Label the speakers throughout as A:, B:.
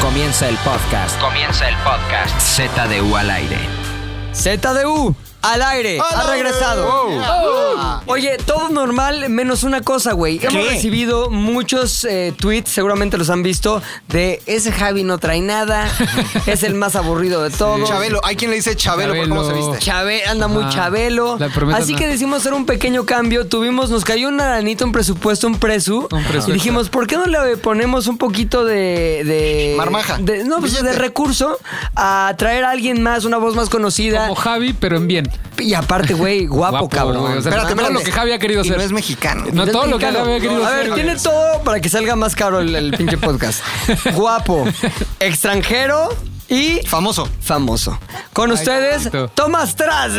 A: Comienza el podcast. Comienza el podcast. ZDU al aire.
B: ZDU al aire. Ha regresado. Oye, todo normal menos una cosa, güey. Hemos recibido muchos eh, tweets, seguramente los han visto, de ese Javi no trae nada, es el más aburrido de todos.
C: Chabelo, hay quien le dice Chabelo, por cómo se
D: Chabelo.
C: viste.
B: Chabe- anda muy
D: Ah,
B: chabelo.
D: la promesa
B: Así
D: no.
B: que decidimos hacer un pequeño cambio. Tuvimos, nos cayó un aranito, un presupuesto, un presu.
D: Un presu
B: y dijimos, ¿por qué no le ponemos un poquito de. de
C: Marmaja.
B: de- no, pues de
C: Billete.
B: recurso a traer a alguien más, una voz más conocida.
D: Como Javi, pero en bien.
B: Y aparte, güey, guapo, cabrón.
D: güey. O sea,
C: Espérate,
D: mira lo
C: espérate.
D: que Javi ha querido
C: Y
D: hacer.
C: no es mexicano.
D: No, todo lo que
B: Mexicano.
D: Javi ha querido
B: A
D: hacer.
B: ver,
D: güey.
B: tiene todo para que salga más caro el, el pinche podcast. Guapo, extranjero y
C: Famoso.
B: famoso. Con ustedes,
D: bonito.
B: Tomás Tras.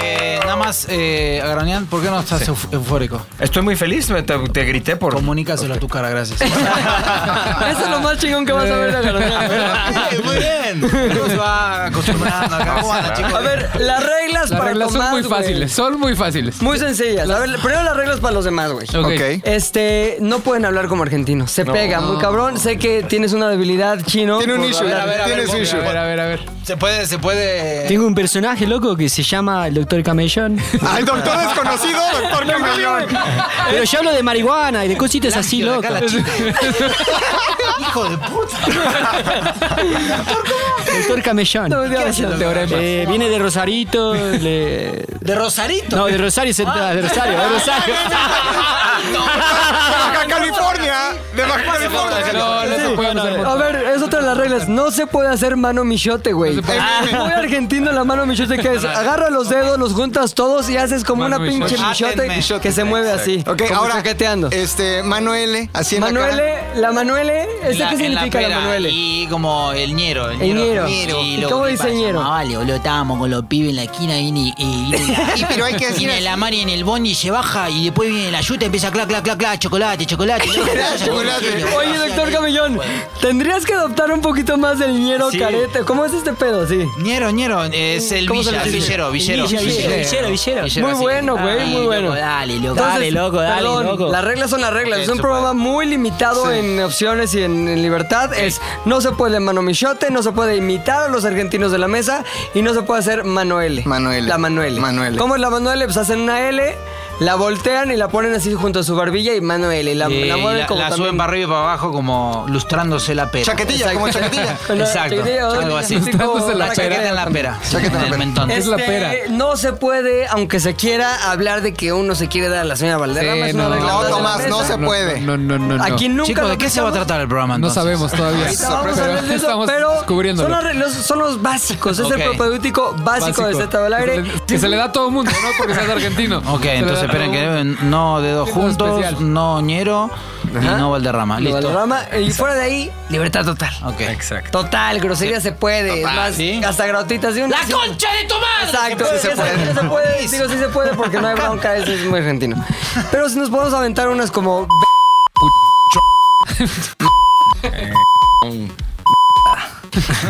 E: Eh, nada más, eh, Agranian, ¿por qué no estás euf- eufórico?
F: Estoy muy feliz, me- te, te grité por...
E: Comunícaselo a tu cara, gracias.
B: Eso es lo más chingón que vas a ver de la verdad.
E: Muy bien. Nos va acostumbrando acá. ¿Cómo andan, chicos?
B: A ver, las reglas
D: Las
B: para
D: reglas
B: Tomás,
D: son muy
B: güey.
D: fáciles. Son muy fáciles.
B: Muy sencillas. A ver, primero las reglas para los demás, güey.
D: Ok.
C: Ok.
B: Este, no pueden hablar como argentinos. Se pega, muy cabrón. Sé que tienes una debilidad chino.
C: Tiene un
B: por
C: issue.
B: hablar-
E: a ver, a ver,
C: Tiene su
E: voy,
D: A
C: issue.
D: ver, a ver, a ver.
E: Se puede, se puede.
G: Tengo un personaje loco que se llama el Doctor Camellón.
C: Al doctor desconocido, doctor Camaleón.
G: Pero yo hablo de marihuana y de cositas así,
E: Plagio de
G: loco.
E: acá, la Hijo de puta.
G: Doctor Camellón.
B: No, no, no, no.
G: Eh, viene de Rosarito. le-
E: De Rosarito.
G: No, de Rosario Central. De Rosario, de Rosario.
C: Ah, De Baja California. De Baja California.
D: No, no se puede pasar
B: A
D: por-
B: ver, es otra de las reglas. No se puede hacer mano michote, güey.
D: No se puede.
B: Es muy argentino la mano michote que es. Agarra los dedos, los juntas todos y haces como
D: Mano
B: una pinche
E: michote.
B: michote que se mueve así.
C: Ok,
B: como
C: ahora.
B: Chaqueteando.
C: Este, Manuel, así en la cara.
B: Manuele, la Manuele, ¿esta qué significa la, Manuele?
E: Y como el ñero. El
B: El
E: ñero.
B: ñero. ¿Y
E: luego
B: cómo
E: mi
B: dice
E: papá
B: ñero?
E: llamaba, Vale, boludo, estábamos con los pibes en la esquina y, ni- y- y-
C: Y, pero hay que
E: y
C: decir
E: viene la Mari en el bondi se baja y después viene la yuta y empieza a clac, clac, clac, clac, chocolate, chocolate.
C: chocolate.
B: Oye, doctor Camellón, tendrías que adoptar un poquito más del ñero
E: Sí.
B: carete. ¿Cómo es este pedo? Sí.
E: Ñero, ñero, eh, es el
B: ¿Cómo se
E: villa,
B: le dice?
E: villero, villero.
G: Villero, villero, villero, villero.
B: Muy
E: así.
B: bueno, güey,
E: Ay,
B: muy bueno.
E: loco, Dale, loco.
B: Entonces,
G: loco, dale,
B: perdón,
G: loco.
B: Las reglas son las reglas. es un
E: Eso,
B: programa muy limitado en opciones y en, en libertad. Es no se puede mano michote, no se puede imitar a los argentinos de la mesa y no se puede hacer Manuele.
C: Manuele.
B: La Manuele.
C: Manuele.
B: ¿Cómo es la Manuele? Pues hacen una L, la voltean y la ponen así junto a su barbilla y Manuele. La,
E: Eh,
B: la mueven
E: la-
B: como
E: la
B: también.
E: suben para arriba y para abajo como lustrándose la pera.
C: Chaquetilla, como chaquetilla.
B: Con la
E: Exacto,
B: chaquetilla,
E: algo
B: ¿no?
E: así.
B: Sí, como
D: Dándose la
B: para que
E: Chaqueta
B: quede
E: en la
B: también.
E: pera.
C: Chaqueta en la
E: el
C: pera.
E: mentón.
D: Es la
B: Este,
D: pera.
B: No se puede, aunque se quiera, hablar de que uno se quiere dar a la señora Valderrama.
D: Sí,
B: es una
D: Eh, no,
B: regla
C: no,
B: más de la
C: Tomás,
B: mesa.
C: no se puede.
D: No, no, no, no.
B: Aquí nunca
E: Chicos,
B: lo
E: ¿de qué se va a
B: aplicamos.
E: tratar el programa
D: No
E: entonces?
D: sabemos todavía.
B: Ahorita vamos a hablar de eso,
D: estamos
B: pero
D: descubriéndolo.
B: Son, las re- los, son los básicos. Es
E: Ok.
B: el propedéutico básico, de Z del
D: Que
B: aire.
D: se le- Que se le da a todo el mundo, ¿no? Porque seas argentino.
E: Ok,
D: Se le
E: entonces
D: da a todo
E: esperen
D: mundo.
E: que no dedos
D: Tiempo
E: juntos,
D: especial.
E: no ñero y no Valderrama.
B: Lo
E: Listo.
B: Valderrama, Y fuera de ahí, libertad total.
E: Ok. Exacto.
B: Total, grosería se puede. es más,
E: ¿sí?
B: hasta gratuitas de un. ¡La concha de tu madre! Exacto, sí se puede. se puede. Digo, sí se puede porque no hay bronca, eso es muy argentino. Pero si nos podemos aventar unas como.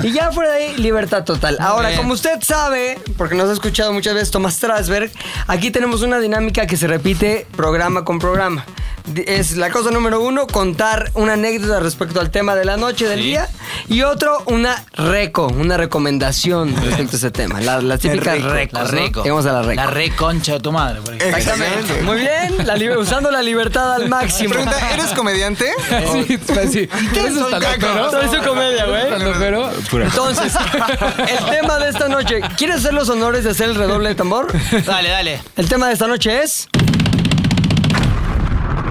B: Y ya fuera de ahí, libertad total. Ahora, como usted sabe, porque nos ha escuchado muchas veces Tomás Strasberg, aquí tenemos una dinámica que se repite programa con programa. D- Es la cosa número uno, contar una anécdota respecto al tema de la noche, del día. Y otro, una reco, una recomendación respecto a ese tema. La- las típicas
E: La
B: recos, ¿no?
E: reco.
B: Llegamos a la reco.
E: La reconcha de tu madre. por
B: Eh,
E: ejemplo.
C: Exactamente.
B: Muy bien, la libe- usando la libertad al máximo.
C: Pregunta, ¿eres comediante?
D: Sí, pues, sí. Eso es
C: soy
D: tan
C: caco?
D: ojero.
B: Soy su comedia, güey.
D: Tan ojero.
B: Entonces, el tema de esta noche, ¿quieres hacer los honores de hacer el redoble de tambor?
E: Dale, dale.
B: El tema de esta noche es.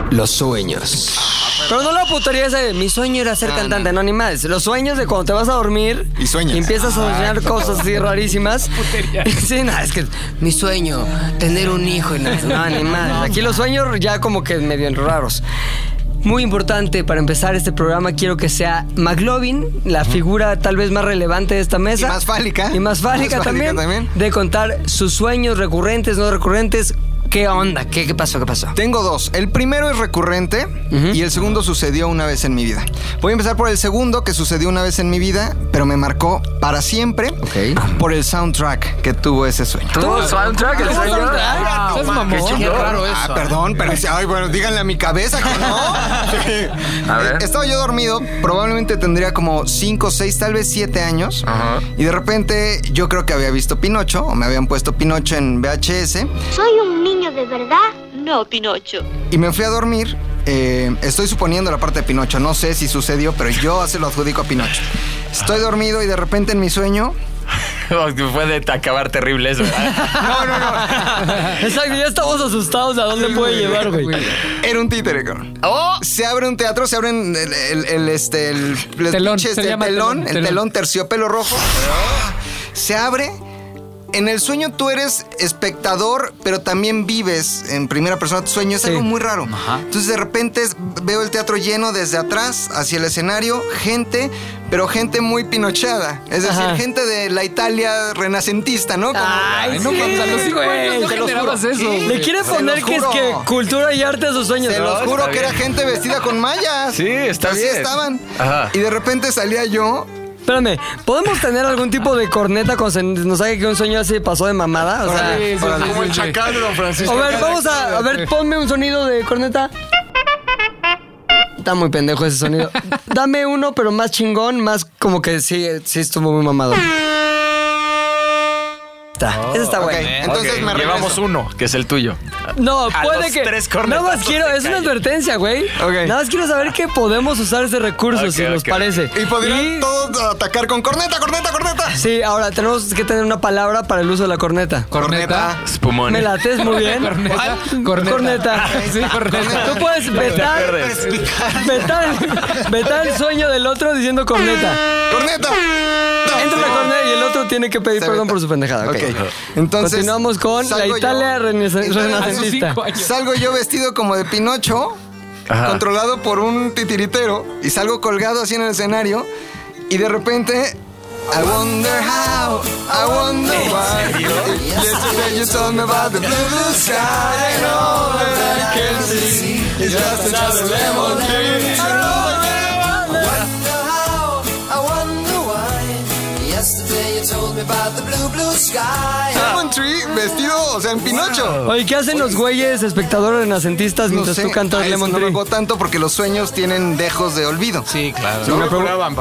A: Los sueños.
B: Pero no la putería esa de mi sueño era ser cantante, no, ni más. Los sueños de cuando te vas a dormir
C: Y sueñas.
B: empiezas a soñar cosas así rarísimas. Sí, nada, es que mi sueño, tener un hijo y nada, no, ni más. Aquí los sueños ya como que medio raros. Muy importante para empezar este programa, quiero que sea McLovin, la figura tal vez más relevante de esta mesa.
C: Y más fálica.
B: Y más fálica,
C: Más fálica
B: también,
C: también.
B: De contar sus sueños recurrentes, no recurrentes. ¿Qué onda? ¿Qué, qué pasó? ¿Qué pasó?
C: Tengo dos. El primero es recurrente y el segundo sucedió una vez en mi vida. Voy a empezar por el segundo que sucedió una vez en mi vida, pero me marcó para siempre por el soundtrack que tuvo ese sueño.
F: ¿Tuvo soundtrack el señor?
D: ¿Estás
F: Qué
D: mamón?
F: chingón.
C: Ah, perdón, pero es- ay, bueno, díganle a mi cabeza que no.
F: A ver.
C: Estaba yo dormido, probablemente tendría como 5, 6, tal vez 7 años.
F: Ajá.
C: Y de repente yo creo que había visto Pinocho, o me habían puesto Pinocho en VHS.
H: ¿Soy un niño de verdad? No, Pinocho.
C: Y me fui a dormir. eh, estoy suponiendo la parte de Pinocho. No sé si sucedió, pero yo se lo adjudico a Pinocho. Estoy dormido y de repente en mi sueño.
F: Oh, Fue de acabar terrible eso. ¿verdad?
C: No, no, no.
G: Exacto, ya estamos asustados a dónde puede llevar, güey.
C: Era un títere, cabrón. Se abre un teatro, se abre el, el- el- este, el, el
D: Telón,
C: pinche,
D: se
C: este,
D: llama
C: telón,
D: telón,
C: el telón,
D: telón.
C: terciopelo rojo. Se abre. En el sueño tú eres espectador, pero también vives en primera persona tu sueño. Es algo muy raro. Entonces de repente es- veo el teatro lleno desde atrás hacia el escenario, gente, pero gente muy pinochada. Es decir, gente de la Italia renacentista, ¿no? Como-
D: Ay, no, cuando a los cinco años no
G: te lo
D: generabas eso.
C: ¿Qué?
D: güey.
G: Le quiere
C: Se los
G: poner que es
C: juro.
G: que cultura y arte a sus sueños.
C: Te
G: ¿no?
C: los juro
F: está
C: que era
F: bien.
C: gente vestida con mallas.
F: Sí, está
C: Así
F: bien.
C: estaban.
F: Ajá.
C: Y de repente salía yo.
B: Espérame, ¿podemos tener algún tipo de corneta cuando se nos haga que un sueño así pasó de mamada? O sea,
D: Sí, sí, sí, sí, sí.
F: de don Francisco.
B: a ver, vamos a. A ver, ponme un sonido de corneta. Está muy pendejo ese sonido. Dame uno, pero más chingón, más como que sí, sí estuvo muy mamado. Está. Ese está
C: Ok,
B: bueno.
C: entonces
F: Oh, Ok,
C: me regreso.
F: Llevamos uno, que es el tuyo.
B: No,
F: A
B: puede
F: los
B: que.
F: tres cornetazos
B: nada más quiero,
F: te
B: es una
F: callo.
B: advertencia, güey.
C: Ok.
B: Nada más quiero saber que podemos usar ese recurso,
F: Ok,
B: si nos
F: ok.
B: parece.
C: Y podrían
B: Y-
C: todos atacar con corneta, corneta, corneta.
B: Sí, ahora tenemos que tener una palabra para el uso de la corneta.
D: Corneta.
B: Me
F: Spumone.
B: lates muy bien.
D: Corneta.
B: Corneta.
D: Sí, corneta.
B: Tú puedes vetar,
F: Verdes.
B: vetar, vetar el sueño del otro diciendo corneta.
C: Corneta.
B: Entra la corneta y el otro tiene que pedir
C: Se
B: perdón
C: veta.
B: por su pendejada. ok.
C: Ok, entonces.
B: Continuamos con la
C: salgo yo-
B: Italia renesa-
C: Entonces,
D: A los
B: renacentista.
D: cinco años.
C: Salgo yo vestido como de Pinocho,
F: Ajá.
C: controlado por un titiritero, y salgo colgado así en el escenario, y de repente. I wonder how, I wonder why. Yesterday you told me about the blue sky and all that I can see is just a shadow of lemon tree. I wonder how, I wonder why. Yesterday you told me about the blue, blue sky. Lemon tree vestido, o sea, en Pinocho.
B: Oye, ¿qué hacen los güeyes espectadores renacentistas
C: No
B: mientras
C: sé,
B: tú cantas
C: a ese
B: Lemon
C: no
B: Tree?
C: lo hago tanto porque los sueños tienen dejos de olvido.
G: Sí, claro.
C: No me juraban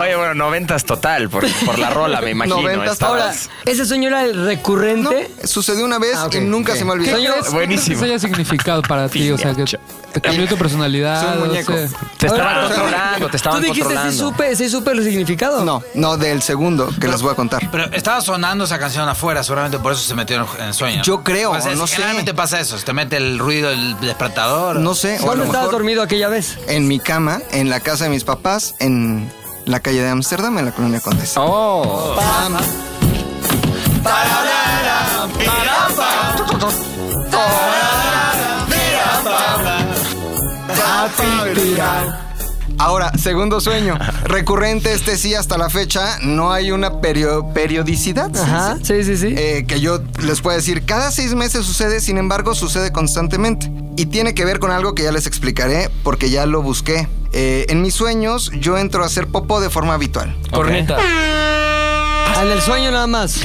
F: Oye, bueno, noventas total, por, por la rola, me imagino.
C: Noventas,
B: Ahora,
F: estabas-
B: ¿ese sueño era el
C: No,
B: recurrente?
C: sucedió una vez
B: Ah, ok,
C: y nunca
B: ok.
C: se me olvidó.
B: ¿Qué crees?
F: Buenísimo.
D: Eso haya significado para ti, o sea, que te cambió tu personalidad.
C: Soy un
D: no
C: muñeco.
D: sé.
F: Te
B: Ahora,
F: estaban controlando, te
B: Tú
F: estaban
B: dijiste sí
F: controlando.
B: supe, sí supe el significado.
C: No, no del segundo que les voy a contar.
E: Pero estaba sonando esa canción afuera, seguramente por eso se metió en- en el sueño.
C: Yo creo,
E: O sea,
C: no sé.
E: generalmente pasa eso, se te mete el ruido del despertador.
C: No sé, o a
B: ¿Dónde
C: lo
B: estabas
C: mejor
B: dormido aquella vez?
C: en mi cama, en la casa de mis papás, en la calle de Ámsterdam, en la colonia Condesa.
D: Oh.
C: Pam. Ahora, segundo sueño. Recurrente este sí hasta la fecha. No hay una perio- periodicidad. se
B: Ajá,
C: dice,
B: sí, sí, sí.
C: eh, que yo les puedo decir, cada seis meses sucede, sin embargo, sucede constantemente. Y tiene que ver con algo que ya les explicaré porque ya lo busqué. Eh, en mis sueños, yo entro a hacer popó de forma habitual.
G: Corneta.
B: Al del Ah, sueño nada más.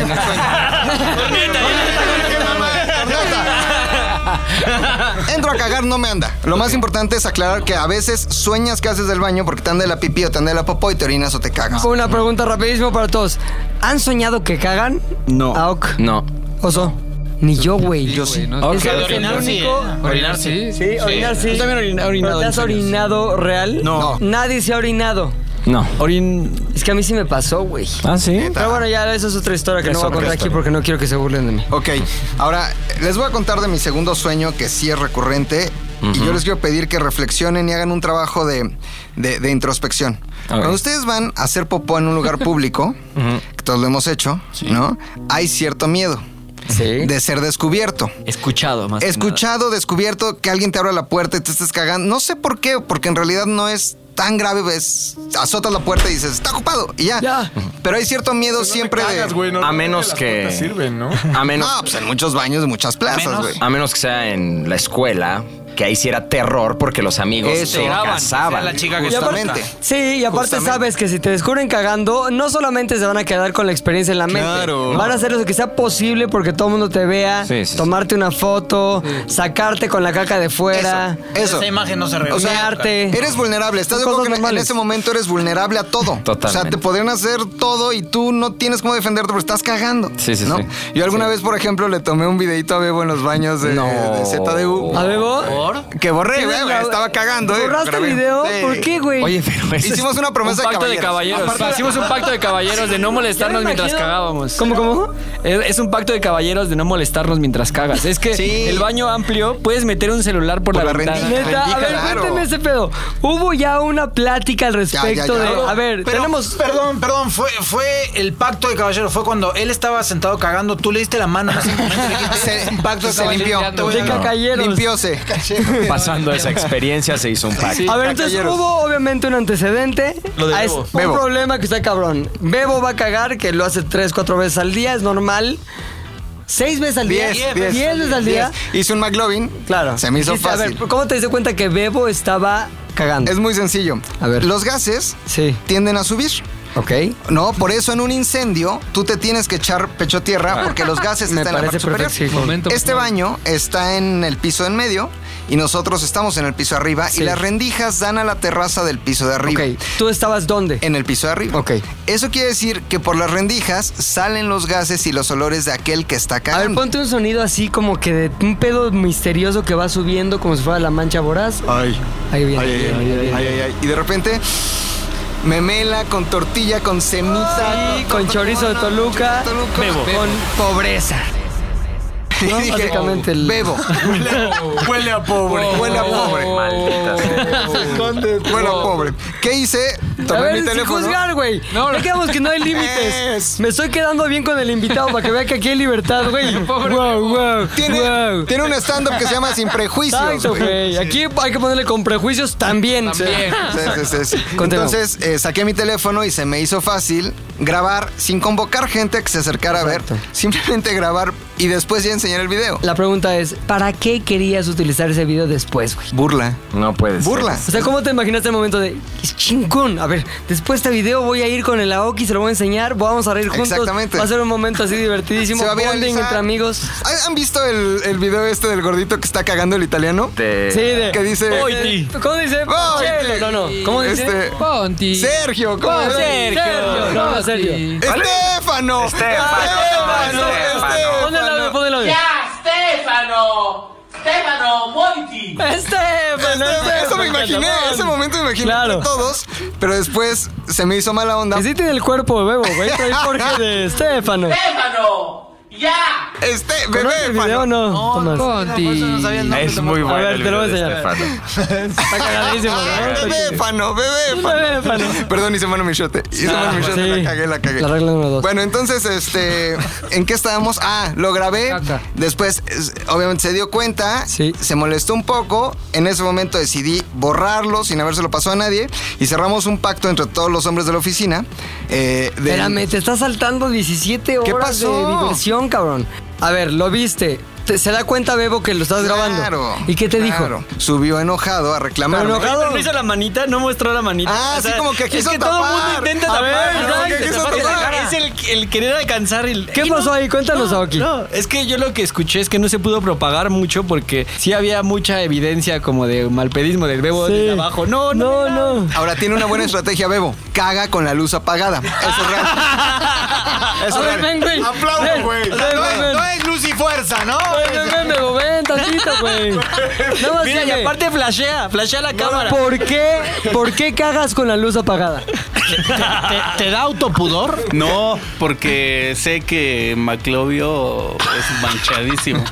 C: Entro a cagar, no me anda. Lo más importante es aclarar que a veces sueñas que haces del baño porque te anda la pipí o te anda la popó y te orinas o te cagas.
B: Una pregunta rapidísimo para todos. ¿Han soñado que cagan?
C: No.
B: Aok.
F: No.
B: Oso. Ni yo, güey.
C: Yo sí.
D: Güey, no-
B: Es el único-
D: Orinar, sí.
B: Sí, orinar sí.
G: Yo también orina- he orinado
B: ¿Pero ¿Te has
G: en sueños.
B: orinado real?
C: No.
B: Nadie se ha orinado.
F: No.
G: Orin.
B: Es que a mí sí me pasó, güey.
G: Ah, sí.
B: Pero bueno, ya esa es otra historia que no
F: Es
B: voy a
F: otra
B: contar aquí
F: historia.
B: porque no quiero que se burlen de mí.
C: Ok, ahora les voy a contar de mi segundo sueño que sí es recurrente y yo les quiero pedir que reflexionen y hagan un trabajo de, de- de introspección. Cuando ustedes van a hacer popó en un lugar público, que todos lo hemos hecho, ¿no? Hay cierto miedo
B: Sí.
C: de ser descubierto.
G: Escuchado, más. que nada.
C: Escuchado, descubierto, que alguien te abra la puerta y te estés cagando. No sé por qué, porque en realidad no es tan grave, ves, azotas la puerta y dices, está ocupado, y ya.
B: Ya.
C: Pero hay cierto miedo siempre de...
F: a menos que-
I: sirven, ¿no?
F: A menos,
C: No, pues en muchos baños, de muchas plazas,
E: Menos-
C: güey.
F: a menos que sea en la escuela, que ahí sí era terror porque los amigos
C: Eso.
F: se
C: Pegaban,
F: casaban.
E: la chica que
C: Justamente.
B: Sí, y aparte
C: Justamente.
B: sabes que si te descubren cagando, no solamente se van a quedar con la experiencia en la mente,
C: Claro.
B: van a hacer lo que sea posible porque todo el mundo te vea,
F: Sí, sí, sí.
B: tomarte una foto, sacarte con la caca de fuera,
C: Eso.
E: Esa imagen no se reveló.
C: O sea,
B: mearte.
C: Eres vulnerable, estás de
B: Son
C: acuerdo
B: cosas
C: que en- en
B: normales.
C: ese momento eres vulnerable a todo. O sea,
F: Totalmente.
C: te podrían hacer todo y tú no tienes cómo defenderte porque estás cagando.
F: Sí, sí,
C: ¿no?
F: sí.
C: Yo alguna vez, por ejemplo, le tomé un videito a Bebo en los baños de,
F: No.
C: de ZDU.
B: ¿A Bebo?
C: Que borré, güey, estaba cagando. eh,
B: ¿Borraste el
C: grabé.
B: video?
C: Sí.
B: ¿Por qué, güey?
F: Oye, pero eso
C: Hicimos una
G: Un
C: promesa
G: pacto de
C: de
G: caballeros.
C: caballeros. Aparte-
G: Hicimos un pacto de caballeros de no molestarnos
B: Ya me
G: mientras
B: imagino.
G: cagábamos.
B: ¿Cómo, cómo?
G: Es, es un pacto de caballeros de no molestarnos mientras cagas. Es que
C: Sí.
G: el baño amplio puedes meter un celular por,
C: Por
G: la,
C: la
G: ventana.
C: rendija.
B: Neta, a
C: Bendiga,
B: ver,
C: claro.
B: cuénteme ese pedo. Hubo ya una plática al respecto
C: ya.
B: de. A ver,
E: Pero,
B: tenemos.
E: Perdón, perdón, fue, fue el pacto de caballero. Fue cuando él estaba sentado cagando, tú le diste la mano. básicamente, le dijiste, "Es un pacto de
C: Se
E: caballeros".
C: limpió.
E: Te voy a-
B: De cacayeros.
C: Limpióse.
F: Pasando esa experiencia se hizo un pacto.
B: A ver, entonces
C: Cacayeros.
B: hubo obviamente un antecedente. Ah, es un
C: Bebo.
B: problema que está cabrón. Bebo va a cagar, que lo hace tres, cuatro veces al día, es normal. ¿Seis veces al día?
C: Diez, diez,
B: ¿Diez veces al día?
C: diez. Hice un McLovin.
B: Claro.
C: Se me hizo
B: Dijiste,
C: fácil.
B: A ver, ¿cómo te diste cuenta que Bebo estaba cagando?
C: Es muy sencillo.
B: A ver.
C: Los gases
B: Sí.
C: tienden a subir.
B: Ok.
C: No, por eso en un incendio tú te tienes que echar pecho a tierra porque los gases
B: Ah, Me
C: están en la
B: parece
C: parte superior.
B: perfecto. sí, como-
D: Momento.
C: Este baño está en el piso en medio y nosotros estamos en el piso arriba
B: Sí.
C: y las rendijas dan a la terraza del piso de arriba.
B: Ok. ¿Tú estabas dónde?
C: En el piso de arriba.
B: Ok.
C: Eso quiere decir que por las rendijas salen los gases y los olores de aquel que está
B: A ver,
C: cagando.
B: ponte un sonido así como que de un pedo misterioso que va subiendo como si fuera la mancha voraz.
I: Ay.
B: Ahí viene.
I: Ay, ay,
B: ahí viene, ahí
I: ay,
B: viene.
I: ay, ay, ay.
C: Y de repente, memela con tortilla, con semita.
B: Sí, con chorizo de Toluca,
C: Bebo.
B: con pobreza.
C: Y
B: No,
C: dije,
B: básicamente el-
C: Bebo.
I: Huele a pobre.
C: Huele
E: Oh.
C: a pobre.
F: Maldita sea.
C: Huele a pobre. ¿Qué hice?
B: a
C: Tomé
B: ver,
C: mi
B: sin
C: teléfono.
B: juzgar, güey. No, ya quedamos que no hay límites.
C: Es.
B: Me estoy quedando bien con el invitado para que vea que aquí hay libertad, güey. wow, wow,
C: Tiene,
B: wow.
C: tiene un stand-up que se llama Sin Prejuicios.
B: Exacto,
C: güey.
B: güey. Aquí hay que ponerle con prejuicios también.
C: Sí, sí, sí, sí.
B: Continúa.
C: Entonces eh, saqué mi teléfono y se me hizo fácil grabar sin convocar gente que se acercara a ver.
B: Exacto.
C: Simplemente grabar y después ya enseñar el video.
B: La pregunta es, ¿para qué querías utilizar ese video después, güey?
C: Burla.
F: No puedes.
C: Burla.
B: O sea, ¿cómo te imaginaste el momento de "Es chingón? A ver, después de este video voy a ir con el Aoki, se lo voy a enseñar, vamos a reír juntos.
C: Exactamente.
B: Va a ser un momento así divertidísimo,
C: Se va a
B: bonding
C: viralizar.
B: entre amigos.
C: ¿Han- ¿Han visto el, el video este del gordito que está cagando el italiano?
B: Sí, de,
C: Que Eh, dice-
B: Oiti. ¿Cómo dice?
C: Oiti.
B: Chelo, No, no. ¿Cómo dice?
C: Este,
D: Ponti.
C: Sergio, ¿cómo
D: Ponti.
C: ves?
B: Sergio. No, no, Sergio.
C: Estefano. Estefano. Estefano.
B: Pon el audio, pon el audio.
J: Stefano! Stefano, muoviti!
B: Estefano,
C: Este- Eso me
B: Estefano,
C: imaginé,
B: Estefano.
C: ese momento me imaginé
B: Claro.
C: entre todos, pero después se me hizo mala onda.
B: Que sí tiene el cuerpo de Bebo, güey. Trae Jorge de Estefano.
J: Stefano! Ya!
C: Este,
B: ¿Conoces
C: bebé,
B: el video o
C: Fano.
B: no, Tomás?
D: Ponti.
F: Es muy bueno.
B: ver,
F: el
B: te lo
F: video
B: voy a
F: de
B: enseñar.
F: Estefano.
B: Está cagadísimo,
C: Ah, Bebé,
B: ¿no?
C: Fano, bebé, Fano.
B: Bebé, Fano. Ah, pues
C: Perdón, hice mano michote. Hice mano michote,
B: sí.
C: la cagué, la cagué.
B: La regla número dos.
C: Bueno, entonces, este, ¿en qué estábamos? Ah, lo grabé.
D: Caca.
C: Después, es- obviamente, se dio cuenta.
B: Sí.
C: Se molestó un poco. En ese momento decidí borrarlo sin habérselo pasado a nadie. Y cerramos un pacto entre todos los hombres de la oficina. eh, de-
B: Espérame, te está saltando 17
C: ¿Qué
B: horas
C: pasó?
B: de diversión, cabrón. A ver, lo viste. Te- se da cuenta, Bebo, que lo estás grabando.
C: Claro,
B: ¿Y qué te
C: claro.
B: dijo?
C: Subió enojado a reclamar.
B: Pero enojado.
G: Pero no hizo la manita, no mostró la manita.
C: Ah, sí, como que
G: Es
C: quiso
G: que todo el
C: tapar.
G: mundo intenta
C: A ver,
G: tapar.
C: como que
G: exacto,
C: quiso
G: tapar. Es
C: tapar.
G: el, el querer alcanzar el.
B: ¿Qué
G: Y
B: pasó ahí? Cuéntanos,
G: no,
B: Aoki.
G: No, es que yo lo que escuché es que no se pudo propagar mucho porque sí había mucha evidencia como de malpedismo del bebo
B: Sí.
G: desde abajo. No, no,
B: No,
G: mira.
B: no.
C: Ahora tiene una buena estrategia, Bebo. Caga con la luz apagada. Eso es
G: Ah,
C: real. Eso
B: A
C: es
B: ver,
C: real.
B: ven, güey.
I: Aplaudo,
E: Eh,
B: Ven,
I: güey.
B: ven, ven, ven.
E: luz y fuerza, ¿no?
B: Ven, ven, ven, Bebo, ven tantito, güey. Nada más
G: Mira, y
B: dime,
G: aparte flashea, flashea la cámara.
B: ¿por qué, ¿por qué cagas con la luz apagada?
G: ¿Te, da autopudor?
K: No, porque sé que Maclovio es manchadísimo.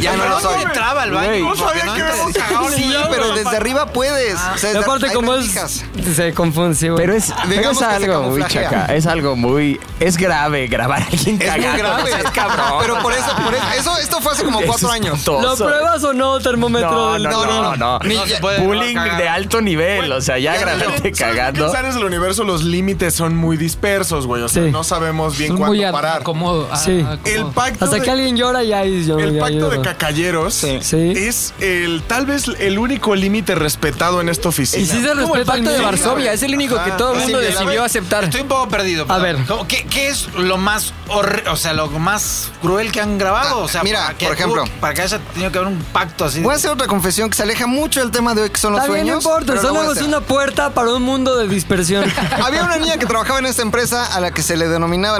C: Ya no lo soy.
E: entraba al
C: Güey.
E: baño.
C: No sabía que habíamos cagado en el baño, pero desde arriba puedes. O sea, desde
B: Aparte,
C: hay
B: como es.
C: rendijas.
B: Se confunde, güey.
F: Pero es, pero
C: Digamos
F: es
C: que se
F: algo muy
C: camuflajea.
F: chaca, es algo muy... Es grave grabar a alguien
C: Es muy
F: cagando.
C: grave.
F: o sea, es cabrón.
C: Pero por eso, por eso, eso- esto fue hace como
F: Eso
C: cuatro
F: es
C: años.
B: ¿Lo
F: espantoso.
B: pruebas o no, termómetro
F: No,
B: del
F: no, no, no.
K: Ni- No se puede
F: Bullying
K: grabar cagando.
F: de alto nivel, o sea, ya
C: ya
F: grabarte
C: también,
F: cagando.
I: Pensar es el universo, los límites son muy dispersos, güey. O sea,
B: Sí.
I: no sabemos bien
D: Son
I: cuándo
D: muy a-
I: parar.
D: acomodo. a-
B: Sí.
D: acomodo.
I: El pacto
B: Hasta
I: de-
B: que alguien llora y ahí yo.
I: El
B: ya
I: pacto de
B: lloro.
I: cacayeros
B: Sí.
I: es el tal vez el único límite respetado en esta oficina.
B: Y sí
G: Como
B: se
G: el
B: respeta
G: pacto de
B: nivel.
G: Varsovia, es el único que todo el
C: Ajá.
G: mundo
C: Sí, la
G: decidió
C: verdad,
G: aceptar.
E: Estoy un poco perdido. perdón.
B: A ver.
E: ¿Cómo- ¿Qué, qué es lo más horri- o sea, lo más cruel que han grabado? O sea,
C: Ah, mira,
E: para que
C: por ejemplo.
E: tú- para que haya tenido que haber un pacto así.
C: Voy a hacer otra confesión que se aleja mucho del tema de hoy, que son los
B: Está bien, no
C: sueños.
B: importa.
C: pero lo voy a
B: Solo es
C: hacer.
B: una puerta para un mundo de dispersión.
C: Había una niña que trabajaba en esta empresa a la que se le denominaba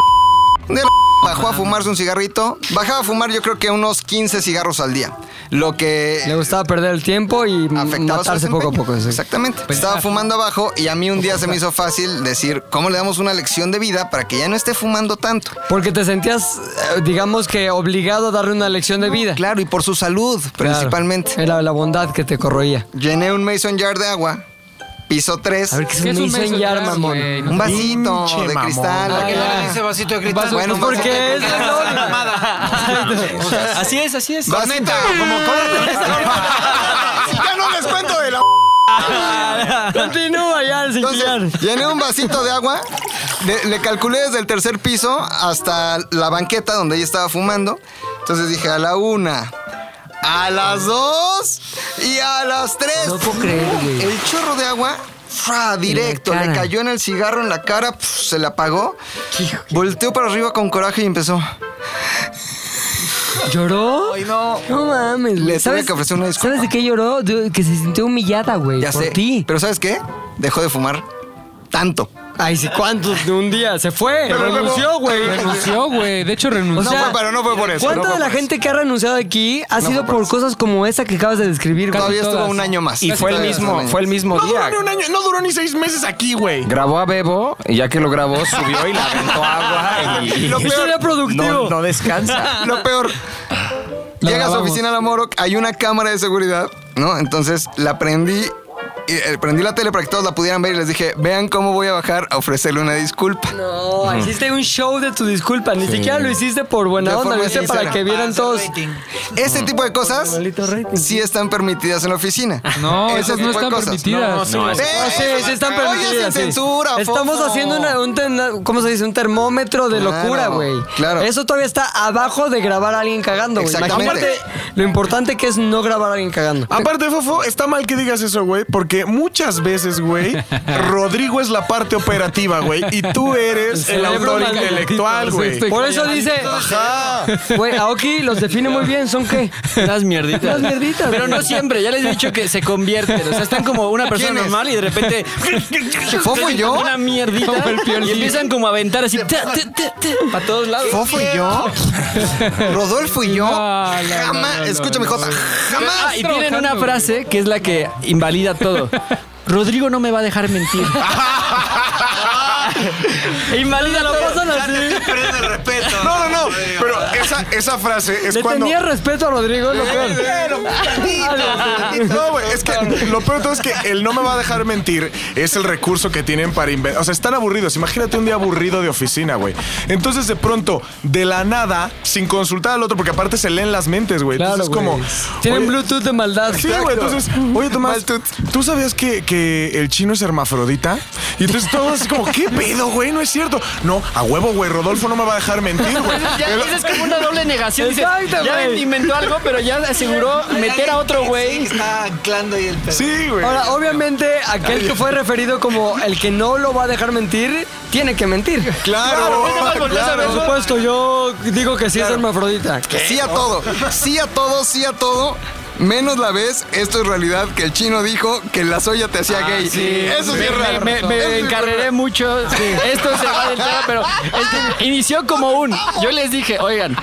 C: la de la bajó a fumarse un cigarrito. Bajaba a fumar yo creo que unos 15 cigarros al día. Lo que
B: Le gustaba perder el tiempo y
C: afectaba su
B: Mm, matarse poco a
C: desempeño.
B: poco. sí.
C: Exactamente. Estaba fumando abajo y a mí un día se me hizo fácil decir, ¿cómo le damos una lección de vida para que ya no esté fumando tanto?
B: Porque te sentías, eh, digamos que, obligado a darle una lección de vida.
C: Claro, y por su salud principalmente.
B: Era la bondad que te corroía.
C: Llené un mason jar de agua, piso 3,
B: A ver, ¿qué es
D: ¿Qué
B: un mason jar, mamón?
D: güey? No
C: un vasito
I: Pinche
C: de
I: mamón.
C: cristal.
E: ¿Por qué
B: Ah,
E: no
B: ya.
E: le dice vasito de cristal?
B: Vaso-
C: Bueno,
B: pues
C: vaso-
B: porque es la gloria.
G: Así es, así es.
C: Vasito. Como
I: Si ya no les cuento de la
B: Continúa ya, sin chillar.
C: Entonces, llené un vasito de agua, le, le calculé desde el tercer piso hasta la banqueta donde ella estaba fumando. Entonces dije a la una, a las dos y a las tres.
B: No puedo creer, güey.
C: El chorro de agua. fra, directo,
B: En la
C: le
B: cara.
C: cayó en el cigarro, en la cara, pf, se la apagó. Volteó para arriba con coraje y empezó.
B: ¿Lloró?
C: no.
B: No mames,
C: Le
B: güey.
C: tuve
B: ¿Sabes,
C: que ofrecer una disculpa.
B: ¿Sabes de qué lloró? De- que se sintió humillada, güey.
C: Ya
B: por
C: sé.
B: ti.
C: Pero ¿sabes qué? Dejó de fumar tanto.
B: Ay, sí, ¿cuántos de un día? Se fue. renunció, güey.
D: Renunció, güey. De hecho, renunció.
C: No fue, pero no fue por eso.
B: ¿Cuánta
C: no fue
B: de la
C: por eso.
B: gente que ha renunciado aquí ha sido por cosas como esa que acabas de describir, güey?
C: Todavía estuvo
D: todas.
C: un año más.
F: Y fue el
C: Todavía estuvo
F: mismo,
C: un año.
F: fue el mismo
I: No
F: día.
I: duró ni un año, no duró ni seis meses aquí, güey.
F: Grabó a Bebo y ya que lo grabó, subió y la aventó agua. Y...
C: Lo
B: Eso
C: peor-
B: era productivo.
F: No, no descansa.
C: Lo peor.
B: La
C: Llega a su
B: grabamos.
C: oficina la Moro, hay una cámara de seguridad, ¿no? Entonces la prendí, y, eh, prendí la tele para que todos la pudieran ver y les dije, vean cómo voy a bajar a ofrecerle una disculpa.
B: No, hiciste un show de tu disculpa. Ni siquiera lo hiciste por
C: De
B: buena onda. Lo
C: forma
B: hiciste
C: sincera. Ah,
B: para que
E: ah,
B: vieran todos.
C: Este tipo de cosas
B: Igualito rating.
C: sí están permitidas en la oficina.
D: No,
C: Ese
D: esas no
C: tipo de
D: están
C: cosas.
D: permitidas.
I: No,
C: Ve,
B: Ah, sí, sí están
C: oye,
B: permitidas.
C: sin
B: sí.
C: censura,
B: Estamos
C: Fofo.
B: haciendo una- un, ten- ¿cómo se dice? un termómetro de
C: Claro,
B: locura, güey.
C: claro.
B: Eso todavía está abajo de grabar a alguien cagando, güey.
C: Exactamente.
B: Imagínate lo importante que es no grabar a alguien cagando.
I: Aparte, Fofo, está mal que digas eso, güey, porque muchas veces, güey, Rodrigo es la parte operativa, güey, y tú eres el,
D: cerebro
I: autor
D: maldito,
I: intelectual,
D: sí,
I: güey.
D: estoy-
B: Por eso dice,
I: Ajá.
B: güey, Aoki los define muy bien, ¿son qué?
G: Las mierditas.
B: Unas mierditas,
G: Pero no
B: güey.
G: siempre, ya les he dicho que se convierten. O sea, están como una persona
C: ¿Quién es?
G: normal y de repente.
C: ¿Fofo y yo?
G: Una mierdita.
D: Como el Piolín.
G: Y empiezan como a aventar así. Para todos lados.
C: ¿Fofo y yo? ¿Rodolfo y yo?
D: No, no, no,
C: Jamás,
D: no,
C: escúchame,
D: no,
C: Jota, jamás.
G: Ah, y tienen una frase que es la que invalida todo. Rodrigo no me va a dejar mentir. Ah.
B: Invalida, lo pasan así.
E: Prende respeto.
I: No, no, no, pero esa, esa frase es
B: Le
I: cuando...
B: tenía respeto a Rodrigo, lo peor.
G: Ah.
I: No, güey, es que lo peor de todo es que el no me va a dejar mentir es el recurso que tienen para inventar. O sea, están aburridos. Imagínate un día aburrido de oficina, güey. Entonces, de pronto, de la nada, sin consultar al otro, porque aparte se leen las mentes, güey.
B: Claro,
I: Entonces, es como.
B: güey. Tienen
I: oye,
B: Bluetooth de maldad.
I: Sí, güey, entonces, oye Tomás, ¿tú sabías que, que el chino es hermafrodita? Y entonces todos así como, ¿qué pedo, güey? No es cierto. No, a huevo, güey, Rodolfo no me va a dejar mentir, güey.
G: Ya
I: El-
G: dices como una doble negación. dices,
B: Exacto,
G: ya
B: güey.
G: inventó algo, pero ya aseguró
D: Eh,
G: meter a otro güey.
E: Está anclando y el pedo.
I: Sí, güey.
B: Ahora, obviamente, aquel que fue referido como el que no lo va a dejar mentir, tiene que mentir.
I: Claro,
B: Por
I: claro.
B: supuesto, yo digo que sí es hermafrodita.
C: Sí a todo, sí a todo, sí a todo. Menos la vez, esto es realidad, que el chino dijo que la soya te hacía gay. Eh, Eso sí es real.
G: Me, me
C: Eso sí es
G: encarreré mucho. sí. Esto se va del tema, pero es que inició como un. Yo les dije, oigan,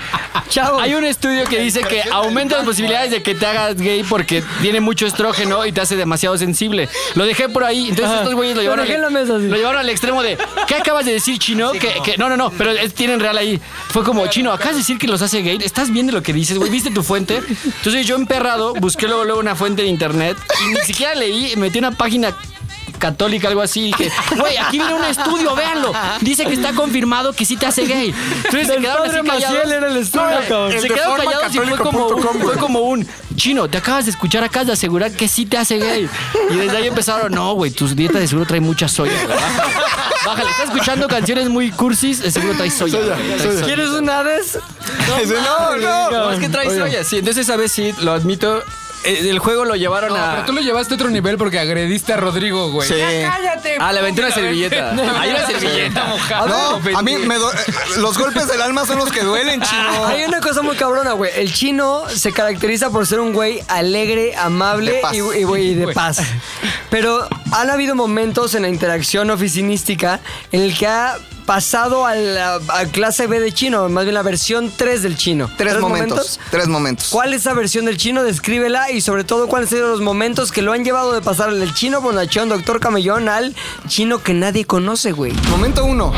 G: Hay un estudio que dice que aumenta las posibilidades de que te hagas gay porque tiene mucho estrógeno y te hace demasiado sensible. Lo dejé por ahí. Entonces
B: Ajá.
G: estos güeyes lo
B: Lo
G: llevaron,
B: dejé
G: al,
B: en la mesa, sí.
G: lo llevaron al extremo de ¿qué acabas de decir, chino? que, que- no, no, no, pero es- tienen real ahí. Fue como, chino, acabas de decir que los hace gay. ¿Estás viendo lo que dices, güey? ¿Viste tu fuente? Entonces yo emperrado busqué luego, luego una fuente de internet y ni siquiera leí. Metí una página católica, algo así, y dije, güey, aquí viene un estudio, véanlo. Dice que está confirmado que sí te hace gay. Entonces se
B: Del
G: quedaron así
B: padre Maciel
G: callados.
B: era el estudio,
G: No,
B: cabrón.
G: Se
B: El de
G: quedaron
B: forma
G: callados y fue como, un-
B: católico.com,
G: fue como un chino, te acabas de escuchar, acabas de asegurar que sí te hace gay. Y desde ahí empezaron, no, güey, tus dietas de seguro trae mucha soya, güey, bájale. Bájale, estás escuchando canciones muy cursis, de seguro trae soya. güey, trae soya".
B: ¿Quieres un Hades?
G: No, no,
B: no.
G: es que trae
B: Oye.
G: soya, sí. Entonces, a veces sí, lo admito. eh, El juego lo llevaron a.
D: Pero tú lo llevaste a otro nivel porque agrediste a Rodrigo, güey.
G: Sí.
D: Ya cállate.
G: Ah, le aventé una
D: públicamente.
G: servilleta. Hay una servilleta mojada.
C: No, a mí me do- eh, los golpes del alma son los que duelen, chino.
B: Hay una cosa muy cabrona, güey. El chino se caracteriza por ser un güey alegre, amable
C: De paz.
B: y, y, güey, y de paz. Pero han habido momentos en la interacción oficinística en el que ha pasado a la a clase B de chino, más bien la versión 3 del chino.
C: Tres momentos, tres momentos.
B: ¿Cuál es esa versión del chino? Descríbela y sobre todo cuáles han sido los momentos que lo han llevado de pasar del chino bonachón, doctor camellón, al chino que nadie conoce, güey.
C: Momento uno.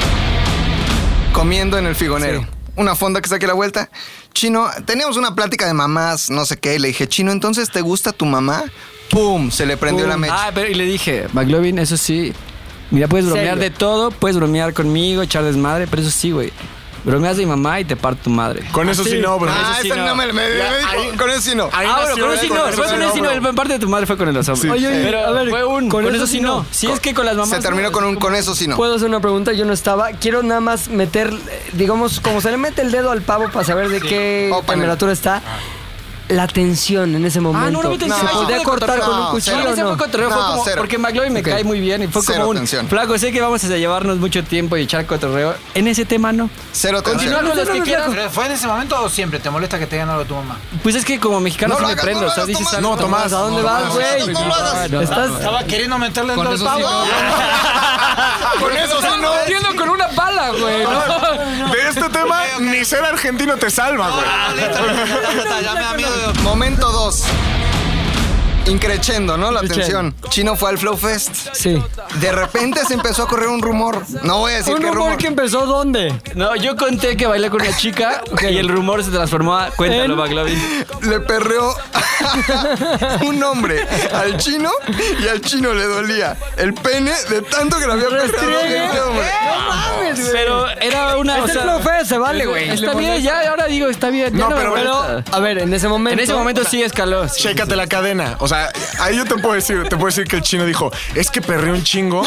C: Comiendo en el figonero. Una fonda que saque la vuelta. Chino, teníamos una plática de mamás, no sé qué. y Le dije, Chino, entonces te gusta tu mamá. ¡Pum! Se le prendió la mecha.
G: Ah, pero y le dije, McLovin, eso sí. Mira, puedes bromear
B: Serio.
G: de todo, puedes bromear conmigo, echar desmadre, pero eso sí, güey. Bromeas de mi mamá y te parto tu madre.
I: Con eso sí no, bro.
C: Ah,
G: sí
C: esa
G: no.
C: no me, me-
I: Ya,
C: me dijo,
I: ahí-
C: con eso sí no.
I: ahí
G: ah, bueno,
I: nació
G: con
I: el-
G: eso sí no,
I: con
G: fue
I: eso
G: con
I: sí
G: eso sí no,
I: bro.
G: el- en parte de tu madre fue con el asombro.
I: Sí. Oye,
B: oye,
G: pero
B: a ver,
G: fue un, con, eso sí no. Sí, es que con las mamás.
C: Se terminó con un con eso sí no.
B: ¿Puedo hacer una pregunta? Yo no estaba. Quiero nada más meter, eh, digamos, como se le mete el dedo al pavo para saber de qué
C: Pavo panel.
B: temperatura está. La tensión en ese momento.
G: Ah, no, no hubo tensión.
B: ¿Se
C: No,
B: podía
C: no,
B: cortar
C: no,
B: con un cuchillo
C: cero. No,
B: o
G: Ese
B: no?
G: fue cotorreo, fue
C: No,
G: como-
C: cero.
G: porque McLovin me
C: Ok.
G: cae muy bien y fue
C: Cero
G: como un
C: tensión.
G: flaco, sé que vamos a llevarnos mucho tiempo y echar cotorreo. En ese tema no.
C: Cero tensión.
G: Continuar con las que quieras.
E: ¿Pero ¿Fue en ese momento o siempre? ¿Te molesta que te digan algo de tu mamá?
G: Pues es que como mexicano
C: No
G: se
C: lo
G: me
C: hagas,
G: prendo,
C: no lo
G: o sea,
C: hagas,
G: dices
C: Tomás.
G: algo-
I: No, Tomás.
B: ¿A dónde
I: No,
B: vas,
I: Tomás,
B: güey?
C: no lo hagas.
G: No, no,
B: Estás-
G: Ah, no, no.
E: Estaba queriendo meterle el
D: Con
E: dedo al
D: eso sí
E: pavo.
I: Con eso sí no.
D: Entiendo con una pala, güey. ¿no?
I: De este tema, ni ser argentino te salva, güey.
E: Ya me da miedo.
C: Momento dos. Increchendo, ¿no? La
B: Increchendo.
C: tensión. Chino fue al Flow Fest.
B: Sí.
C: De repente se empezó a correr un rumor. No voy a decir
B: Un
C: qué rumor.
B: rumor que empezó ¿dónde?
G: No, yo conté que bailé con una chica y el rumor se transformó a cuéntalo,
B: En-
G: McLovin.
C: le perreó un hombre al chino y al chino le dolía el pene de tanto que le había perreado
B: Restriegue.
C: este hombre.
G: Pero era una.
B: Es el Flow Fest, se vale, güey.
G: Está bien, ya, ahora digo, está bien. ya
I: No, pero-
G: molesta.
B: A ver, en ese momento.
G: en ese momento sí escaló. sí.
I: Chécate la cadena. O sea, ahí yo te puedo decir, te puedo decir que el chino dijo, es que perré un chingo.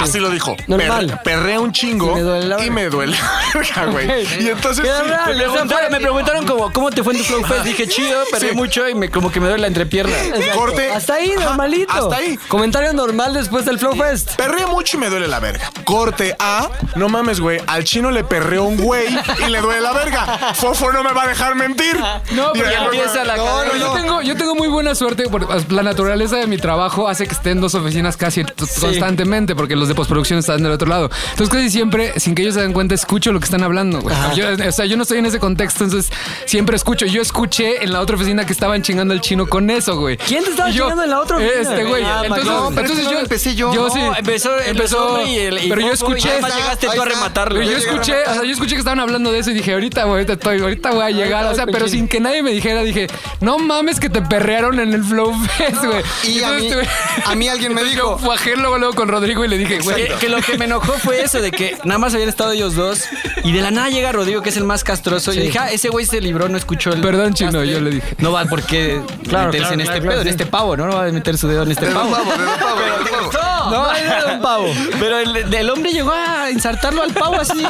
I: Así lo dijo.
B: Normal.
I: "Per- perré un chingo
B: Y me duele la verga.
I: y me duele la verga, güey. Y entonces pues,
B: Qué raro.
G: Me preguntaron, me preguntaron como, ¿cómo te fue en tu Flow Fest? Dije, chido, perdí mucho y me, como que me duele la entrepierna.
I: sí, corte.
B: Hasta ahí,
I: Ajá,
B: normalito.
I: Hasta ahí.
B: Comentario normal después del Flow Fest.
I: Perré mucho y me duele la verga. Corte A. No mames, güey. Al chino le perreó un güey y le duele la verga. Fofo no me va a dejar mentir.
D: No, pero
I: Y
D: ya
G: empieza la cadena.
I: no,
D: Yo
I: no, no.
D: tengo, yo tengo muy buena suerte. por- La naturaleza de mi trabajo hace que esté en dos oficinas casi t- constantemente, porque los de postproducción están del otro lado. Entonces, casi siempre, sin que ellos se den cuenta, escucho lo que están hablando. güey. Yo, o sea, yo no estoy en ese contexto, entonces siempre escucho. Yo escuché en la otra oficina que estaban chingando al chino con eso, güey.
B: ¿Quién te estaba
D: Y yo,
B: chingando en la otra oficina?
D: Este, güey.
B: Ah,
D: entonces,
B: Maclón,
C: pero
D: entonces
C: es que no
D: yo.
C: empecé yo.
D: Yo
C: No,
D: sí.
G: empezó,
D: Empezó,
G: empezó y el, y
D: pero yo
G: Fofo, y
D: escuché-
G: además llegaste
C: Ahí
G: tú a
C: está.
G: rematarlo.
D: Pero yo escuché, o sea, yo escuché que estaban hablando de eso y dije, ahorita, güey, ahorita estoy, ahorita voy a llegar. O sea, pero sin que nadie me dijera, dije, no mames que te perrearon en el Flow Fest, güey.
C: Y a mí,
D: Entonces,
C: a mí alguien me dijo,
D: Fue ajeno luego, luego con Rodrigo y le dije, güey.
G: Que, que lo que me enojó fue eso de que nada más habían estado ellos dos y de la nada llega Rodrigo que es el más castroso y dije, ah, ese güey se libró, no escuchó el
D: Perdón, chino,
G: castre.
D: yo le dije.
G: No va porque meterse en este pedo, en este pavo, ¿no? No va a meter su dedo en este
C: "De
G: pavo.
C: un pavo, de un pavo, de un pavo".
G: No, era un pavo. Pero el, el hombre llegó a insertarlo al pavo así.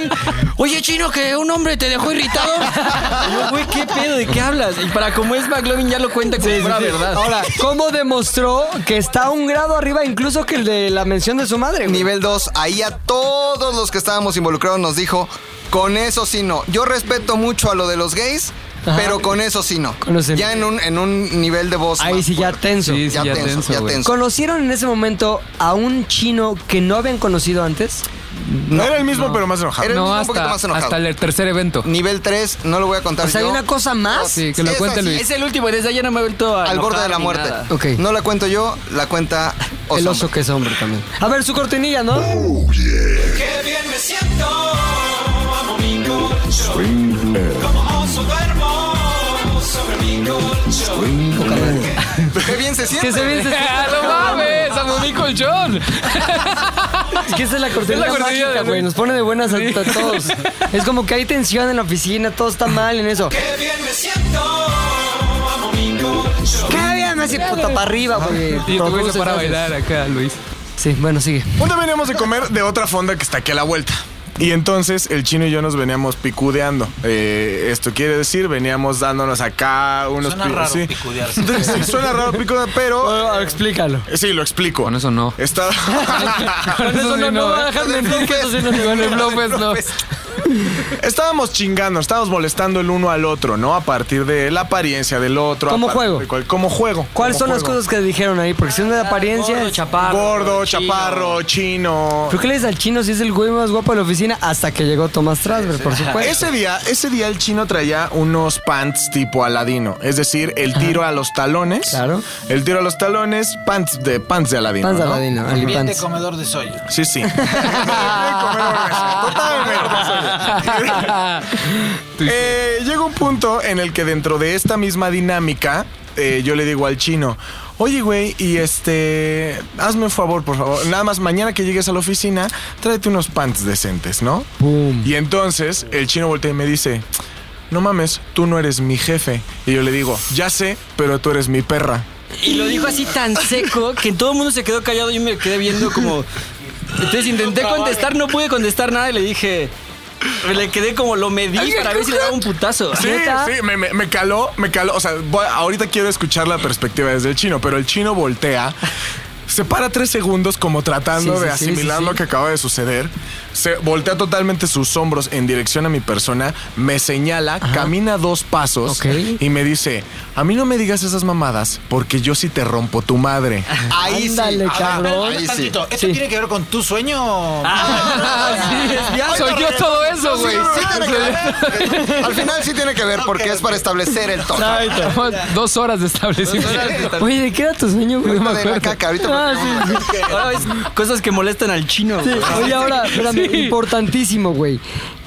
G: Oye, chino, que un hombre te dejó irritado. Y yo, güey, ¿qué pedo? ¿De qué hablas? Y para como es McLovin ya lo cuenta como fuera verdad.
B: Ahora, ¿cómo demostró que está un grado arriba incluso que el de la mención de su madre? güey?
C: Nivel 2, ahí a todos los que estábamos involucrados nos dijo, con eso sí no. Yo respeto mucho a lo de los gays, pero con eso sí no.
B: Con eso sí
C: Ya en un, en un nivel de voz.
B: Ahí
C: más
B: sí ya
C: fuerte.
B: tenso.
D: Sí,
C: Ya, tenso, ya
D: güey.
C: tenso.
B: ¿Conocieron en ese momento a un chino que no habían conocido antes?
I: No era el mismo, pero más enojado.
C: Era el
D: No,
C: mismo, un
D: hasta-
C: poquito más enojado.
D: hasta el tercer evento.
C: Nivel 3, no lo voy a contar
B: O sea, ¿hay
C: Pues yo.
B: una cosa más?
D: Sí, que lo
C: Sí,
D: cuente
C: esa sí,
D: Luis.
L: Es el último, desde ayer no me he vuelto a
C: Al
L: enojar
C: borde de la
L: ni
C: muerte.
L: nada.
B: Ok.
C: No la cuento yo, la cuenta Oso.
B: El oso que es hombre también. A ver, su cortinilla, ¿no?
D: Uh.
M: Qué bien me siento, amo mi colchón. Como oso duermo sobre mi colchón.
C: Qué bien se siente.
B: Que se bien se
D: ¡Ah, ¡No mames! ¡Amo mi colchón!
B: Es que esa es la cortinilla
D: Es la cortinilla
B: mágica,
D: de-
B: güey. Nos pone de buenas a, a todos. Es como que hay tensión en la oficina, todo está mal en eso.
M: Qué bien me siento, amo mi colchón.
B: ¡Qué bien! Así puta para arriba, güey.
D: Y te voy
B: Produces,
D: para
B: haces.
D: bailar acá, Luis.
B: Sí, bueno, sigue.
I: Un día veníamos de comer de otra fonda que está aquí a la vuelta. Y entonces el chino y yo nos veníamos picudeando. Eh, esto quiere decir, veníamos dándonos acá unos
E: Suena
I: pi-
E: raro
I: sí.
E: picudearse.
I: Sí, suena raro picudear, pero.
B: Bueno, explícalo.
I: eh, Sí, lo explico.
D: Con eso no.
I: Está.
D: Con Ah, eso no, no va a dejarme en bloques. Con el bloques no.
I: Estábamos chingando, estábamos molestando el uno al otro, ¿no? A partir de la apariencia del otro. a
B: ¿Cómo
I: partir
B: juego?
I: de cual- como juego.
B: ¿Cuáles son
I: como
B: las
I: juego.
B: cosas que dijeron ahí? Porque si una
D: Ah,
B: de apariencia.
L: Gordo, chaparro.
I: Gordo,
L: chino.
I: chaparro, chino.
B: ¿Por qué le dices al chino si es el güey más guapo de la oficina? Hasta que llegó Tomás Trasberg, por supuesto.
I: Ese día, ese día el chino traía unos pants tipo Aladino, es decir, el tiro a los talones.
B: Claro.
I: El tiro a los talones, pants de pants de Aladino.
B: Panza
I: ¿no?
B: Ladino,
E: Bien de
B: Alipants.
E: comedor de soya.
I: Sí, sí. Totalmente. Eh, llega un punto en el que dentro de esta misma dinámica, eh, yo le digo al chino, oye, güey, y este, hazme un favor, por favor. Nada más mañana que llegues a la oficina, tráete unos pants decentes, ¿no? Y entonces el chino voltea y me dice, no mames, tú no eres mi jefe. Y yo le digo, ya sé, pero tú eres mi perra.
L: Y lo dijo así tan seco que todo el mundo se quedó callado y yo me quedé viendo como... Entonces intenté contestar, no pude contestar nada y le dije... Le quedé como lo medí para ver si le daba un putazo.
I: Sí,
B: ¿Neta?
I: sí, me, me- me caló, me caló. O sea, voy- ahorita quiero escuchar la perspectiva desde el chino, pero el chino voltea, se para tres segundos como tratando
B: Sí, sí,
I: de
B: sí,
I: asimilar
B: sí, sí.
I: lo que acaba de suceder. Se voltea totalmente sus hombros en dirección a mi persona, me señala, camina dos pasos
B: Ok.
I: y me dice: A mí no me digas esas mamadas, porque yo sí te rompo tu madre.
C: Ahí
B: Ándale,
C: sí.
B: cabrón.
C: Ahí sí.
E: Tantito, ¿Esto tiene que ver con tu sueño?
D: Ah, Soy yo todo eso, güey.
C: Sí tiene que ver. Al final sí tiene que ver porque es para establecer el tono.
D: Somos Dos horas de establecimiento.
B: Oye, ¿de qué era tu sueño, güey?
C: Ahorita de la caca, ahorita me
B: Ah,
C: acuerdo.
B: sí.
L: Ahora es cosas que molestan al chino.
B: Sí, Oye, ahora, espérame, importantísimo, güey.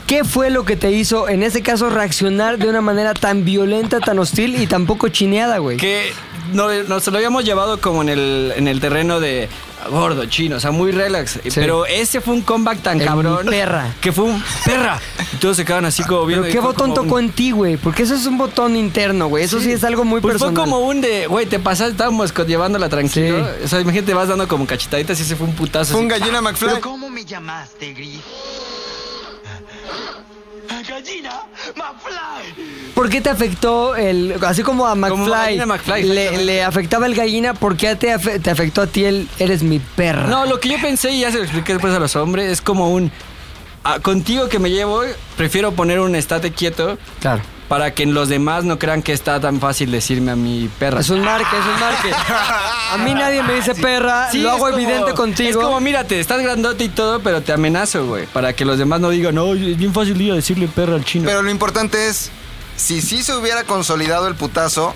B: ¿Qué fue lo que te hizo, en este caso, reaccionar de una manera tan violenta, tan hostil y tan poco chineada, güey?
L: Que no, nos lo habíamos llevado como en el, en el terreno de gordo, chino, o sea, muy relax. Pero ese fue un comeback tan
B: El
L: cabrón.
B: perra.
L: Que fue un perra. Y todos se quedaban así como viendo.
B: ¿Pero
L: y
B: qué
L: fue
B: botón
L: como un-
B: tocó en ti, güey? Porque eso es un botón interno, güey. Eso sí, es algo muy
L: Pues fue
B: personal.
L: como un de, güey, te pasaste, estábamos co- llevándola tranquilo.
B: Sí.
L: O sea, imagínate, vas dando como cachetaditas y ese fue un putazo.
C: Fue un
L: así.
C: gallina McFly.
M: ¿Cómo me llamaste, Griff? Gallina McFly.
B: ¿Por qué te afectó el... Así como a
L: Como
B: McFly,
L: gallina McFly,
B: le,
L: exactamente.
B: le afectaba el gallina, ¿por qué te, afe- te afectó a ti el eres mi perra?
L: No, lo que yo pensé y ya se lo expliqué después a los hombres es como un. ah, contigo que me llevo, prefiero poner un estate quieto
B: Claro.
L: para que los demás no crean que está tan fácil decirme a mi perra.
B: Es un marque, es un marque. A mí nadie me dice perra,
L: Sí,
B: lo
L: es
B: hago
L: como-
B: evidente contigo.
L: Es como, mírate, estás grandote y todo, pero te amenazo, güey. Para que los demás no digan, no, es bien fácil ir a decirle perra al chino.
C: Pero lo importante es, si sí se hubiera consolidado el putazo,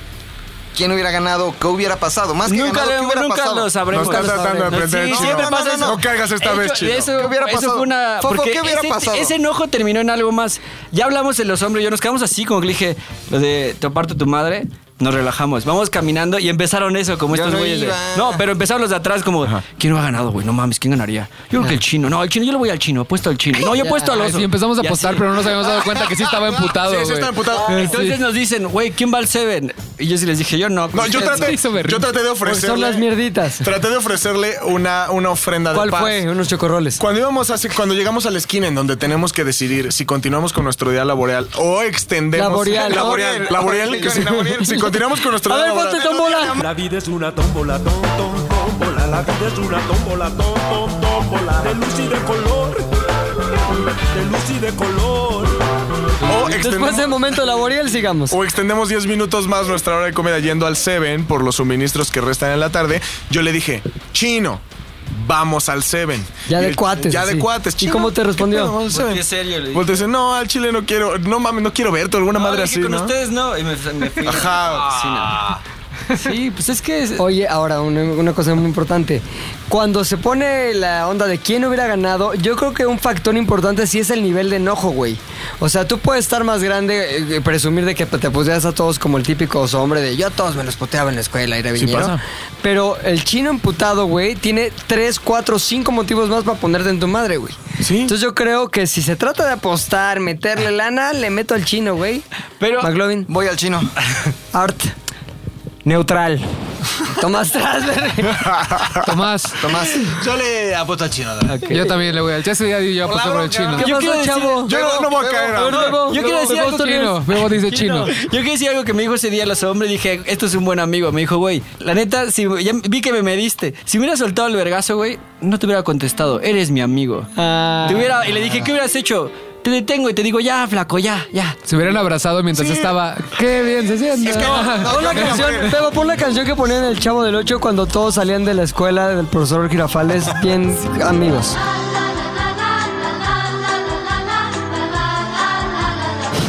C: ¿quién hubiera ganado? ¿Qué hubiera pasado? Más que
L: nunca
C: ganado, ¿qué
L: lo,
C: hubiera
L: nunca
C: pasado?
L: lo sabremos.
I: No estás tratando de aprender
L: Sí,
I: chino.
L: siempre
C: No,
L: pasa
C: no,
L: eso.
C: no.
I: No caigas esta
L: Eso-
I: vez, chino.
L: Eso,
C: ¿Qué hubiera
L: eso
C: pasado?
L: fue una...
C: Fofo,
L: porque
C: ¿qué hubiera
L: ese,
C: pasado?
L: ese enojo terminó en algo más. Ya hablamos en los hombres, yo nos quedamos así, como que le dije, lo de te parto tu madre, nos relajamos. Vamos caminando y empezaron eso, como
C: Yo
L: estos
C: no
L: güeyes. de-
C: iba.
L: no, pero empezaron los de atrás como, ¿quién no ha ganado, güey? No mames, ¿quién ganaría? Yo creo que el chino. No, el chino, yo le voy al chino, apuesto al chino. No, yo apuesto al
D: Ay,
L: oso.
D: sí, empezamos a
L: Y
D: apostar,
L: así.
D: pero no nos habíamos dado cuenta que sí estaba emputado,
I: Sí,
D: güey.
I: sí, está emputado.
B: Ah.
L: Entonces
D: Sí.
L: nos dicen, güey, ¿quién va al Seven? Y yo sí les dije, yo no.
I: No, yo traté,
D: hizo berrinche.
I: yo traté de
B: Porque
I: ofrecerle.
B: son las mierditas.
I: Traté de ofrecerle una, una ofrenda
B: ¿Cuál
I: de paz.
B: fue? Unos chocorroles.
I: Cuando íbamos hace, cuando llegamos a la esquina en donde tenemos que decidir si continuamos con nuestro día laboral o extendemos
B: Laboreal.
I: laboreal,
C: Laboreal.
I: laboreal, si- si continuamos con nuestro
B: A
I: día
B: ver, ponte
I: laboral.
B: tombola.
N: La vida es una tómbola, tom, tom, tómbola. La vida es una tómbola, tom, tom, tómbola. De luz y de color. De luz y de color.
I: O
B: Después
I: extendemos,
B: del momento laboral, sigamos.
I: o extendemos 10 minutos más nuestra hora de comida yendo al Seven por los suministros que restan en la tarde. Yo le dije, chino, vamos al Seven.
B: Ya
I: Y
B: de
I: el-
B: cuates,
I: Ya
B: así.
I: de cuates,
B: ¿Y
I: chino,
B: cómo te
I: ¿qué
B: respondió?
I: pedo, vamos al Seven?
L: Volteé serio, le dije.
I: Volteé, serio, no, al chile no quiero, no mames, no quiero verte, alguna madre
L: le
I: así,
L: dije, con
I: ¿no?
L: ustedes no. Y me, me fui. Ah.
I: Ajá.
B: Sí, pues es que... Oye, ahora una, una cosa muy importante. Cuando se pone la onda de quién hubiera ganado, yo creo que un factor importante sí es el nivel de enojo, güey. O sea, tú puedes estar más grande, eh, presumir de que te puteas a todos como el típico hombre de yo a todos me los puteaba en la escuela, era
I: Sí
B: viñero.
I: pasa.
B: Pero el chino emputado, güey, tiene tres, cuatro, cinco motivos más para ponerte en tu madre, güey.
I: Sí.
B: Entonces yo creo que si se trata de apostar, meterle lana, le meto al chino, güey. Pero... McLovin.
C: Voy al chino.
B: Art.
O: Neutral.
B: Tomás Trasberg.
D: Tomás.
C: Tomás.
E: Yo le apuesto al chino. ¿no?
D: Yo también le voy al Chase ya yo aposté por el chino.
G: Yo quiero decir-
I: Yo no- no voy a caer,
G: No,
I: a ver.
G: Yo quiero decir algo que-
D: chino. Bebo dice chino.
G: Yo quiero decir algo que me dijo ese día la sombra y dije, esto es un buen amigo. Me dijo, güey, la neta, si, ya vi que me mediste. Si me hubieras soltado el vergazo, güey, no te hubiera contestado. Eres mi amigo.
B: Ah.
G: Te hubiera- y le dije, ¿qué hubieras hecho? Te detengo y te digo, ya, flaco, ya, ya.
D: Se hubieran abrazado mientras estaba. Qué bien se siente.
B: Pon la canción, Bebo, pon la canción que ponían en el Chavo del 8 cuando todos salían de la escuela del profesor Girafales, bien amigos.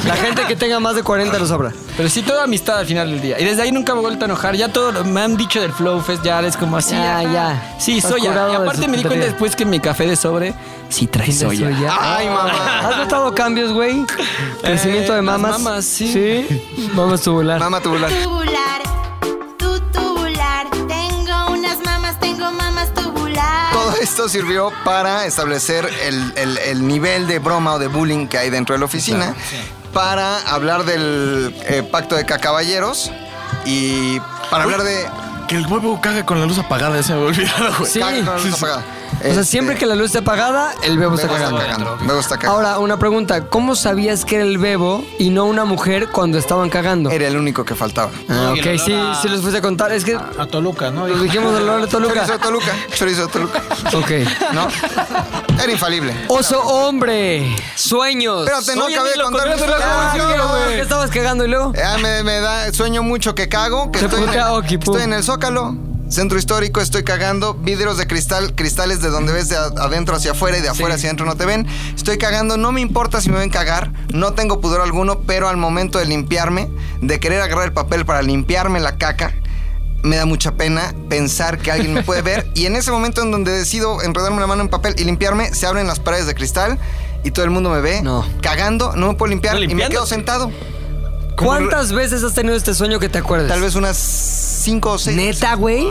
B: La gente que tenga más de 40 lo sabrá.
G: Pero sí, toda amistad al final del día. Y desde ahí nunca me he vuelto a enojar. Ya todo lo- me han dicho del Flow Fest, ya es como así.
B: Ya,
G: ajá.
B: ya.
G: Sí,
B: Estás
G: soya.
B: curado
G: Y
B: de
G: aparte
B: su
G: me di cuenta
B: tontería.
G: después que en mi café de sobre sí trae soya.
B: Ay, mamá. ¿Has notado cambios, güey? Crecimiento de
G: las
B: mamas.
G: mamas, sí.
B: Sí. Mamas tubular.
C: Mama tubular.
P: Tubular, tu tubular. Tengo unas mamas, tengo mamas tubular.
C: Todo esto sirvió para establecer el, el- el nivel de broma o de bullying que hay dentro de la oficina, para hablar del eh, pacto de cacaballeros y para hablar de...
I: Que el huevo caga con la luz apagada, ya se me olvidado, güey.
C: Caga con la luz apagada.
B: O sea, siempre que la luz esté apagada, el este. bebo está
C: Bebo está
B: cagando.
C: cagando, Bebo está cagando.
B: Ahora, una pregunta. ¿Cómo sabías que era el bebo y no una mujer cuando estaban cagando?
C: Era el único que faltaba.
B: Ah,
C: Y
B: ok,
C: el olor
B: sí,
C: a-
B: sí los fuiste a contar. Es que
E: A Toluca, ¿no?
B: los dijimos del olor de Toluca.
C: Chorizo de Toluca. Chorizo de Toluca.
B: Ok.
C: ¿No? Era infalible.
B: Oso hombre, sueños.
C: Espérate, no
B: Oye,
C: acabé
B: ni
C: de
B: lo
C: contar.
B: contaste,
C: Ah,
B: no,
C: no,
B: güey.
C: güey.
B: ¿Qué estabas cagando y luego?
C: Ah, me, me da sueño mucho que cago. Que
B: Te
C: estoy, en
B: putea
C: el,
B: Okipu.
C: estoy en el Zócalo, centro histórico, estoy cagando. Vidrios de cristal, cristales de donde ves de a- adentro hacia afuera y de afuera hacia adentro no te ven. Estoy cagando, no me importa si me ven cagar, no tengo pudor alguno, pero al momento de limpiarme, de querer agarrar el papel para limpiarme la caca. Me da mucha pena pensar que alguien me puede ver. Y en ese momento en donde decido enredarme la mano en papel y limpiarme, se abren las paredes de cristal y todo el mundo me ve cagando. No me puedo limpiar y me
B: limpiándote.
C: quedo sentado.
B: ¿Cuántas veces has tenido este sueño que te acuerdes?
C: Tal vez unas cinco o seis.
B: Neta, güey.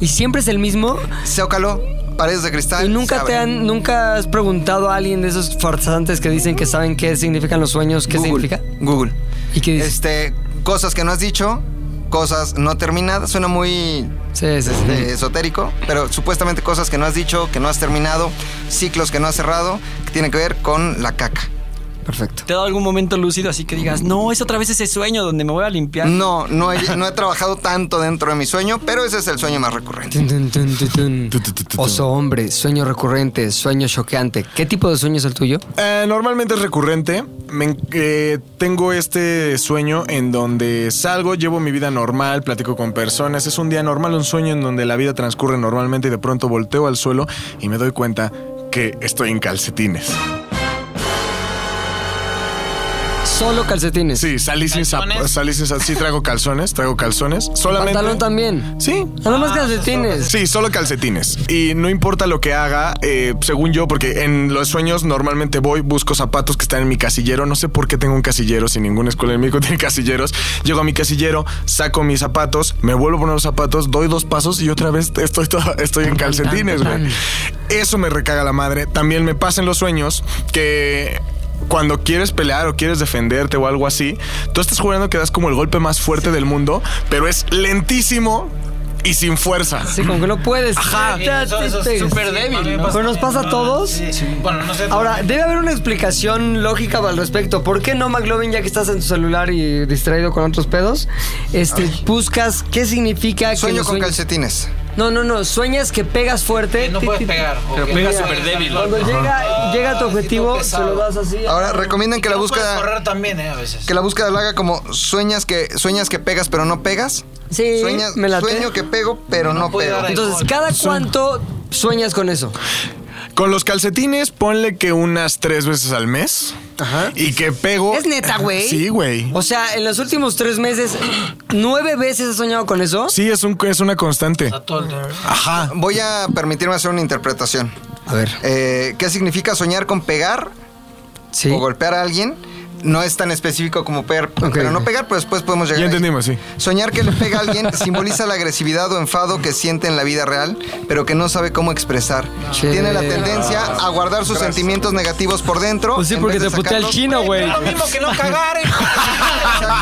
B: ¿Y siempre es el mismo?
C: Zócalo, paredes de cristal.
B: ¿Y nunca
C: se
B: te
C: abren.
B: han, nunca has preguntado a alguien de esos farsantes que dicen que saben qué significan los sueños? ¿Qué significa?
C: Google.
B: ¿Y qué dices?
C: Este, cosas que no has dicho, cosas no terminadas. Suena muy este, esotérico, pero supuestamente cosas que no has dicho, que no has terminado, ciclos que no has cerrado, que tienen que ver con la caca.
B: Perfecto.
G: ¿Te ha dado algún momento lúcido así que digas, no, es otra vez ese sueño donde me voy a limpiar?
C: No, no he, no he trabajado tanto dentro de mi sueño, pero ese es el sueño más recurrente.
B: Tun, tun, tun, tun, tun. Oso hombre, sueño recurrente, sueño choqueante. ¿Qué tipo de sueño es el tuyo?
I: Eh, normalmente es recurrente. Me en- eh, tengo este sueño en donde salgo, llevo mi vida normal, platico con personas. Es un día normal, un sueño en donde la vida transcurre normalmente y de pronto volteo al suelo y me doy cuenta que estoy en calcetines.
B: Solo calcetines.
I: Sí, salí sin zapatos. Salí sin zapatos. Sí, traigo calzones, traigo calzones. Solamente.
B: ¿Pantalón también?
I: Sí.
B: Nada más calcetines.
I: Sí, solo calcetines. Y no importa lo que haga, eh, según yo, porque en los sueños normalmente voy, busco zapatos que están en mi casillero. No sé por qué tengo un casillero, si ninguna escuela en México tiene casilleros. Llego a mi casillero, saco mis zapatos, me vuelvo a poner los zapatos, doy dos pasos y otra vez estoy, todo- estoy en calcetines, güey. Eso me recaga la madre. También me pasa en los sueños que cuando quieres pelear o quieres defenderte o algo así, tú estás jugando que das como el golpe más fuerte del mundo, pero es lentísimo y sin fuerza.
B: Sí, como que no puedes.
I: Ajá.
B: Ya
I: Eso-
B: te-
I: eso es
B: te-
I: súper
B: sí,
I: débil,
B: mami,
I: ¿no?
B: Pero nos pasa a todos.
E: Bueno, no sé.
B: Ahora, debe haber una explicación lógica al respecto. ¿Por qué no, McLovin, ya que estás en tu celular y distraído con otros pedos, este, buscas qué significa que
C: Sueño
B: los
C: con
B: sueños-
C: calcetines.
B: No, no, no. Sueñas que pegas fuerte.
E: no
B: ti,
E: puedes
B: ti, ti.
E: pegar, o Pero que- pegas súper débil.
B: Cuando
E: Ajá.
B: llega, llega a tu objetivo, se
E: pesado.
B: lo das así.
C: Ahora, recomiendan que la
E: No puedes
C: búsqueda...
E: correr también, ¿eh? A veces.
C: Que la búsqueda la haga como sueñas que sueñas que pegas pero no pegas.
B: Sí,
C: Sueñas,
B: me late.
C: Sueño que pego pero no, pego.
B: Entonces, ¿cada cuánto sueñas con eso?
I: Con los calcetines, ponle que unas tres veces al mes. Ajá. Y que pego.
B: ¿Es neta, güey?
I: Sí, güey.
B: O sea, en los últimos tres meses, ¿nueve veces has soñado con eso?
I: Sí, es, un, es una constante.
C: Ajá. Voy a permitirme hacer una interpretación.
B: A ver.
C: Eh, ¿Qué significa soñar con pegar o golpear a alguien? No es tan específico como pegar, pero no pegar, pero después podemos llegar.
I: Ya
C: ahí.
I: entendimos, sí.
C: Soñar que le pega a alguien simboliza la agresividad o enfado que siente en la vida real, pero que no sabe cómo expresar. Tiene la tendencia a guardar sus sentimientos negativos por dentro.
O: Pues sí,
C: en
O: porque
C: vez de
O: te putea el
C: sacarlos-
O: chino, güey.
E: Lo mismo que no cagar. eh.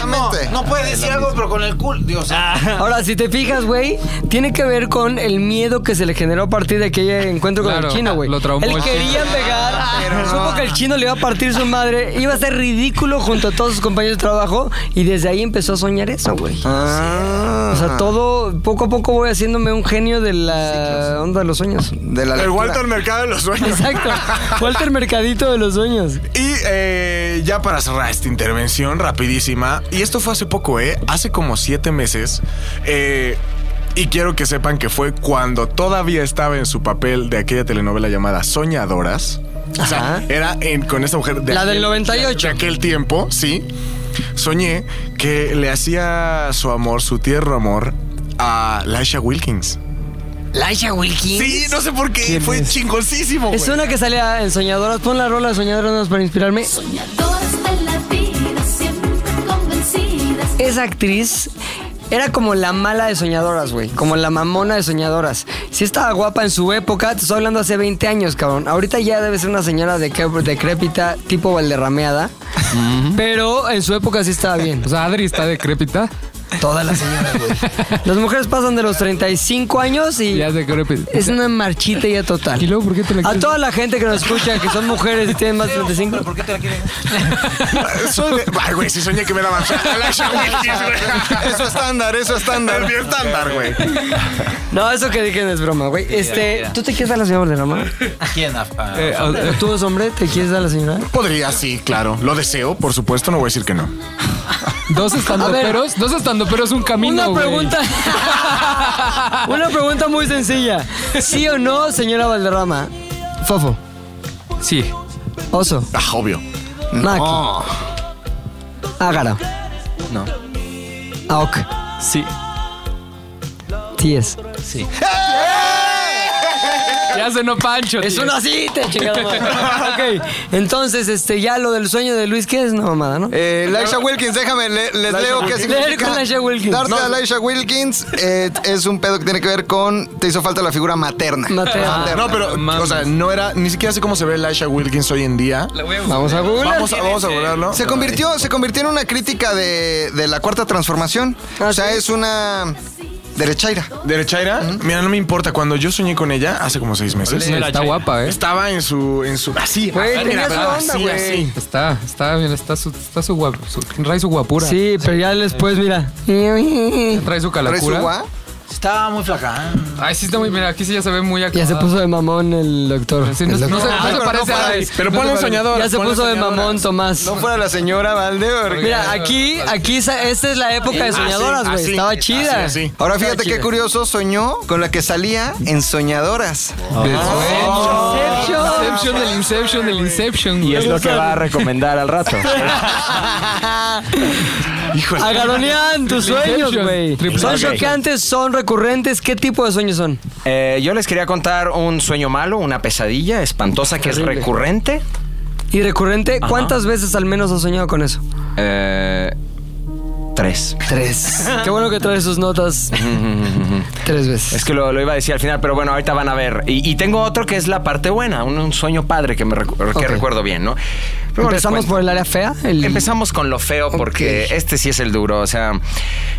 E: No, no puedes decir algo, pero con el culo. Dios.
B: Ahora, si te fijas, güey, tiene que ver con el miedo que se le generó a partir de aquel encuentro con
D: Claro,
B: el chino, güey.
D: lo traumó
B: Él
D: el
B: quería
D: chino.
B: pegar, ah,
D: Pero
B: supo que el chino le iba a partir su madre, iba a ser ridículo junto a todos sus compañeros de trabajo y desde ahí empezó a soñar eso, güey. O
C: Ah,
B: sea, todo, poco a poco voy haciéndome un genio de la onda de los sueños.
C: De la
I: El Walter Mercado de los sueños.
B: Exacto. Walter Mercadito de los sueños.
I: Y eh, ya para cerrar esta intervención rapidísima, y esto fue hace poco, ¿eh? Hace como siete meses. eh, y quiero que sepan que fue cuando todavía estaba en su papel de aquella telenovela llamada Soñadoras. O sea, era en- con esta mujer de
B: La del
I: 98. De aquel tiempo, sí. Soñé que le hacía su amor, su tierno amor, a Laisha Wilkins.
B: Laisha Wilkins.
I: Sí, no sé por qué. Fue chingosísimo.
B: Es una que salía en Soñadoras. Pon la rola de Soñadoras nada más para inspirarme. Esa actriz era como la mala de Soñadoras, güey. Como la mamona de Soñadoras. Sí estaba guapa en su época. Te estoy hablando hace 20 años, cabrón. Ahorita ya debe ser una señora de decrépita, tipo valderrameada. Pero en su época sí estaba bien.
D: O sea, Adri está decrépita.
B: Todas las señoras, güey. Las mujeres pasan de los 35 años y...
D: Ya decrépita.
B: Es una marchita ya total. ¿Y luego por qué te A toda la gente que nos escucha, que son mujeres y tienen más de 35. ¿Por
E: qué te la quieren?
I: Soñé- Ay, güey, si soñé que me daban a Laisha Wilkins, güey.
C: Eso es estándar, eso es estándar.
I: Es bien estándar, güey.
B: No, eso que dije no es broma, güey.
E: mira,
B: Este,
E: mira.
B: ¿tú te quieres dar la señora Valderrama?
E: ¿A quién? A- a-
I: Eh,
B: ¿O ¿Tú eres hombre? ¿Te quieres dar la señora?
I: Podría, sí, claro. Lo deseo, por supuesto, no voy a decir que no.
D: Dos estandoperos, dos estandoperos, un camino.
B: Una
D: güey.
B: pregunta. Una pregunta muy sencilla. ¿Sí o no, señora Valderrama? Fofo.
D: Sí.
B: Oso.
I: Ah, obvio.
B: Maki. Ah. Ágara.
F: No.
B: Aok.
G: Sí.
B: Tíes.
G: Sí.
D: Ya se no pancho.
B: Es
D: tío.
B: una cita, chingada madre. Ok, entonces, este, ya lo del sueño de Luis, ¿qué es? No, mamada, ¿no?
C: Eh, Laisha Wilkins, déjame, le- les
B: Laisha
C: leo qué
B: Wilkins.
C: significa.
B: Leer con Laisha Wilkins.
C: Darte
B: No.
C: a Laisha Wilkins eh, es un pedo que tiene que ver con te hizo falta la figura materna. Ah,
B: Materna.
I: No, pero, o sea, no era, ni siquiera sé cómo se ve Laisha Wilkins hoy en día.
B: Vamos a googlear.
I: Vamos a, vamos a googlearlo.
C: Se convirtió, se convirtió en una crítica de, de la cuarta transformación.
B: Ah,
C: o sea, es una derechaira.
I: ¿Derechaira? Mira, no me importa. Cuando yo soñé con ella, hace como seis meses.
D: Está guapa, ¿eh?
I: Estaba en su, en su, así.
B: Güey,
I: así,
B: tenía su
I: mira,
B: onda,
I: así,
B: güey.
I: así.
D: Está, está bien, está su, está su guap, su, trae su guapura.
B: Sí, pero ya después, mira.
D: Trae su calacura.
E: Estaba muy flaca. ¿eh?
D: Ay, sí está muy, mira, aquí sí ya se ve muy acá.
B: Ya se puso de mamón el doctor.
D: Sí, no,
B: El
D: no
B: doctor.
D: se, no se parece a no se
I: Pero ponle un
D: parece.
I: soñador.
B: Ya se
I: ponle
B: puso de
I: soñadora.
B: mamón, Tomás.
C: No fuera la señora Valdeor.
B: Mira, aquí, aquí, sa- esta es la época de
I: Así,
B: soñadoras, güey.
I: así,
C: Ah,
B: Estaba
I: así,
B: chida.
I: así.
C: Ahora
B: Estaba
C: fíjate qué
B: chida.
C: curioso, soñó con la que salía en Soñadoras.
B: Inception.
D: Inception del Inception del Inception.
F: Y es
D: güey.
F: lo que va a recomendar al rato.
I: Híjole.
B: Agaronean tus
D: Triple
B: sueños,
D: Inception.
B: güey.
D: Triple
B: Son
F: Inception.
B: chocantes, son recurrentes. ¿Qué tipo de sueños son?
F: Eh, yo les quería contar un sueño malo, una pesadilla espantosa que es
B: Terrible.
F: recurrente.
B: Y recurrente,
F: Ajá.
B: ¿cuántas veces al menos has soñado con eso?
F: Eh, tres.
B: Tres. Qué bueno que traes sus notas tres veces.
F: Es que lo, lo iba a decir al final, pero bueno, ahorita van a ver. Y, y tengo otro que es la parte buena, un, un sueño padre que, me recu- que
B: Ok.
F: recuerdo bien, ¿no? Pero bueno, les
B: Empezamos
F: cuento.
B: por el área fea. El...
F: Empezamos con lo feo porque
B: Mm. Ok.
F: este sí es el duro. O sea,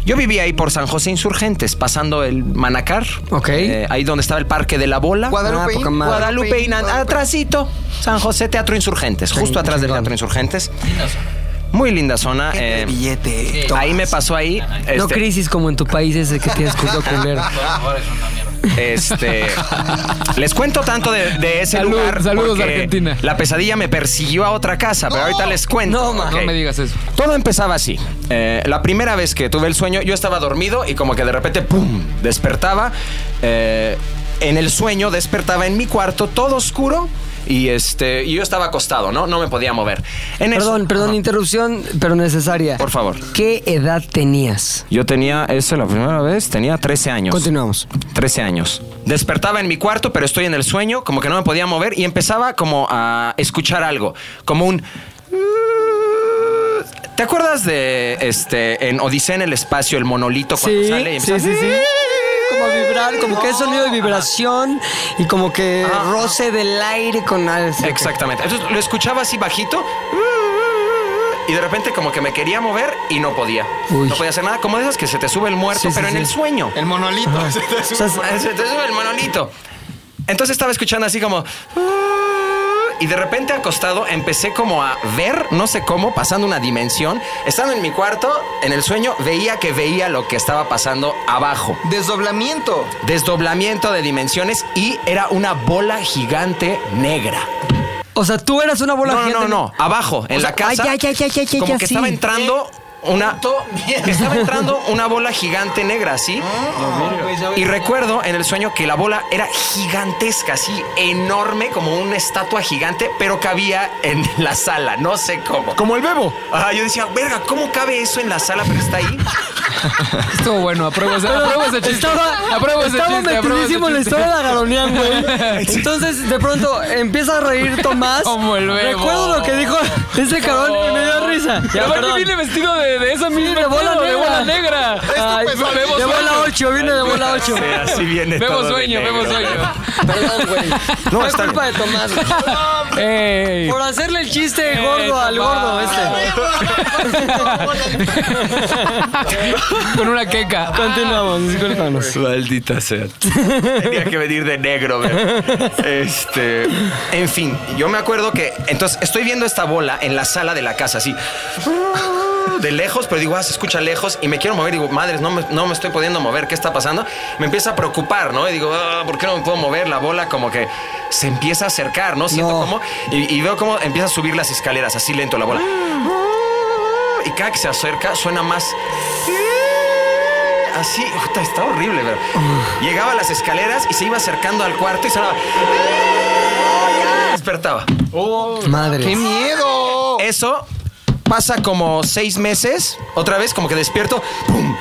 F: yo vivía ahí por San José Insurgentes, pasando el Manacar.
B: Ok.
F: eh, ahí donde estaba el Parque de la Bola.
B: Guadalupeín. Ah, poca madre.
F: Guadalupeín, an- atrasito. San José Teatro Insurgentes, justo atrás del Teatro Insurgentes. Muy linda zona. eh,
C: Billete.
F: ahí me pasó ahí.
B: No
F: este,
B: crisis como en tu país ese que tienes culo culero.
F: Este, les cuento tanto de, de ese
D: Salud-
F: lugar.
D: saludos
F: porque
D: de Argentina.
F: La pesadilla me persiguió a otra casa, pero ahorita les cuento.
B: No, ma.
F: Ok.
D: No me digas eso.
F: Todo empezaba así. Eh, la primera vez que tuve el sueño, yo estaba dormido y como que de repente, ¡pum!, despertaba. eh, en el sueño despertaba en mi cuarto todo oscuro y este y yo estaba acostado, ¿no? No me podía mover. En eso-
B: Perdón, perdón, interrupción, pero necesaria. Por
F: favor.
B: ¿Qué edad tenías?
F: Yo tenía, esa la primera vez, tenía 13 años.
B: Continuamos.
F: 13 años. Despertaba en mi cuarto, pero estoy en el sueño, como que no me podía mover y empezaba como a escuchar algo, como un... ¿Te acuerdas de este en Odisea en el espacio el monolito cuando sale y empieza
B: sí, sí. Como vibrar, como que es sonido de vibración y como que roce del aire con algo.
F: Exactamente. Entonces lo escuchaba así bajito. Y de repente como que me quería mover y no podía.
B: Uy.
F: No podía hacer nada. Como de esas que se te sube el muerto,
B: Sí, sí,
F: pero en
B: sí.
F: el sueño. El monolito.
B: Ajá.
F: Se te sube,
B: O sea,
F: el monolito. Se te sube el monolito. Entonces estaba escuchando así como... Y de repente acostado empecé como a ver, no sé cómo, pasando una dimensión. Estando en mi cuarto, en el sueño, veía que veía lo que estaba pasando abajo. Desdoblamiento. Desdoblamiento de dimensiones y era una bola gigante negra.
B: O sea, tú eras una bola
F: No, no,
B: gigante.
F: no, no, abajo, en
B: O sea,
F: la casa.
B: ay, ay, ay, ay, ay,
F: como
B: ya,
F: que
B: sí.
F: estaba entrando una estaba entrando una bola gigante negra, ¿sí? y recuerdo en el sueño que la bola era gigantesca, así enorme como una estatua gigante, pero cabía en la sala, no sé cómo.
I: Como el bebo.
F: Ah, yo decía, "Verga, ¿cómo cabe eso en la sala pero está ahí?"
D: Estuvo bueno, apruebo ese, apruebo ese chiste.
B: Estaba,
D: apruebo ese
B: estaba
D: chiste, apruebo ese
B: metidísimo en la
D: chiste.
B: historia de Agaronean, güey. Entonces, de pronto, empieza a reír Tomás.
D: Como el bebo.
B: Recuerdo lo que dijo ese cabrón y me dio risa.
D: Oh. Y aparte viene vestido de, de esa misma
B: de bola
D: pedo, de
B: negra.
D: bola negra.
B: Ay,
D: Bebo
B: de
D: sueño.
B: bola ocho, viene de bola ocho.
D: Sí, así
F: viene
D: Vemos
F: todo de
D: sueño, vemos
F: negro.
D: sueño.
B: Perdón, güey.
F: No,
B: Fue
F: está
B: culpa de
F: bien.
B: Tomás. güey.
D: Ey.
B: Por hacerle el chiste
D: Ey,
B: gordo al
D: Tomás.
B: gordo este.
D: Con una queca.
B: Continuamos, discúlpanos.
F: Maldita sea. Tenía que venir de negro, güey. Este. En fin, yo me acuerdo que. Entonces, estoy viendo esta bola en la sala de la casa, así. De lejos, pero digo, ah, se escucha lejos y me quiero mover. Digo, madres, no me, no me estoy pudiendo mover, ¿qué está pasando? Me empieza a preocupar, ¿no? Y digo, ah, ¿por qué no me puedo mover? La bola como que se empieza a acercar, ¿no? Siento como. Y, y veo cómo empieza a subir las escaleras, así lento la bola. Y cada que se acerca, suena más así, puta, está horrible, pero llegaba a las escaleras y se iba acercando al cuarto y sonaba. ¡Oh, Despertaba.
B: Madre.
F: ¡Qué
B: Oh.
F: miedo! Eso pasa como seis meses, otra vez como que despierto, ¡pum!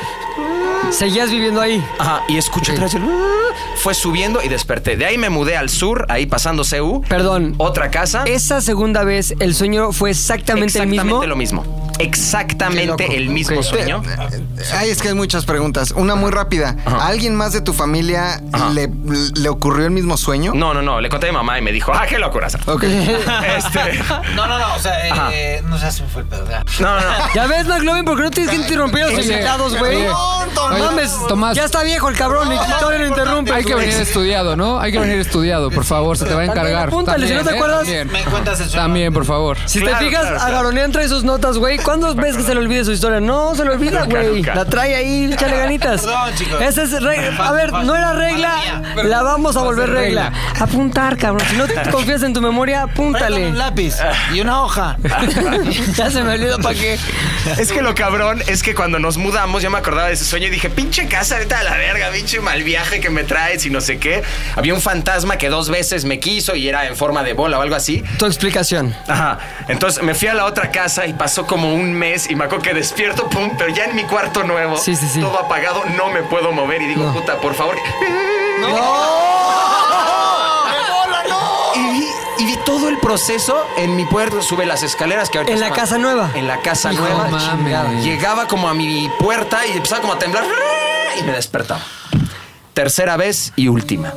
B: Seguías viviendo ahí.
F: Ajá, y escucho otra vez el... ¡ah! Fue subiendo y desperté. De ahí me mudé al sur, ahí pasando CU.
B: Perdón.
F: Otra casa.
B: Esa segunda vez, el sueño fue exactamente,
F: Exactamente
B: el
F: lo
B: mismo.
F: mismo. Exactamente
B: Qué loco.
F: el mismo
B: Ok.
F: sueño.
C: Eh, Ay, es que hay muchas preguntas. Una muy rápida. ¿A alguien más de tu familia le, le ocurrió el mismo sueño?
F: No, no, no. Le conté a mi mamá y me dijo, ¡ah, qué locuras!
C: Ok.
F: este.
E: No, no, no, o sea, eh,
F: Ajá.
E: eh, no sé, se me fue el pedo. ya.
F: No, no, no.
B: Ya ves, McLovin, ¿por qué no tienes que interrumpir a los
D: Oye,
B: invitados, güey?
D: oye,
B: No
D: oye,
B: mames,
D: Tomás.
B: Ya está viejo el cabrón, y todavía lo interrumpe.
D: Hay que venir estudiado, ¿no? Hay que venir estudiado, por favor, se te va a encargar.
B: Apúntale, si no te
D: También, ¿eh?
B: acuerdas.
D: También.
E: Me cuentas el
D: También, por favor.
B: Si te fijas, Agaronean trae sus notas, güey. ¿Cuándo ves que se le olvide su historia? No, se le olvida,
D: Nunca,
B: güey.
D: nunca.
B: La trae ahí, échale ganitas.
E: Perdón, chicos.
B: Esa es re-
E: Fácil,
B: A ver,
E: fácil.
B: no era
E: Madre
B: regla,
E: mía.
B: la vamos a
E: Va a
B: volver
E: ser
B: regla.
E: regla.
B: Apuntar, cabrón. Si no te confías en tu memoria,
E: Tráigame
B: apúntale.
E: un lápiz y una hoja.
B: ya se me olvidó para qué.
F: Es que lo cabrón es que cuando nos mudamos, yo me acordaba de ese sueño y dije, pinche casa, vete a la verga, pinche mal viaje que me traes y no sé qué. Había un fantasma que dos veces me quiso y era en forma de bola o algo así.
B: Tu explicación.
F: Ajá. Entonces me fui a la otra casa y pasó como un mes y me acuerdo que despierto, pum, pero ya en mi cuarto nuevo,
B: Sí, sí, sí.
F: todo apagado, no me puedo mover y digo, puta, por favor. Y vi, y vi todo el proceso en mi puerto. Sube las escaleras que ahorita
B: En la
F: están-
B: casa nueva.
F: En la casa
B: Hijo,
F: nueva.
B: mames.
F: chingada. Llegaba como a mi puerta y empezaba como a temblar y me despertaba. Tercera vez y última.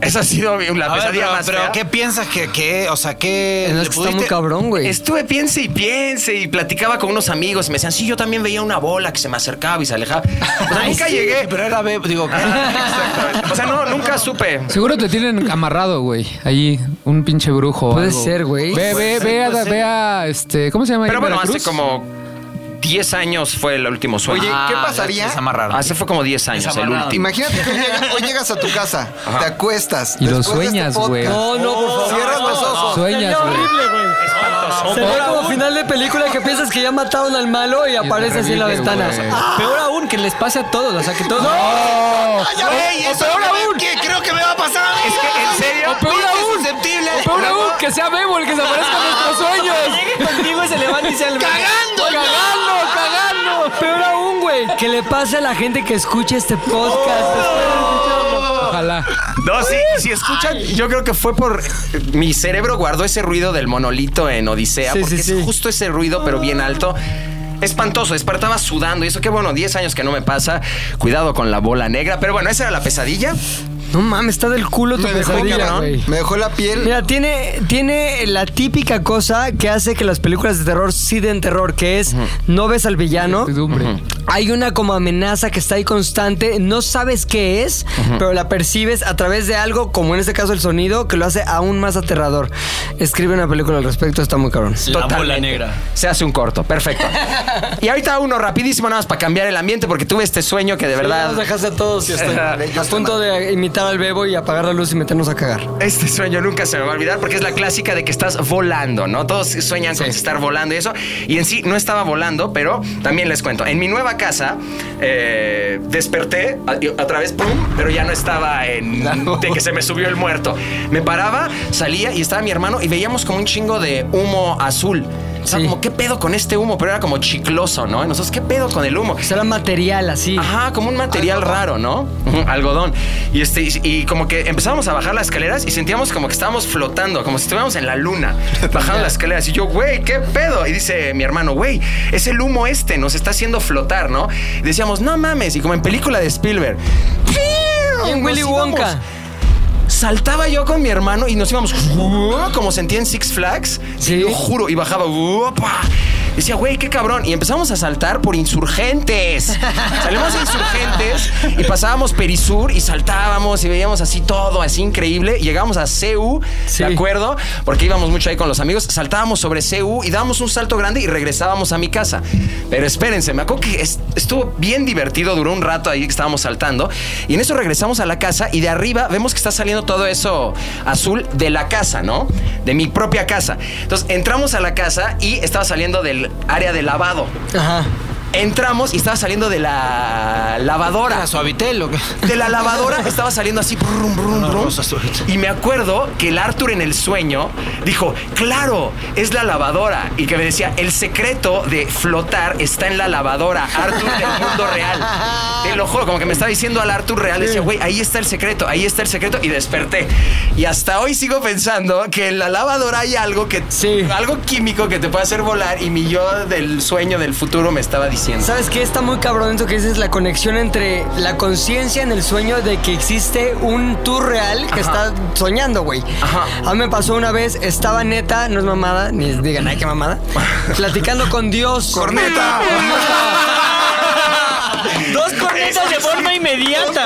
F: Esa ha sido mi- la
E: A ver,
F: pesadilla
E: pero,
F: más
E: pero
F: fea.
E: ¿qué piensas que, que, o sea, qué
B: No,
E: le
B: es que está
E: pudiste-
B: muy cabrón, güey.
F: Estuve piense y piense y platicaba con unos amigos y me decían, sí, yo también veía una bola que se me acercaba y se alejaba. O sea,
E: Ay,
F: nunca
E: sí,
F: llegué.
E: Pero era bebo, digo,
F: Exactamente. O sea, no, nunca supe.
D: Seguro te tienen amarrado, güey. Allí, un pinche brujo. o
B: Puede
D: algo.
B: ser, güey.
D: Ve, ve, ve, a, ve a, este, ¿cómo se llama? ahí
F: Pero
D: en
F: bueno, hace
D: Veracruz?
F: como 10 años fue el último sueño.
C: Oye,
B: Ah,
C: ¿qué pasaría?
F: Hace fue como 10 años el
C: Desamarrado.
F: último.
C: Ah. Imagínate que llega- hoy llegas a tu casa, te acuestas.
D: Y lo
C: después de este
D: sueñas, güey.
B: No,
C: podcast,
B: no, por favor.
C: Cierras los ojos.
D: Sueñas, güey.
B: horrible, güey.
F: Espantoso.
B: Se ve como final de película que piensas que ya mataron al malo y aparece así en la
L: horrible,
B: ventana.
L: güey.
B: ¡Ah!
L: Peor aún, que les pase a todos. O sea, que todos. ¡No!
B: Ya
L: ¡Ey, eso
F: que creo que me va a pasar. Es que, en serio,
L: O peor aún,
F: susceptible.
L: o peor aún, que sea Bebo el que se aparezca en nuestros sueños.
B: Llegue contigo y se levante y sea el-
L: ¡Cagando!
B: ¡Cagando, cagando! Peor aún, güey, que le pase a la gente que escuche este podcast.
D: Ojalá.
F: No, sí, si escuchan, yo creo que fue por. Mi cerebro guardó ese ruido del monolito en Odisea,
B: Sí,
F: porque
B: sí,
F: es
B: sí.
F: justo ese ruido, pero bien alto. Espantoso, despertaba sudando y eso, qué bueno, 10 años que no me pasa. Cuidado con la bola negra, pero bueno, esa era la pesadilla.
B: No mames, está del culo tu
F: Me dejó
B: pesadilla,
F: cabrón.
B: güey.
F: Me dejó la piel.
B: Mira, tiene, tiene la típica cosa que hace que las películas de terror sí den terror, que es no ves al villano. Hay una como amenaza que está ahí constante, no sabes qué es, pero la percibes a través de algo, como en este caso el sonido, que lo hace aún más aterrador. Escribe una película al respecto, está muy cabrón.
F: Totalmente. Se hace un corto, perfecto. y ahorita uno rapidísimo nada más para cambiar el ambiente porque tuve este sueño que de verdad...
B: nos dejaste a todos y estoy a punto de imitar al bebo y apagar la luz y meternos a cagar.
F: Este sueño nunca se me va a olvidar porque es la clásica de que estás volando, ¿no? Todos sueñan con estar volando y eso. Y en sí no estaba volando, pero también les cuento. En mi nueva casa eh, desperté a, a través, ¡pum! pero ya no estaba en. de que se me subió el muerto. Me paraba, salía y estaba mi hermano y veíamos como un chingo de humo azul. O sea, como, ¿qué pedo con este humo? Pero era como chicloso, ¿no? Y nosotros, ¿qué pedo con el humo?
B: Será material así.
F: Ajá, como un material raro, ¿no? Ujú, Algodón. Y, este, y- y como que empezábamos a bajar las escaleras y sentíamos como que estábamos flotando, como si estuviéramos en la luna, bajando las escaleras. Y yo, güey, ¿qué pedo? Y dice mi hermano, güey, es el humo este, nos está haciendo flotar, ¿no? Y decíamos, no mames, y como en película de Spielberg.
B: Y en
F: nos
B: Willy
F: íbamos.
B: Wonka.
F: Saltaba yo con mi hermano y nos íbamos uh, como sentía en Six Flags. Sí. Lo juro. Y bajaba. ¡upa! Decía, güey, qué cabrón. Y empezamos a saltar por insurgentes. Salimos a insurgentes y pasábamos Perisur y saltábamos y veíamos así todo, así increíble. Llegábamos a CU, ¿de acuerdo? Porque íbamos mucho ahí con los amigos. Saltábamos sobre CU y dábamos un salto grande y regresábamos a mi casa. Pero espérense, me acuerdo que es- estuvo bien divertido, duró un rato ahí que estábamos saltando. Y en eso regresamos a la casa y de arriba vemos que está saliendo todo eso azul de la casa, ¿no? De mi propia casa. Entonces entramos a la casa y estaba saliendo del área de lavado.
B: Ajá.
F: Entramos y estaba saliendo de la lavadora.
E: suavitel o qué?
F: De la lavadora estaba saliendo así. brum, brum, brum. Y me acuerdo que el Arthur en el sueño dijo, claro, es la lavadora. Y que me decía, el secreto de flotar está en la lavadora, Arthur del mundo real. Te lo juro, como que me estaba diciendo al Arthur real, decía, güey, ahí está el secreto, ahí está el secreto. Y desperté. Y hasta hoy sigo pensando que en la lavadora hay algo que, algo químico que te puede hacer volar. Y mi yo del sueño del futuro me estaba diciendo.
B: ¿Sabes qué? Está muy cabrón eso que dices, la conexión entre la conciencia en el sueño de que existe un tú real que está soñando, güey. A mí me pasó una vez, estaba neta, no es mamada, ni digan, ay, qué mamada, platicando con Dios. ¡Corneta! Dos cornetas de forma inmediata.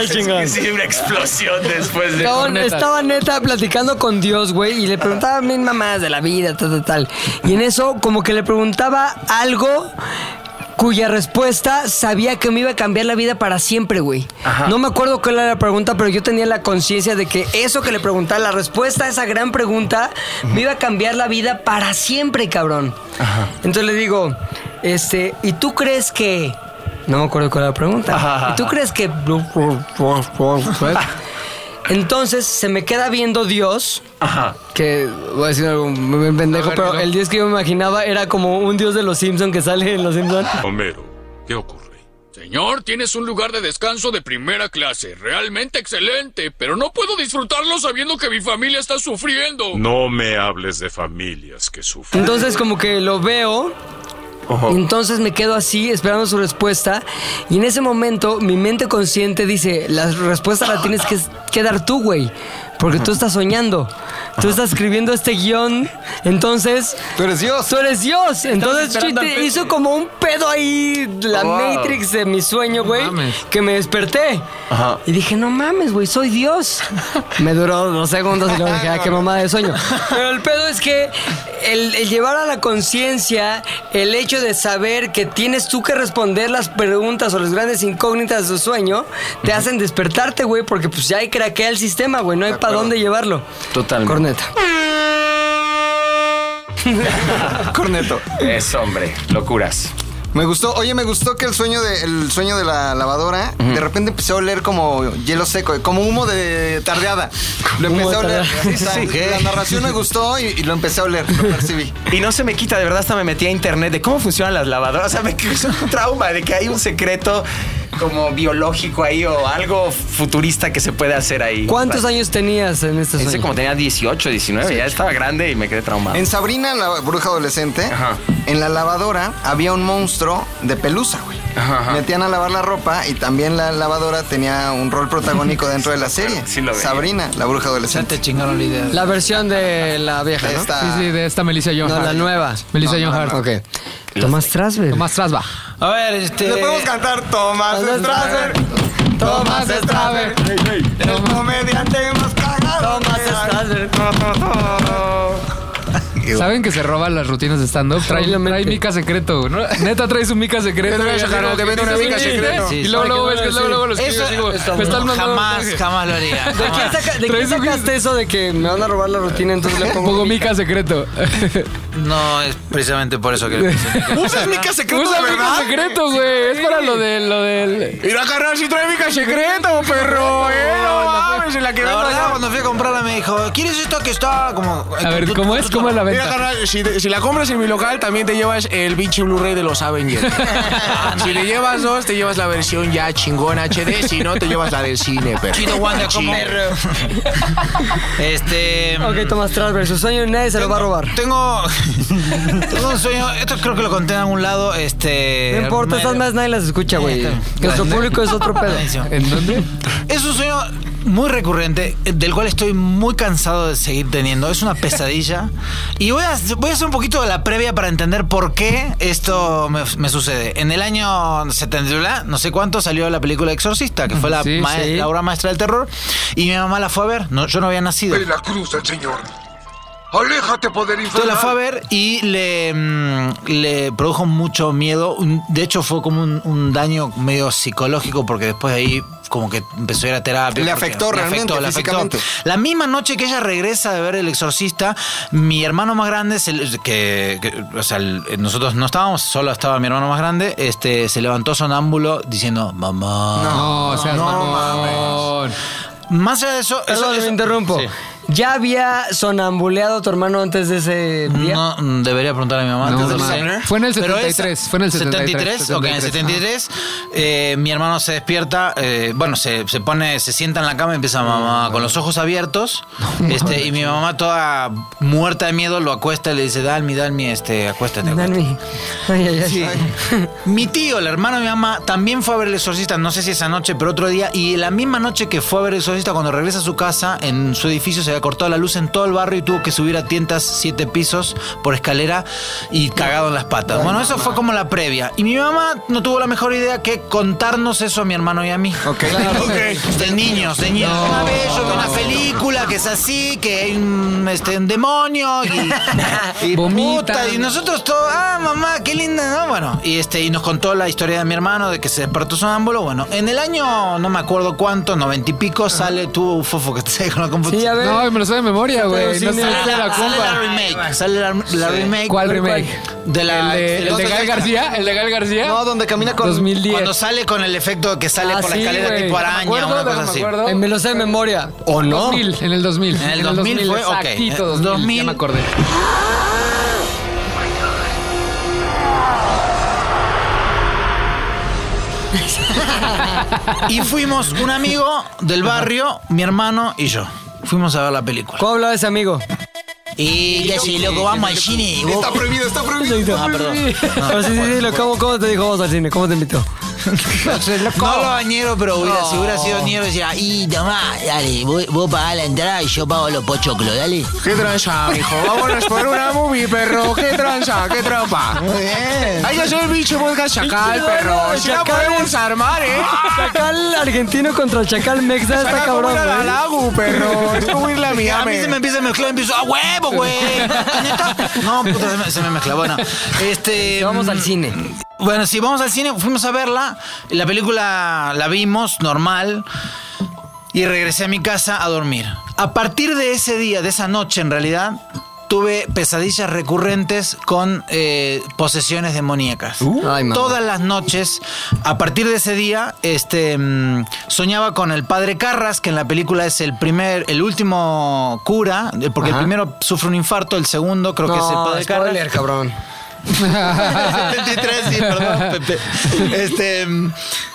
F: Es sí, una explosión después de.
B: Cabrón, estaba neta platicando con Dios, güey, y le preguntaba a mis mamás de la vida, tal, tal, tal. Y en eso, como que le preguntaba algo cuya respuesta sabía que me iba a cambiar la vida para siempre, güey. No me acuerdo cuál era la pregunta, pero yo tenía la conciencia de que eso que le preguntaba, la respuesta a esa gran pregunta, me iba a cambiar la vida para siempre, cabrón. Entonces le digo, este, ¿y tú crees que... No me acuerdo cuál era la pregunta. ¿Y tú crees que... Entonces se me queda viendo Dios. Que voy a decir algo muy bien pendejo, pero el Dios que yo me imaginaba era como un Dios de los Simpsons que sale en los Simpsons.
Q: Homero, ¿qué ocurre? Señor, tienes un lugar de descanso de primera clase, realmente excelente, pero no puedo disfrutarlo sabiendo que mi familia está sufriendo.
R: No me hables de familias que sufren.
B: Entonces como que lo veo. y entonces me quedo así esperando su respuesta y en ese momento mi mente consciente dice, la respuesta la tienes que, que dar tú, güey, porque tú estás soñando, tú estás escribiendo este guión, entonces... Tú eres Dios. Tú eres Dios. Entonces
L: esperando
B: chiste,
L: al pedo.
B: hizo como un pedo ahí, la
L: Wow.
B: Matrix de mi sueño, güey, que me desperté. Y dije, no mames, güey, soy Dios. Me duró dos segundos y luego dije, ah, qué mamada de sueño. Pero el pedo es que el, el llevar a la conciencia el hecho de saber que tienes tú que responder las preguntas o las grandes incógnitas de tu sueño, te hacen despertarte, güey, porque pues ya hay craquea el sistema, güey, no hay para dónde llevarlo.
F: Totalmente.
B: Corneta.
C: Corneto.
F: Es hombre, locuras.
C: Me gustó, oye, me gustó que el sueño de, el sueño de la lavadora de repente empezó a oler como hielo seco, como humo de tardeada. Lo
F: Humo
C: empecé a
F: de
C: oler.
F: tardeada.
C: O sea,
F: Sí, sí.
C: La narración me gustó y, y lo empecé a oler, lo percibí.
F: Y no se me quita, de verdad, hasta me metí a internet de cómo funcionan las lavadoras. O sea, me causó un trauma de que hay un secreto como biológico ahí o algo futurista que se puede hacer ahí.
B: ¿Cuántos años tenías en este
F: Ese
B: sueño?
F: como tenía 18, 19, ya estaba grande y me quedé traumado.
C: En Sabrina, la bruja adolescente, en la lavadora había un monstruo de pelusa, güey. Metían a lavar la ropa y también la lavadora tenía un rol protagónico dentro de la serie. Sabrina, la bruja adolescente.
E: te chingaron la idea.
B: La versión de la vieja,
C: De
B: ¿no?
C: esta-
D: Sí, sí, de esta Melissa John
B: No,
D: Hart.
B: la nueva.
D: Melissa
B: No,
D: John
B: no,
D: Hart.
B: no. Ok. Tomás Strasberg.
D: Tomás Strasberg.
E: A ver, este.
C: Le podemos cantar Tomás Strasberg. Tomás Strasberg. El comediante más cagado. Tomás Strasberg.
D: ¿Saben que se roban las rutinas de stand-up? Trae, trae mica secreto. ¿no? Neta trae su mica secreto.
E: Trae
D: y
E: su
D: acá,
E: mica,
D: ¿no?
E: te vende una
D: Sí,
E: mica
D: sí, sí.
E: secreto.
D: Y luego, luego, ves que luego, luego lo escribes así como, me están mandando
E: jamás,
D: mensaje.
E: jamás lo haría.
B: ¿De quién, saca- de quién sacaste eso de que me van a robar la rutina, entonces le pongo mica
D: secreto?
E: No, es precisamente por eso que lo hice.
I: ¿Usas mica secreto
D: Usa
I: de
D: mica
I: verdad?
D: secreto, güey. Es para lo de lo del.
I: Ir a agarrar si trae mica secreto, perro, eh. No mames, en la que
E: La
I: vendo
E: verdad,
I: allá.
E: cuando fui a comprarla me dijo, ¿quieres esto que está como... eh,
D: A ver, ¿cómo es? ¿Cómo es la
I: Ir a
D: venta?
I: agarrar- si, te- si la compras en mi local, también te llevas el pinche Blu-ray de los Avengers. si le llevas dos, te llevas la versión ya chingona HD. Si no, te llevas la del cine, perro.
E: Chido Wanda,
I: Chido.
E: como... Este...
B: Ok, Tomás Strasberg, su sueño nadie se lo va a robar.
E: Tengo, tengo un sueño, esto creo que lo conté en algún lado, este...
B: No importa,
E: me-
B: estas más nadie las escucha, güey.
E: está bien.
B: Nuestro
E: Bueno.
B: público es otro pedo.
D: ¿En dónde?
E: Es un sueño muy recurrente, del cual estoy muy cansado de seguir teniendo. Es una pesadilla. Y voy a, voy a hacer un poquito de la previa para entender por qué esto me, me sucede. En el año 70, bla, no sé cuánto, salió la película Exorcista, que fue la,
D: Sí,
E: ma-
D: sí.
E: la obra maestra del terror. Y mi mamá la fue a ver. No, yo no había nacido.
S: Ve la cruz del Señor. Aléjate, poder
E: Entonces
S: infernal.
E: la fue a ver y le, mm, le produjo mucho miedo. Un- De hecho, fue como un, un daño medio psicológico porque después de ahí como que empezó a ir a terapia.
C: Le
E: porque
C: afectó realmente, físicamente.
E: La misma noche que ella regresa de ver El Exorcista, mi hermano más grande, se le- que, que- o sea, el- nosotros no estábamos, solo estaba mi hermano más grande, este, se levantó sonámbulo diciendo, mamá.
D: No, seas mamón.
E: Más allá de eso...
B: Perdón, me interrumpo. ¿Ya había sonambuleado tu hermano antes de ese día?
E: No, mm, debería preguntar a mi mamá.
D: No,
E: antes del
D: mamá.
E: examen.
D: Fue en el
E: Pero
D: 73, fue en el 73,
E: 73, ok, en el 73. eh, mi hermano se despierta, eh, bueno, se, se pone, se sienta en la cama y empieza mamá con los ojos abiertos. este, y mi mamá toda muerta de miedo lo acuesta y le dice, Dalmi, Dalmi, este, acuéstate. acuéstate".
B: Dani. Ay, ay, ay.
E: Mi tío, el hermano de mi mamá, también fue a ver el exorcista, no sé si esa noche, pero otro día. Y la misma noche que fue a ver el exorcista, cuando regresa a su casa, en su edificio se había cortado la luz en todo el barrio y tuvo que subir a tientas siete pisos por escalera y cagado en las patas. Bueno, eso fue como la previa. Y mi mamá no tuvo la mejor idea que contarnos eso a mi hermano y a mí. Ok. De niños, de niños. Una vez yo vi una película que es así, que hay un, este, un demonio y... y puta, y nosotros todos, ah, mamá, qué linda, ¿no? Bueno, y este, y nos contó la historia de mi hermano de que se despertó sonámbulo. Bueno, en el año, no me acuerdo cuánto, noventa y pico, sale tu fofo que te sale con la computadora.
D: No, me lo sé de memoria, güey. No sé
E: Sale
D: de la
E: la, sale la
D: compa.
E: remake, sale la, la remake.
D: ¿Cuál remake?
E: De la,
D: ¿El de- el de
E: Entonces,
D: Gael García? ¿El de Gael García?
E: No, donde camina con
D: 2010.
E: Cuando sale con el efecto que sale
D: Ah,
E: por la
D: sí,
E: escalera
D: güey.
E: tipo araña,
D: Me acuerdo,
E: una cosa
D: me
E: así.
D: acuerdo.
B: Me lo sé de memoria.
E: ¿O no?
D: 2000, en el 2000.
E: En el 2000 fue, ok.
D: Exactito, 2000, ya
E: 2000.
D: me acordé.
E: Y fuimos un amigo del barrio, mi hermano y yo. Fuimos a ver la película.
B: ¿Cómo hablaba ese amigo?
E: Y que si loco vamos al cine. vos-
C: Está prohibido, está prohibido.
E: Ah, perdón.
B: Pero sí, sí, sí, lo- ¿cómo, cómo te dijo vos al cine? ¿Cómo te invitó?
E: No lo bañero, pero hubiera, si hubiera sido niero, decía, y tomá, dale, vos, vos pagás la entrada y yo pago los pochoclos, dale.
I: ¿Qué tranza, Ah, mijo? Vámonos por una movie, perro. ¿Qué tranza? ¿Qué trampa?
E: Muy bien.
I: Hay que hacer el pinche podcast chacal,
B: Pinche
I: perro.
B: duelo,
I: Si la
B: chacales.
I: podemos armar, ¿eh?
B: Chacal argentino contra chacal mexa está
I: Saca
B: cabrón.
I: como ir a la
B: güey.
I: lagu, perro. Es como irle a
E: A
I: Miami.
E: mí se me empieza a mezclar, empiezo, ¡ah, huevo, güey! ¿Neta? No, puta, se me, se me mezcla. Bueno, este.
B: Vamos al
E: mm,
B: cine.
E: Bueno, si vamos al cine, fuimos a verla. La película la vimos, normal. Y regresé a mi casa a dormir. A partir de ese día, de esa noche en realidad, tuve pesadillas recurrentes con eh, posesiones demoníacas.
B: Uh. Ay, mamá.
E: Todas las noches, a partir de ese día, este, mm, soñaba con el padre Carras, que en la película es el primer, el último cura, eh, porque
B: Ajá.
E: el primero sufre un infarto, el segundo creo que es el
B: No,
E: padre Carras.
B: spoiler, cabrón.
E: 23, sí, perdón, Pepe. Este. mm,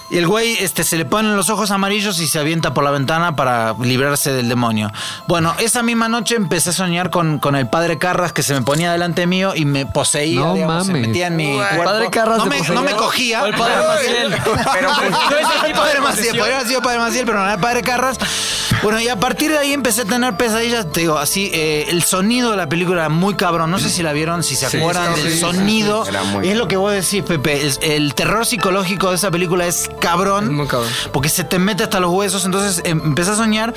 E: Y el güey este, se le ponen los ojos amarillos y se avienta por la ventana para librarse del demonio. Bueno, esa misma noche empecé a soñar con, con el padre Carras que se me ponía delante mío y me poseía,
D: No
E: digamos, se
D: mames.
E: metía en mi
B: Uy, el
E: cuerpo.
B: padre Carras
E: no,
B: te
E: me,
B: poseía.
E: no me cogía.
B: O el padre Maciel.
E: Pero
B: pues,
E: no es el
F: Ah,
B: tipo de
E: padre Maciel,
B: posesión.
E: podría haber sido padre Maciel, pero no era el padre Carras. Bueno, y a partir de ahí empecé a tener pesadillas, te digo, así, eh, el sonido de la película era muy cabrón. No sé si la vieron, si se
F: Sí,
E: acuerdan
F: sí,
E: del
F: sí,
E: sonido.
F: sí, era muy
E: Y es lo que vos decís, Pepe. es- el terror psicológico de esa película es cabrón. Porque se te mete hasta los huesos. Entonces em- empecé a soñar.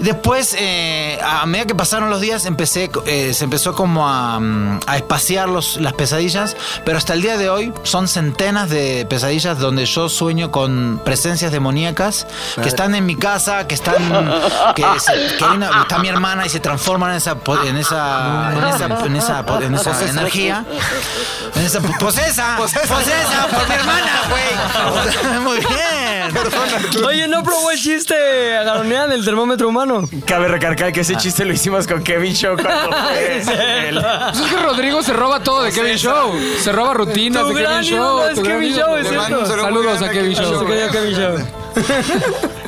E: Después, eh, a medida que pasaron los días, empecé, eh, se empezó como a, mm, a espaciar los- las pesadillas. Pero hasta el día de hoy son centenas de pesadillas donde yo sueño con presencias demoníacas que
F: Madre.
E: están en mi casa, que están. que, se- que hay una- está mi hermana y se transforman en esa. po- en esa. en esa. en esa, po- en esa energía. En esa po- posesa, posesa, por mi hermana, güey. O sea, Muy bien.
B: Oye, no probó el chiste agaroneada del termómetro humano.
F: Cabe recargar que ese chiste lo hicimos con Kevin Show cuando fue
B: Sí.
F: el-
D: Pues es que Rodrigo se roba todo de Kevin Show. Se roba rutinas
B: Tu
D: de
B: gran
D: Kevin
B: ídolo
D: Show.
B: es
D: tu gran
B: Kevin
D: ídolo.
B: Show, es
D: Le mando un
B: cierto.
D: saludo Saludos a Kevin Show.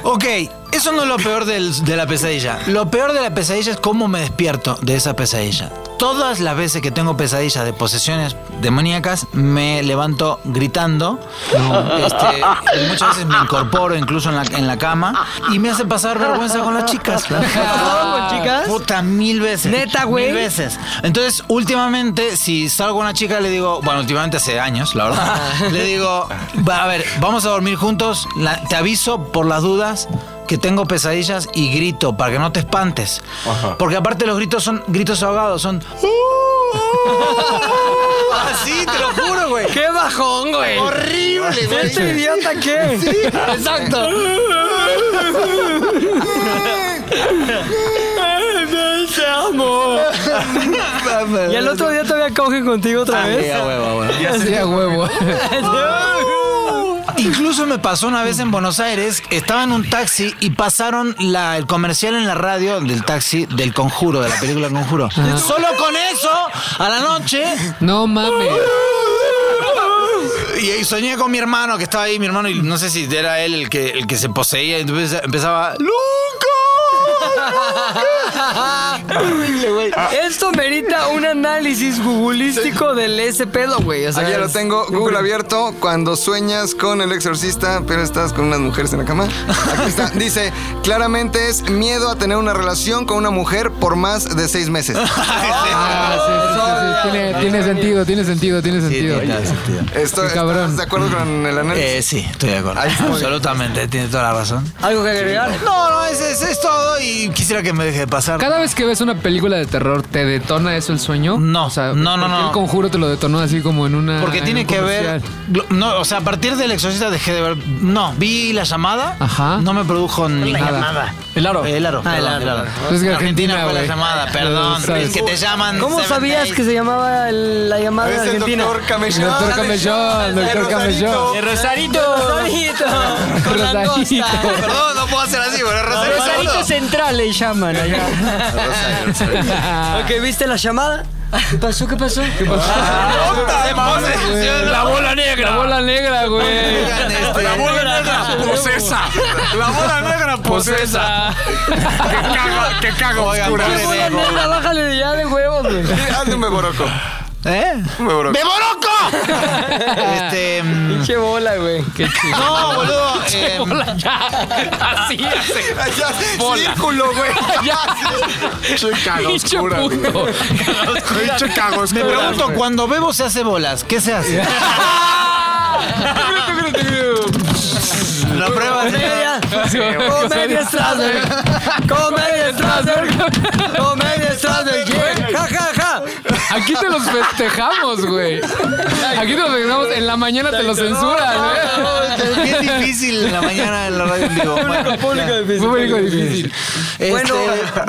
E: Ok, eso no es lo peor del- de la pesadilla. Lo peor de la pesadilla es cómo me despierto de esa pesadilla. Todas las veces que tengo pesadillas de posesiones demoníacas, me levanto gritando. Este, y muchas veces me incorporo incluso en la, en la cama y me hace pasar vergüenza con las chicas.
B: con chicas?
E: Puta, mil veces.
B: Neta, güey.
E: Mil veces. Entonces, últimamente, si salgo con una chica, le digo, bueno, últimamente hace años, la verdad,
B: Ah.
E: le digo, va, a ver, vamos a dormir juntos, la- te aviso por las dudas que tengo pesadillas y grito para que no te espantes. Porque aparte los gritos son gritos ahogados, son...
B: Uh,
E: Así, te lo juro, güey.
B: ¡Qué bajón, güey!
E: Horrible, güey.
B: ¿Este idiota qué?
E: Exacto.
B: ¡Te amo! Y al otro día todavía coge contigo
E: Ah,
B: otra vez.
D: Ya sería huevo.
E: Incluso me pasó una vez en Buenos Aires, estaba en un taxi y pasaron la- el comercial en la radio del taxi del Conjuro, de la película El Conjuro. Solo con eso, a la noche...
D: No mames.
E: Y, y soñé con mi hermano que estaba ahí, mi hermano, y no sé si era él el que, el que se poseía, y entonces empezaba...
B: Esto merita un análisis googlístico del ese pedo, güey. O sea,
C: Aquí ya lo
B: es-
C: tengo, Google abierto. Cuando sueñas con el exorcista, pero estás con unas mujeres en la cama. Aquí está. Dice, claramente es miedo a tener una relación con una mujer por más de seis meses.
D: Ah, sí, sí, sí, sí. Tiene, tiene sentido, tiene sentido, tiene sentido.
C: Estoy, ¿Estás de acuerdo con el análisis?
E: Eh, sí, estoy de acuerdo.
C: Ahí está.
E: Absolutamente, tiene toda la razón.
B: ¿Algo que agregar?
E: No, no, es, es, es todo y quisiera que me deje de pasar.
D: Cada vez que ves una película de terror, ¿te detona eso el sueño? No, o sea,
E: no, no,
D: ¿por qué
E: no.
D: El conjuro te lo detonó así como en una.
E: Porque
D: en
E: tiene
D: un
E: que ver.
D: comercial.
E: lo- No, o sea, a partir del exorcista dejé de ver. No, vi la llamada. No me produjo ninguna.
D: llamada.
E: El aro. El aro.
D: Ah, el
E: perdón,
D: aro.
E: el aro.
D: Es que Argentina,
E: Argentina fue la
D: güey.
E: llamada, perdón.
D: Lo sabes.
E: Es que te llaman.
B: ¿Cómo
E: seven
B: sabías
E: days.
B: que se llamaba el- la llamada de
C: Es el
B: Argentina?
C: doctor Ah,
D: El
C: Camellón.
D: doctor Camellón, doctor Camellón.
G: El Rosarito.
B: Rosarito. Con
D: Rosarito.
B: langosta.
E: Perdón, no puedo hacer así, bueno, Rosario.
G: Rosarito
B: Central le llaman allá. ok, ¿viste la llamada? ¿Qué pasó? ¿Qué pasó? Ah, ¿Qué pasó?
D: La bola negra. La bola negra, güey.
E: La
I: bola negra posesa. La bola negra posesa. Que caga, que caga
E: Oigan,
I: oscura.
E: pobre
B: Hola,
E: Bebo.
B: nena, bájale ya de huevos, güey.
C: Hazme un beboroco.
E: ¿Eh?
C: Un beboroco.
E: Este. mm,
B: Pinche bola, güey.
D: Qué chido.
E: No, boludo. eh,
G: Así hace.
C: Ya, Círculo, güey.
I: Che caga
G: Pinche
I: oscura.
G: puto.
I: güey. Che caga
E: Me
I: oscura.
E: pregunto, cuando bebo se hace bolas, ¿qué se hace? La prueba de.
B: Comedia. Comedia Strasberg. Comedia Strasberg. Comedia Strasberg. Yeah. Ja, ja, ja.
D: Aquí te los festejamos, güey. Aquí te los festejamos. En la mañana te los censuran, ¿eh?
E: Es
D: güey.
E: bien difícil en la mañana en la radio en vivo. Bueno, ya.
D: Público difícil.
E: Este,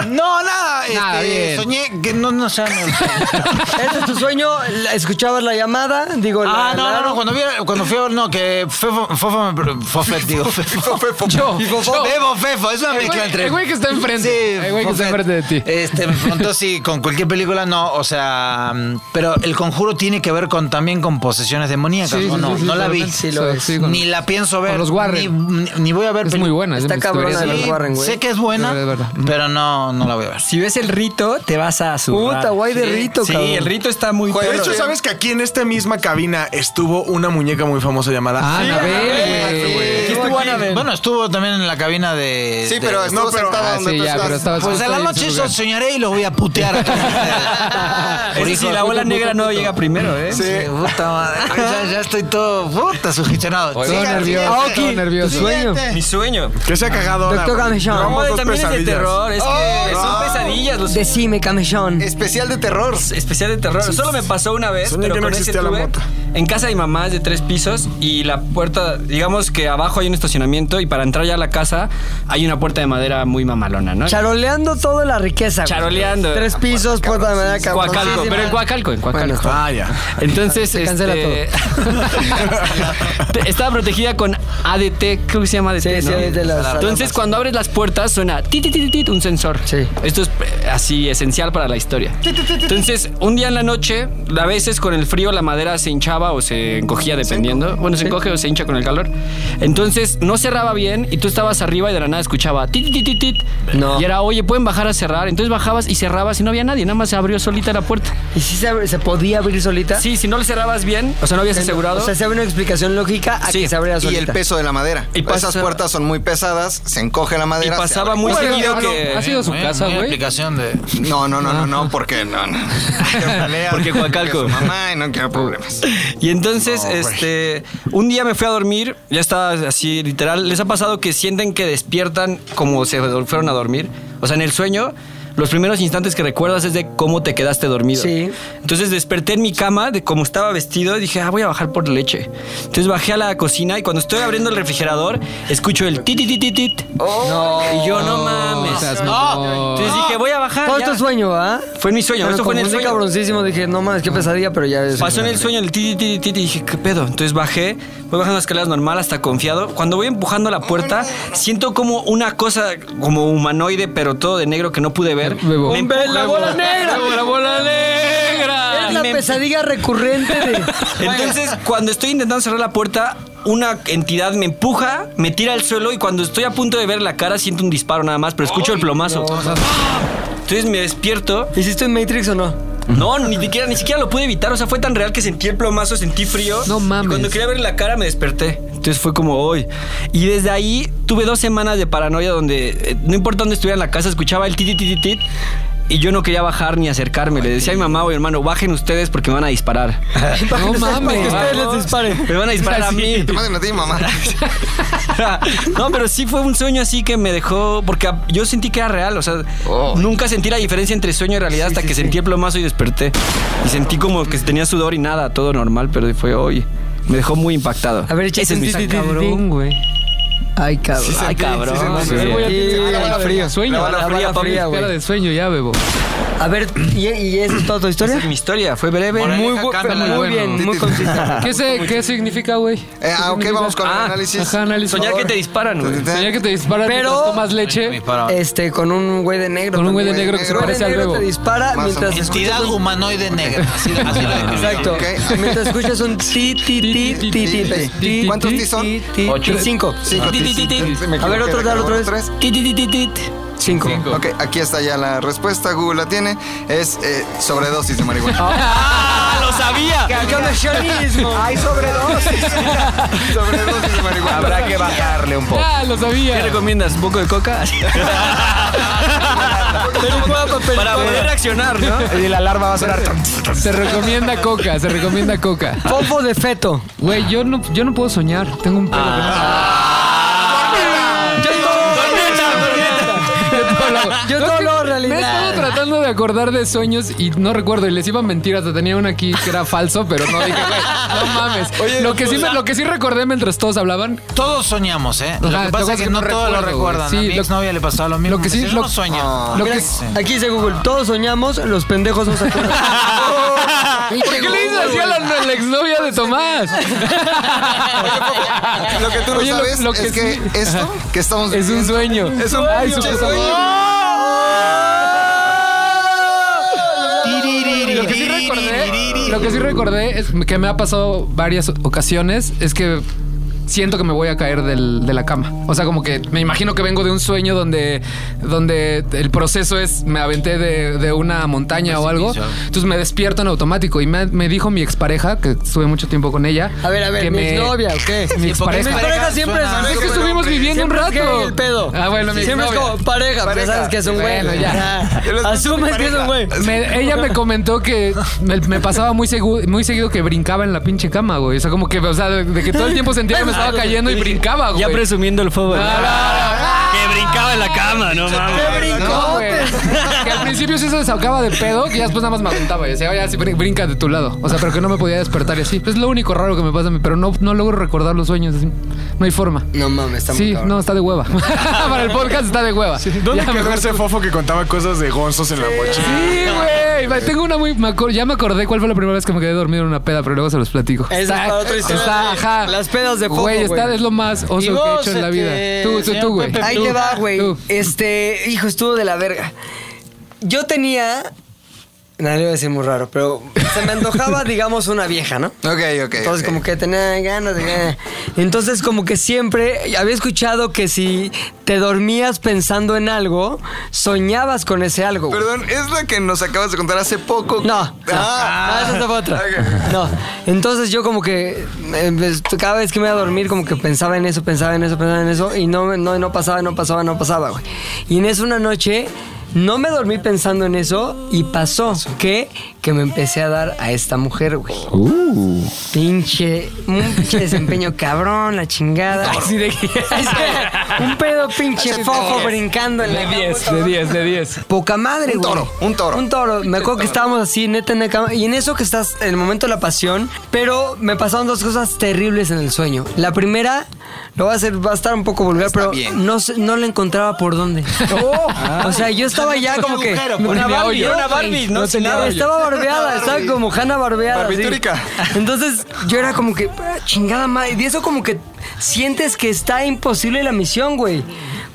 E: no, nada.
B: Nada,
E: este,
B: bien.
E: soñé que no nos han.
B: ¿Ese es tu sueño? ¿La- ¿Escuchabas la llamada? Digo, la-
E: Ah, no,
B: la-
E: no, no, cuando, vi, cuando fui a- No, que Fefo. Fofo me. Fofet, digo. Fefo, Fefo.
D: Yo,
E: Fefo,
D: yo.
E: Fefo, Fefo, es una
D: El güey-
E: mezcla entre.
D: el güey que está enfrente, el güey que está
E: Fofet.
D: enfrente de ti.
E: Este, me preguntó si con cualquier película no, o sea. mm, Pero el conjuro tiene que ver con también con posesiones demoníacas,
D: Sí,
E: ¿o
D: sí,
E: no?
D: sí, sí,
E: no la vi.
D: totalmente. Sí, lo es. Sí, con-
E: ni la pienso ver.
D: con los Warren.
E: Ni, ni voy a ver
D: Es
E: peli-
D: muy buena. es de
E: Está
D: mis
E: cabrona
D: historias
E: de
D: de
E: los
D: las-
E: Warren, güey. Sé que es buena,
D: De verdad.
E: pero no, no la voy a ver.
L: Si ves el rito, te vas a sudar.
B: Puta, guay de rito,
L: Sí,
B: cabrón.
L: el rito está muy
I: Güey, de
L: perro.
I: hecho, ¿sabes que aquí en esta misma cabina estuvo una muñeca muy famosa llamada
D: Ah,
I: Sí,
D: Anabel,
I: Anabel,
D: güey.
I: güey.
D: Aquí estuvo Anabel.
E: Bueno, estuvo también en la cabina de.
C: Sí,
E: de-
C: pero estuvo sentada
D: Ah,
C: donde
D: sí,
C: tú
D: ya,
C: estás.
D: pero estabas
E: Pues a
D: justo
E: la
D: ahí en
E: noche
D: su
E: eso
D: lugar.
E: soñaré y los voy a putear. a todos ustedes.
L: Ese sí, la bola negra no llega primero, ¿eh?
E: Sí, puta madre. Ya, ya estoy todo puta sugestionado.
D: Todo
E: Sigan,
D: nervioso,
E: sigan.
D: todo nervioso.
L: Mi sueño.
I: Que se ha cagado ahora.
B: Doctor
I: güey.
B: Gamechón.
I: Llevamos
L: No,
I: dos
L: también es de
I: pesadillas.
L: terror. Es que son pesadillas los
B: Decime, camellón.
C: Especial de terror.
L: especial de terror. Solo me pasó una vez,
I: Soñé
L: pero
I: que no
L: con ese
I: existía la
L: tuve.
I: mota.
L: En casa de mi mamá es de tres pisos y la puerta, digamos que abajo hay un estacionamiento y para entrar ya a la casa hay una puerta de madera muy mamalona, ¿no?
B: Charoleando toda la riqueza. güey.
L: Ah. Charoleando. eh. Ah,
B: Tres pisos, puerta de madera,
L: Coacalco,
B: cabroncísima.
L: pero en Coacalco, en Coacalco.
B: Bueno,
I: Ah, ya.
L: Entonces,
B: Se cancela
L: este, te- estaba protegida con ADT, creo que se llama ADT.
B: Sí, sí,
L: ¿no?
B: ADT, las
L: Entonces,
B: alarmas.
L: cuando abres las puertas, suena ti, ti, ti, ti, ti, un sensor.
B: Sí.
L: Esto es eh, así esencial para la historia. Entonces, un día en la noche, a veces con el frío la madera se hinchaba o se encogía dependiendo. Bueno, se encoge o se hincha con el calor. Entonces, no cerraba bien y tú estabas arriba y de la nada escuchaba tit, tit, tit, tit.
B: No.
L: Y era, oye, pueden bajar a cerrar. Entonces bajabas y cerrabas y no había nadie, nada más se abrió solita la puerta.
B: ¿Y si se, abre- se podía abrir solita?
L: Sí, si no le cerrabas bien, o sea, no
D: Eh,
L: habías asegurado.
B: O sea, se abre una explicación lógica a
L: Sí.
B: que se abriera
C: Y
B: solita.
C: el peso de la madera.
L: Y pasa-
C: Esas puertas son muy pesadas, se encoge la
L: y
C: madera. se
L: pasaba
C: abre. Pues,
L: muy
D: Bueno,
L: seguido
D: no,
L: que.
D: no, ha sido su
E: Muy-
D: casa,
E: muy
D: güey.
E: aplicación de.
C: No, no, no, no, no, porque no, no.
L: Porque Coacalco.
C: Porque su Mamá, y no quiero problemas.
L: Y entonces,
C: No, güey.
L: este, un día me fui a dormir, ya estaba así literal. ¿Les ha pasado que sienten que despiertan como se do- fueron a dormir? O sea, en el sueño, los primeros instantes que recuerdas es de cómo te quedaste dormido.
B: Sí.
L: Entonces desperté en mi cama de cómo estaba vestido y dije, ah, voy a bajar por leche. Entonces bajé a la cocina y cuando estoy abriendo el refrigerador, escucho el tit, tit, tit, tit, tit. y yo no mames.
D: seas mamón.
L: no. Entonces dije, voy a bajar.
B: Todo
L: ya".
B: tu sueño, ¿ah?
L: Fue en mi sueño,
B: Bueno,
L: esto fue en el
B: confundí
L: sueño.
B: cabroncísimo, dije, no mames, qué pesadilla, pero ya es.
L: Pasó en el sueño el ti, ti, ti, ti, ti, y dije, ¿qué pedo? Entonces bajé, voy bajando las escaleras normal hasta confiado. Cuando voy empujando la puerta, siento como una cosa como humanoide, pero todo de negro que no pude ver.
D: Bebo.
L: Me empu-
B: ¡La bola negra!
L: ¡La bola negra!
B: Es
L: Y
B: la
L: me-
B: pesadilla recurrente de.
L: Entonces, cuando estoy intentando cerrar la puerta, una entidad me empuja, me tira al suelo y cuando estoy a punto de ver la cara siento un disparo nada más, pero escucho el plomazo. Entonces me despierto
B: ¿Hiciste un Matrix o no?
L: no, ni siquiera, ni siquiera lo pude evitar. O sea, fue tan real que sentí el plomazo, sentí frío.
D: No mames.
L: Y cuando quería ver la cara me desperté. Entonces fue como hoy. Y desde ahí tuve dos semanas de paranoia donde eh, no importa dónde estuviera en la casa, escuchaba el tit, tit, tit, tit. Y yo no quería bajar ni acercarme. Le decía a mi mamá o mi hermano, bajen ustedes porque me van a disparar.
D: No mames.
L: les disparen. Me van a disparar a mí.
C: Te manden a ti, mamá.
L: no, pero sí fue un sueño así que me dejó. Porque a- yo sentí que era real. O sea, nunca sentí la diferencia entre sueño y realidad hasta que sentí el plomazo y desperté. Y sentí como que tenía sudor y nada, todo normal, pero fue hoy. Me dejó muy impactado.
B: A ver, échate
L: Ese es
B: un ti,
L: mi
B: ti, ti,
L: sueño.
B: ti.
D: Cabrón, güey.
B: Ay, cabrón.
L: Ay, cabrón.
D: Sí,
L: güey.
D: güey,
B: Sí,
L: ah,
D: ya
B: la
D: tienes
B: fría.
D: Sueño.
B: La bala
D: Ahora
B: fría,
D: ya pones
B: fría, güey.
D: cara de sueño ya, bebo.
B: A ver, ¿y, y eso es toda tu historia?
L: Esa es mi historia, fue breve.
E: Moraleja,
L: Muy bu-
E: cámbiala.
B: Muy
D: bueno.
B: bien, muy concisa.
D: ¿Qué, se- qué significa, güey?
C: Eh, ah, ok,
D: ¿Qué
C: vamos con el
L: Ah,
C: análisis.
D: Ajá, análisis.
L: Soñar
D: Por
L: que
D: favor.
L: te disparan, güey.
D: Soñar que te disparan
B: Pero-
D: mientras tomas leche.
E: Disparaba.
B: Este, con un güey de negro.
D: Con un güey de
B: también.
D: negro que se
B: Un güey de
D: parece al
B: negro
D: bebo.
B: te dispara
C: Más o
B: mientras
C: menos.
B: escuchas
E: Entidad
B: un...
E: humanoide negra. Así, así lo describió.
B: Exacto.
C: Ok.
B: Mientras escuchas un ti, ti, ti, ti, ti, ti, ti,
C: ¿Cuántos
B: ti,
C: ti son?
B: ti, ti,
C: Ocho.
B: Cinco.
C: Cinco.
L: Ti, ti, ti, ti.
C: Me
B: A ver, otro,
C: equivoqué,
B: dale otra vez.
C: tres.
L: Tit, tit, tit, tit.
B: Cinco.
C: Ok, aquí está ya la respuesta. Google la tiene. Es eh, sobredosis de marihuana.
L: ¡Ah! ¡Lo sabía!
C: Hay sobredosis. sobredosis de marihuana.
F: Habrá que bajarle un poco.
D: Ah, lo
L: ¿Qué
D: sabía.
L: recomiendas? ¿Un poco de coca? Para poder reaccionar, ¿no?
F: Y la alarma va a sonar.
D: Se recomienda coca, se recomienda coca.
B: Fofo de feto.
D: Güey, yo no, yo no puedo soñar. Tengo un pedo. con eso.
B: Yo todo lo
D: No
C: Ah.
D: es que-
B: realidad.
D: Me he estado tratando de de acordar de sueños y no recuerdo. Y les iba a mentir, hasta tenía uno aquí que era falso, pero no dije, güey, no mames.
E: Oye,
D: lo, que sí,
E: o
D: me-
E: sea-
D: lo que sí recordé mientras todos hablaban.
E: Todos soñamos, ¿eh? Lo
D: Ajá,
E: que pasa
D: tengo
E: es que no todos lo
D: recuerdo, güey.
E: recuerdan.
D: Sí,
E: a mi
D: lo-
E: exnovia le pasaba lo mismo.
D: lo
E: me
D: que sí-
E: decía, "Yo
D: lo- Ah.
E: no sueño".
D: lo que-
B: Mira, Aquí dice Google, todos soñamos, los pendejos no se acuerdan.
D: Ah, ¿Por qué le dices así a la, a la exnovia de Tomás?
C: Lo que tú no
D: Oye, lo-
C: sabes
D: lo
C: es que
D: sí-
C: esto que estamos
D: Es un
C: viviendo
D: sueño.
C: es un
D: Ay,
C: pinche
D: súper
C: sueño.
D: Lo que sí recordé- lo que sí recordé es que me ha pasado varias ocasiones es que siento que me voy a caer del- de la cama. O sea, como que me imagino que vengo de un sueño donde, donde el proceso es me aventé de, de una montaña o algo. Entonces me despierto en automático y me, me dijo mi expareja, que estuve mucho tiempo con ella.
B: A ver, a ver,
D: que
B: ¿mi
D: me-
B: exnovia o qué? Sí,
D: Mi
B: porque
D: expareja.
B: Mi pareja siempre
D: Suena-
B: es...
D: Es que estuvimos viviendo un
B: Siempre es
D: rato.
B: gay el pedo.
D: Ah, bueno, mi
B: Siempre es
D: exnovia.
B: como pareja, pero sabes que es un güey.
D: Bueno, ya.
B: Ajá. Asumes que es un güey.
D: Me- ella me comentó que me, me pasaba muy, segu- muy seguido que brincaba en la pinche cama, güey. O sea, como que, o sea, de, de que todo el tiempo sentía que me estaba cayendo y brincaba, güey.
L: Ya presumiendo el fútbol.
D: Que brincaba en la cama, no mames.
B: Ah, pues.
D: Que al principio sí se sacaba de pedo, que ya después nada más me aventaba. Y decía, oye, así brin- brinca de tu lado. O sea, pero que no me podía despertar y así. Es lo único raro que me pasa a mí, pero no, no logro recordar los sueños. así. No hay forma.
B: No mames, está muy
D: Sí,
B: cabrón.
D: no, está de hueva. Para el podcast está de hueva.
I: ¿Dónde
D: Ya,
I: quedó
D: mejor
I: ese fofo que contaba cosas de gonzos en la mochila?
D: Sí, güey. Me- Tengo una muy. me acor- ya me acordé cuál fue la primera vez que me quedé dormido en una peda, pero luego se los platico.
B: Esa es para otra historia.
D: Está, ajá.
B: Las pedas de poco,
D: Güey, está es lo más oso que he hecho en la vida.
B: eh,
D: Tú, tú, tú, güey.
B: Ahí
D: Tú.
B: te va, güey.
D: Tú.
B: Este, hijo, estuvo de la verga. Yo tenía. Nadie iba a decir muy raro, pero se me antojaba, digamos, una vieja, ¿no?
C: Ok, ok.
B: Entonces, como que tenía ganas de. Entonces, como que siempre había escuchado que si te dormías pensando en algo, soñabas con ese algo. güey.
C: Perdón, es la que nos acabas de contar hace poco.
B: No. Ah, esa fue otra. No. Entonces yo como que eh, pues, cada vez que me iba a dormir como que pensaba en eso, pensaba en eso, pensaba en eso y no, no, no pasaba, no pasaba, no pasaba, güey. Y en eso una noche no me dormí pensando en eso y pasó que que me empecé a dar a esta mujer, güey. Pinche, un pinche desempeño cabrón, la chingada. Así de que- un pedo pinche fofo brincando en la
D: De
B: cama,
D: 10, de
B: cabrón.
D: 10, de 10.
B: Poca madre,
D: Un
B: güey.
D: toro,
B: un toro. Un toro. Me acuerdo que estábamos así, neta, en la cama. Y en eso que estás, en el momento de la pasión. Pero me pasaron dos cosas terribles en el sueño. La primera, lo va a hacer, va a estar un poco vulgar, pero no sé- no le encontraba por dónde.
L: Oh.
B: o sea, yo estaba ya como que.
L: Una Barbie, era una Barbie, no, sin
B: tenía-
L: nada.
B: Estaba barbeada, estaba como Hanna barbeada. así.
L: Barbitúrica.
B: Entonces yo era como que, "Ah, chingada madre. Y eso como que sientes que está imposible la misión, güey.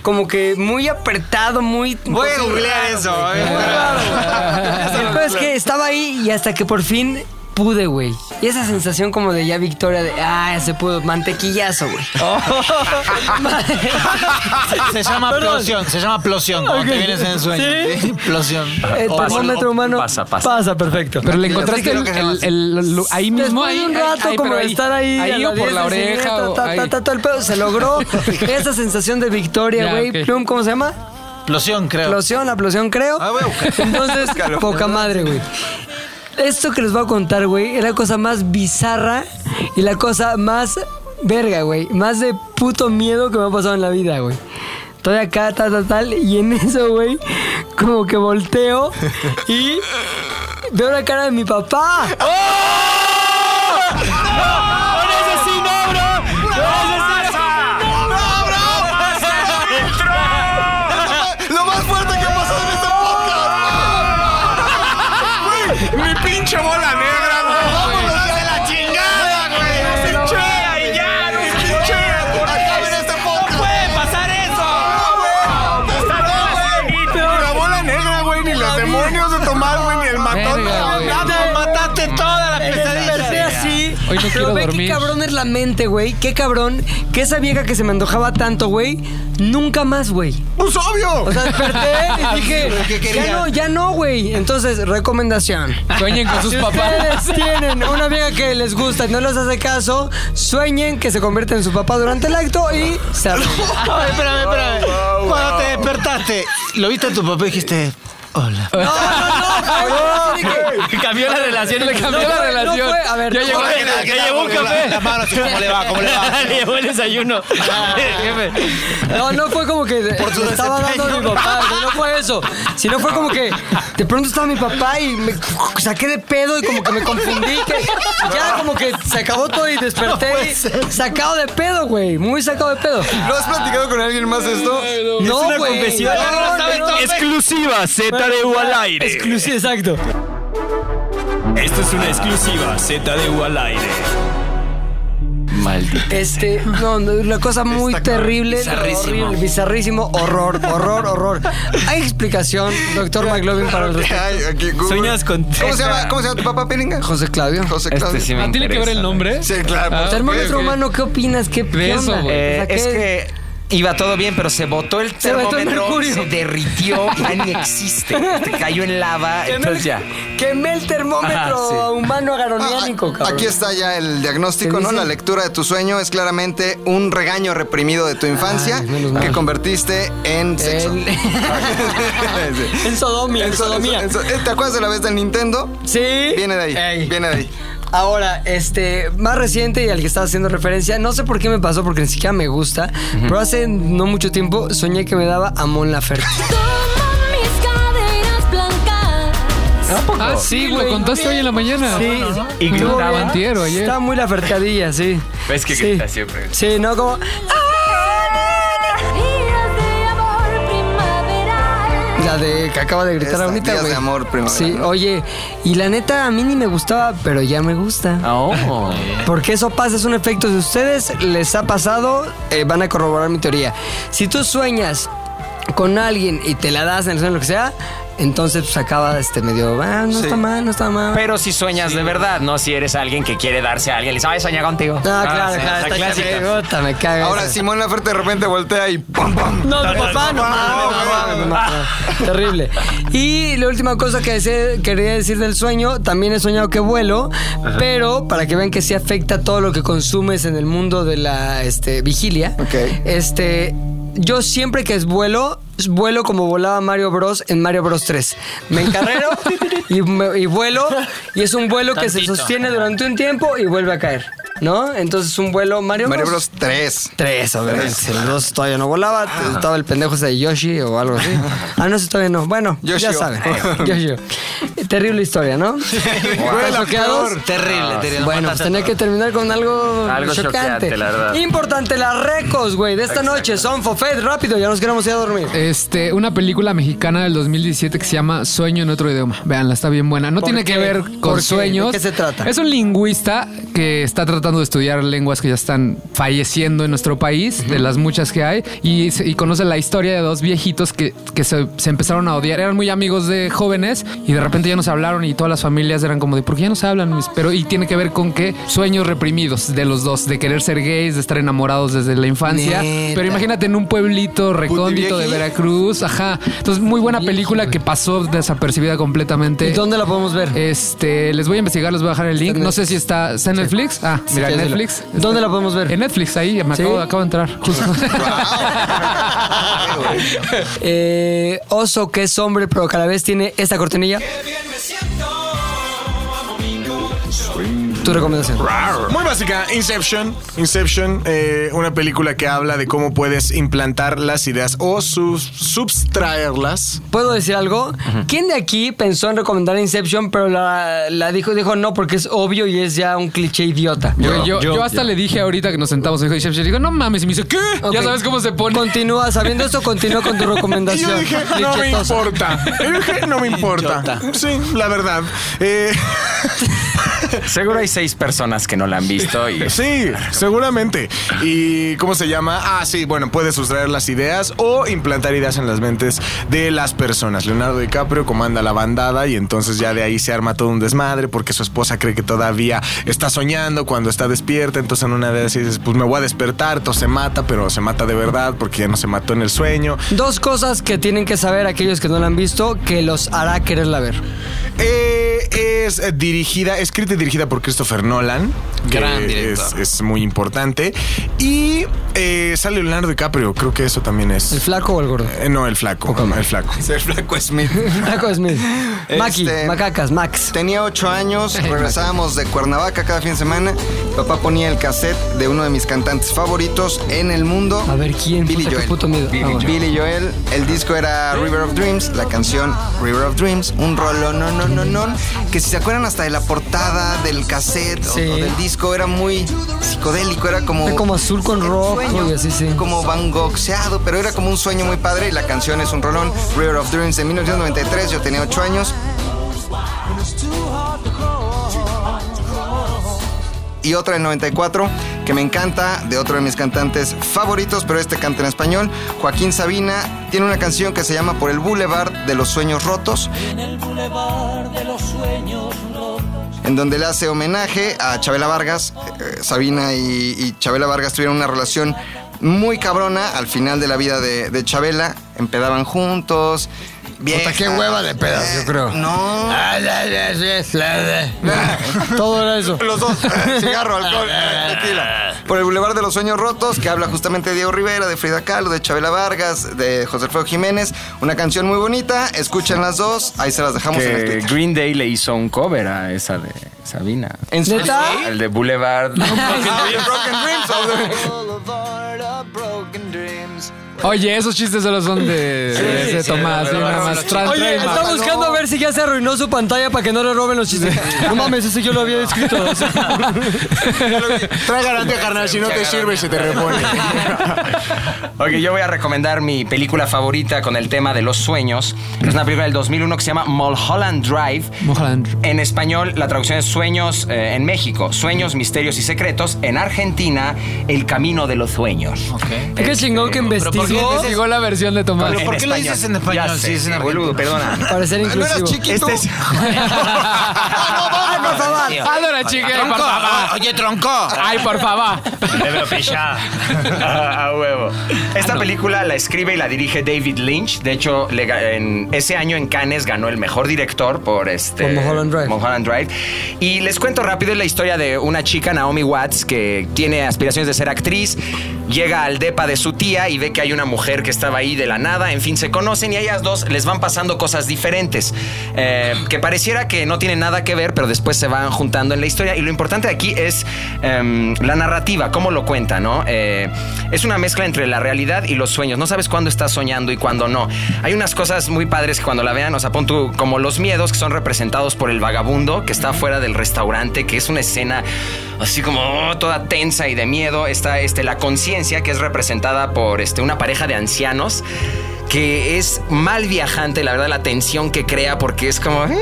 B: Como que muy apretado, muy.
E: Voy a googlear eso.
F: eh,
B: El peor es que estaba ahí y hasta que por fin pude, güey. Y esa sensación como de ya victoria de, ah, ya se pudo, mantequillazo, güey.
D: Oh.
E: Se llama
B: Perdón.
E: plosión, se llama plosión cuando
B: Ok.
E: te vienes en el sueño.
B: ¿Sí?
E: ¿sí? Plosión.
D: Eh,
B: El
D: Oh,
E: O-
B: termómetro humano
E: pasa, pasa.
B: perfecto.
D: Pero le
E: Sí,
D: encontraste
E: creo
D: el,
E: que se llama
D: el-
E: así.
D: el- lo- ahí mismo,
B: Después
D: ahí.
B: de un rato
D: ahí,
B: como
D: pero
B: de estar ahí, a
D: Ahí
B: la
D: o por la
B: 10 de
D: oreja.
B: siniestra,
D: o
B: ta,
D: ahí.
B: ta, ta, todo el pedo se logró. Esa sensación de victoria,
D: Ya,
B: güey.
D: ok.
B: Plum, ¿cómo se llama?
E: Plosión, creo.
B: Plosión, la plosión, creo. Entonces,
E: Búscalo.
B: poca madre, güey. Esto que les voy a contar, güey, es la cosa más bizarra y la cosa más verga, güey. Más de puto miedo que me ha pasado en la vida, güey. Estoy acá, tal, tal, tal, y en eso, güey, como que volteo y veo la cara de mi papá.
C: Lo más fuerte que ha pasado en este podcast.
J: Mi pinche bola negra, güey. Vámonos de la chingada, güey. No se chea y ya, no se chea. por
C: Acaben este podcast.
J: No puede pasar eso.
I: La bola negra, güey, ni los demonios de Tomás, güey, ni el matón.
D: Verga, güey.
E: Nada, mataste toda la
B: Me desperté
E: pesadilla.
B: así.
D: Hoy no
B: pero
D: quiero
B: ve qué
D: dormir.
B: cabrón es la mente, güey. Qué cabrón. Que esa vieja que se me antojaba tanto, güey, nunca más, güey.
C: ¡Pues obvio!
B: O sea, desperté y dije,
E: ¿Pero qué quería?
B: ya no, ya no, güey. Entonces, recomendación.
D: Sueñen con sus
B: si
D: papás.
B: ustedes tienen una vieja que les gusta y no les hace caso, sueñen que se convierte en su papá durante el acto y se arregla.
E: Ay, espérame, espérame. Cuando te despertaste, lo viste a tu papá y dijiste. Hola.
B: No, no, no, güey, yo así de que-
G: cambió la relación.
D: Le cambió la relación.
G: ya llegó,
D: ya
G: llevó Ah, un café. Le llevó el desayuno.
B: No, no fue como que le estaba dando a mi papá. o sea, no fue eso. Sino fue como que de pronto estaba mi papá y me saqué de pedo y como que me confundí. que ya como que se acabó todo y desperté. sacado de pedo, güey. Muy sacado de pedo.
C: ¿Lo has platicado con alguien más esto?
B: No, güey. Oh, No, no, no.
L: Exclusiva Z de U al aire.
B: Exclusiva, exacto.
L: Esto es una exclusiva Z de U al aire. Maldito.
B: Este, no, no, una cosa muy terrible,
L: bizarrísimo.
B: horrible, bizarrísimo, horror, horror, horror. ¿Hay explicación, doctor McLovin, para el respecto?
L: Sueñas con.
C: ¿Cómo se llama, cómo se llama tu papá, Piringa?
B: José Este Claudio.
C: José Claudio.
F: Este
D: Ah, ¿Tiene que ver el nombre?
C: Sí, claro.
B: O sea, Termómetro
D: ok, ok.
B: humano, ¿qué opinas? ¿Qué
D: De eso,
B: piensas?
D: güey.
F: Eh, es que iba todo bien, pero se botó el
B: Se botó el
F: termómetro,
B: mercurio.
F: se, derritió, ya ni existe. Te cayó en lava, entonces ya.
B: Quemé el termómetro
F: Ajá,
C: Ah,
F: sí.
B: humano agaroniánico, cabrón.
C: Aquí está ya el
B: ¿Qué
C: diagnóstico, ¿no?
B: dice?
C: La lectura de tu sueño es claramente un regaño reprimido de tu infancia
B: Ay, menos mal.
C: que convertiste en sexo.
B: El-
C: Sí.
B: En sodomía, en
C: Eso-
B: sodomía.
C: eso- eso- ¿Te acuerdas de la vez del Nintendo?
B: Sí.
C: Viene de ahí.
B: Ey.
C: Viene de ahí.
B: Ahora, este, más reciente y al que estaba haciendo referencia, no sé por qué me pasó, porque ni siquiera me gusta, pero hace no mucho tiempo soñé que me daba a Mon Laferte.
J: mis caderas blancas.
D: Ah, sí, güey. Contaste hoy en la mañana.
B: Sí,
D: Y
B: estuvo
D: gritaba.
B: bien.
D: Antier o ayer.
B: Estaba muy la fercadilla, sí.
K: Ves que
B: Sí.
K: grita siempre.
B: Sí, no como. "Ah,
J: Días de amor primaveral.
B: La de que acaba de gritar
C: Esta,
B: ahorita,
C: Días
B: güey.
C: de amor, primavera,
B: Sí,
C: ¿no?
B: oye, y la neta a mí ni me gustaba, pero ya me gusta.
K: Ah.
G: Oh.
B: Porque eso pasa, es un efecto. Si a ustedes les ha pasado, eh, van a corroborar mi teoría. Si tú sueñas con alguien y te la das en el sueño, lo que sea, entonces pues acaba este medio, ah, no
C: Sí.
B: está mal, no está mal.
F: Pero si sueñas de verdad, no si eres alguien que quiere darse a alguien. Le dice, ay, soñé contigo. Ah,
B: no, Ah,
K: Ah,
B: claro,
F: sí,
B: claro,
F: la
B: está
F: clásica.
B: chévere, puta, me cago.
C: Ahora
B: esa.
C: Simón Laferte de repente voltea y ¡pam, pam!
B: No, tu papá, no mames, no mames, no mames. Terrible. Y la última cosa que desee- quería decir del sueño, también he soñado que vuelo, pero para que vean que sí afecta todo lo que consumes en el mundo de la este, vigilia.
C: Ok.
B: Este, yo siempre que es vuelo, vuelo como volaba Mario Bros en Mario Bros 3. Me encarrero y, me- y vuelo, y es un vuelo que se
G: Tantito.
B: sostiene durante un tiempo y vuelve a caer. ¿No? Entonces un vuelo Mario Bros.
C: Mario Bros 3.
B: Tres, Ah. obviamente. El dos todavía no volaba. Estaba el pendejo ese de Yoshi o algo así. Ah, no, ese todavía no. Bueno, ya
C: Yoshio.
B: saben. Yoshio. Terrible historia, ¿no? ¿Están choqueados?
E: Terrible, terrible.
B: Bueno, pues tenía que terminar con algo,
F: Algo
B: chocante.
F: choqueante, la verdad.
B: Importante, las recos, güey, de esta noche son Fofet. Rápido, ya nos queremos ir a dormir.
D: Este, una película mexicana del 2017 que se llama Sueño en otro idioma. Veanla, está bien buena. No
B: ¿Por
D: tiene
B: qué?
D: que ver
B: ¿Por
D: con
B: qué?
D: sueños.
B: ¿De qué se trata?
D: Es un lingüista que está tratando de estudiar lenguas que ya están falleciendo en nuestro país, de las muchas que hay, y, se- y conoce la historia de dos viejitos que, que se, se empezaron a odiar. Eran muy amigos de jóvenes y de repente ya nos hablaron y todas las familias eran como de, ¿por qué ya nos hablan? mis-?" Pero, y tiene que ver con que sueños reprimidos de los dos, de querer ser gays, de estar enamorados desde la infancia.
B: Neta.
D: Pero imagínate en un pueblito recóndito de
C: Putivieji.
D: Veracruz, ajá. Entonces, muy buena película que pasó desapercibida completamente.
B: ¿Y Eh, dónde la podemos ver?
D: Este, les voy a investigar, les voy a dejar el link. No sé si está, ¿está en Netflix. Ah, mira, en
B: Sí,
D: Netflix.
B: ¿Dónde la podemos ver?
D: En Netflix, ahí, me
B: ¿Sí?
D: acabo, acabo de entrar. Justo.
B: Eh, oso que es hombre, pero cada vez tiene esta cortinilla. Tu recomendación.
I: Muy básica, Inception. Inception, eh, una película que habla de cómo puedes implantar las ideas o sus- subtraerlas.
B: ¿Puedo decir algo? ¿Quién de aquí pensó en recomendar Inception, pero la, la dijo dijo no porque es obvio y es ya un cliché idiota?
D: Yo, yo, yo hasta le dije ahorita que nos sentamos, me dijo, "Chef, chef", digo, no mames, y me dice, ¿qué?
B: Ok.
D: Ya sabes cómo se pone.
B: Continúa, sabiendo esto, continúa con tu
I: Y
B: recomendación.
I: yo dije, no me
B: Clichetosa.
I: importa. Yo dije, no me importa. Sí, la verdad. Eh,
F: Seguro hay seis personas que no la han visto y
I: sí, seguramente. ¿Y cómo se llama? Ah, sí, bueno, puedes sustraer las ideas o implantar ideas en las mentes de las personas. Leonardo DiCaprio comanda la bandada y entonces ya de ahí se arma todo un desmadre porque su esposa cree que todavía está soñando cuando está despierta. Entonces en una de esas dices, pues me voy a despertar, entonces se mata, pero se mata de verdad porque ya no se mató en el sueño.
B: Dos cosas que tienen que saber aquellos que no la han visto que los hará quererla ver.
I: Eh, es eh, dirigida, escrita y dirigida por Christopher Nolan. que
E: Gran director.
I: Es, es muy importante. Y eh, sale Leonardo DiCaprio, creo que eso también es. ¿El
B: flaco o el gordo?
I: no, el flaco. El flaco.
C: El flaco Smith.
B: Flaco Smith. Maki,
C: Este,
B: macacas, Max.
C: Tenía ocho años, regresábamos de Cuernavaca cada fin de semana. Papá ponía el cassette de uno de mis cantantes favoritos en el mundo. A ver quién. Billy
B: Puta, qué
C: Joel.
B: puto miedo.
C: Billy,
B: Ah, bueno.
C: Billy Joel. El disco era River of Dreams, la canción River of Dreams, un rollo no no no no que si se acuerdan hasta de la portada del cassette o- o, del disco era muy psicodélico, era como
B: Era como azul con rojo y así, sí.
C: como Van Goghseado, pero era como un sueño muy padre y la canción es un rolón River of Dreams de 1993, yo tenía ocho años. y otra del 94 que me encanta, de otro de mis cantantes favoritos, pero este canta en español, Joaquín Sabina, tiene una canción que se llama Por el Boulevard de los Sueños Rotos, en donde le hace homenaje a Chabela Vargas. Eh, Sabina y, y Chabela Vargas tuvieron una relación muy cabrona al final de la vida de, de Chabela, empedaban juntos. Vieja, qué hueva de pedas, yo creo. No.
B: Todo era eso.
C: Los dos. eh, Cigarro, alcohol, eh, tequila. Por el Boulevard de los Sueños Rotos, que habla justamente de Diego Rivera, de Frida Kahlo, de Chabela Vargas, de José Alfredo Jiménez. Una canción muy bonita. Escuchen las dos. Ahí se las dejamos en el
T: Que
C: Twitter.
T: Green Day le hizo un cover a esa de Sabina.
C: ¿En serio?
F: Ah,
C: ¿Neta?
T: El de Boulevard.
D: Oye, esos chistes solo son de, de ese Tomás. sí, nada más. Tran-
B: Oye,
D: trademark.
B: está buscando a ver si ya se arruinó su pantalla para que no le roben los chistes. No mames, ese yo lo había escrito.
I: Trae garantía, carnal, si no te sirve, se te repone.
F: Ok, yo voy a recomendar mi película favorita con el tema de los sueños. Es una película del 2001 que se llama Mulholland Drive. En español, la traducción es Sueños eh, en México. Sueños, misterios y secretos. En Argentina, El camino de los sueños.
D: Es que chingón que investigó. Llegó la versión de Tomás.
F: Pero ¿por qué lo dices en español?
D: Ya
F: Sí,
D: sé,
F: es en
D: boludo,
F: perdona.
D: Para ser inclusivo.
E: Este es- Ah,
D: por favor. Adora, chica, por
E: Tronco,
D: favor.
E: Oye, tronco.
D: Ay, por favor.
F: Debe pichar. A huevo. Esta película la escribe y la dirige David Lynch. De hecho, le ga- en ese año en Cannes ganó el mejor director por este.
B: Por Mulholland Drive.
F: Mulholland Drive. Y les cuento rápido la historia de una chica, Naomi Watts, que tiene aspiraciones de ser actriz. Llega al depa de su tía y ve que hay una mujer que estaba ahí de la nada. En fin, se conocen y a ellas dos les van pasando cosas diferentes. eh, que pareciera que no tienen nada que ver, pero después se van juntando en la historia. Y lo importante aquí es em, la narrativa, cómo lo cuenta, ¿no? Eh, es una mezcla entre la realidad y los sueños. No sabes cuándo estás soñando y cuándo no. Hay unas cosas muy padres que cuando la vean, o sea, pon tú como los miedos que son representados por el vagabundo que está fuera del restaurante, que es una escena así como oh, toda tensa y de miedo. Está este, la conciencia que es representada por este, una pareja de ancianos que es mal viajante, la verdad, la tensión que crea porque es como... "Eh",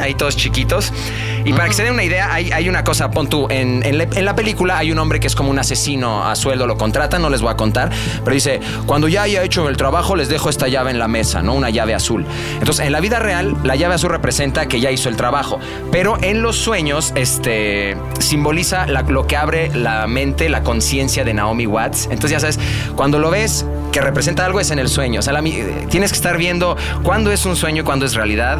F: Ahí todos chiquitos. Y para que se den una idea, hay, hay una cosa, pon tú, en, en la- en la película hay un hombre que es como un asesino a sueldo, lo contratan, no les voy a contar, pero dice, cuando ya haya hecho el trabajo, les dejo esta llave en la mesa, ¿no? Una llave azul. Entonces, en la vida real, la llave azul representa que ya hizo el trabajo, pero en los sueños, este, simboliza la- lo que abre la mente, la conciencia de Naomi Watts. Entonces, ya sabes, cuando lo ves, que representa algo es en el sueño. O sea, la mi- eh, tienes que estar viendo cuándo es un sueño y cuándo es realidad.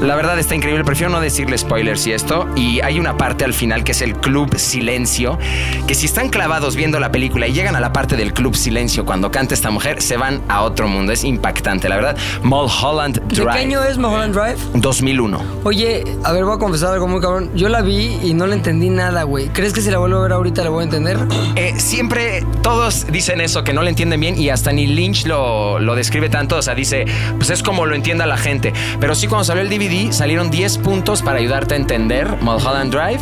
F: La verdad está increíble. Prefiero no decirle spoilers y esto. Y hay una parte al final que es el Club Silencio. Que si están clavados viendo la película y llegan a la parte del Club Silencio cuando canta esta mujer, se van a otro mundo. Es impactante, la verdad. Mulholland
B: ¿De qué
F: Drive.
B: año es Mulholland Drive?
F: 2001.
B: Oye, a ver, voy a confesar algo muy cabrón. Yo la vi y no le entendí nada, güey. ¿Crees que si la vuelvo a ver ahorita la voy a entender?
F: Eh, siempre todos dicen eso, que no lo entienden bien y hasta ni Lynch lo, lo describe tanto. O sea, dice, pues es como lo entienda la gente. Pero sí, cuando salió el DVD, salieron 10 puntos para ayudarte a entender Mulholland Drive.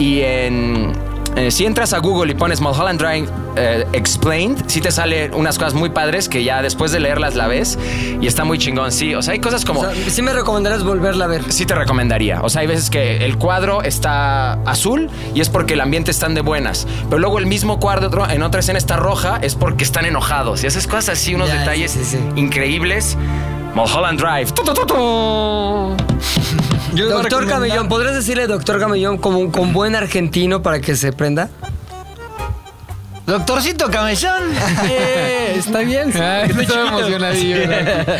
F: Y en... eh, si entras a Google y pones Mulholland Drive eh, Explained, sí te sale unas cosas muy padres que ya después de leerlas la ves y está muy chingón, sí. O sea, hay cosas como...
B: O sea, sí me recomendarás volverla a ver.
F: Sí te recomendaría. O sea, hay veces que el cuadro está azul y es porque el ambiente están de buenas. Pero luego el mismo cuadro en otra escena está roja es porque están enojados. Y esas cosas así, unos detalles increíbles. Mulholland Drive. Tu, tu, tu, tu.
B: doctor Camellón, ¿podrías decirle doctor Camellón como un- con buen argentino para que se prenda?
E: Doctorcito Camellón.
L: Eh, está bien. sí.
D: Ay,
L: Está
D: estaba
L: chido.
D: emocionadillo,
L: Sí.
D: ¿verdad?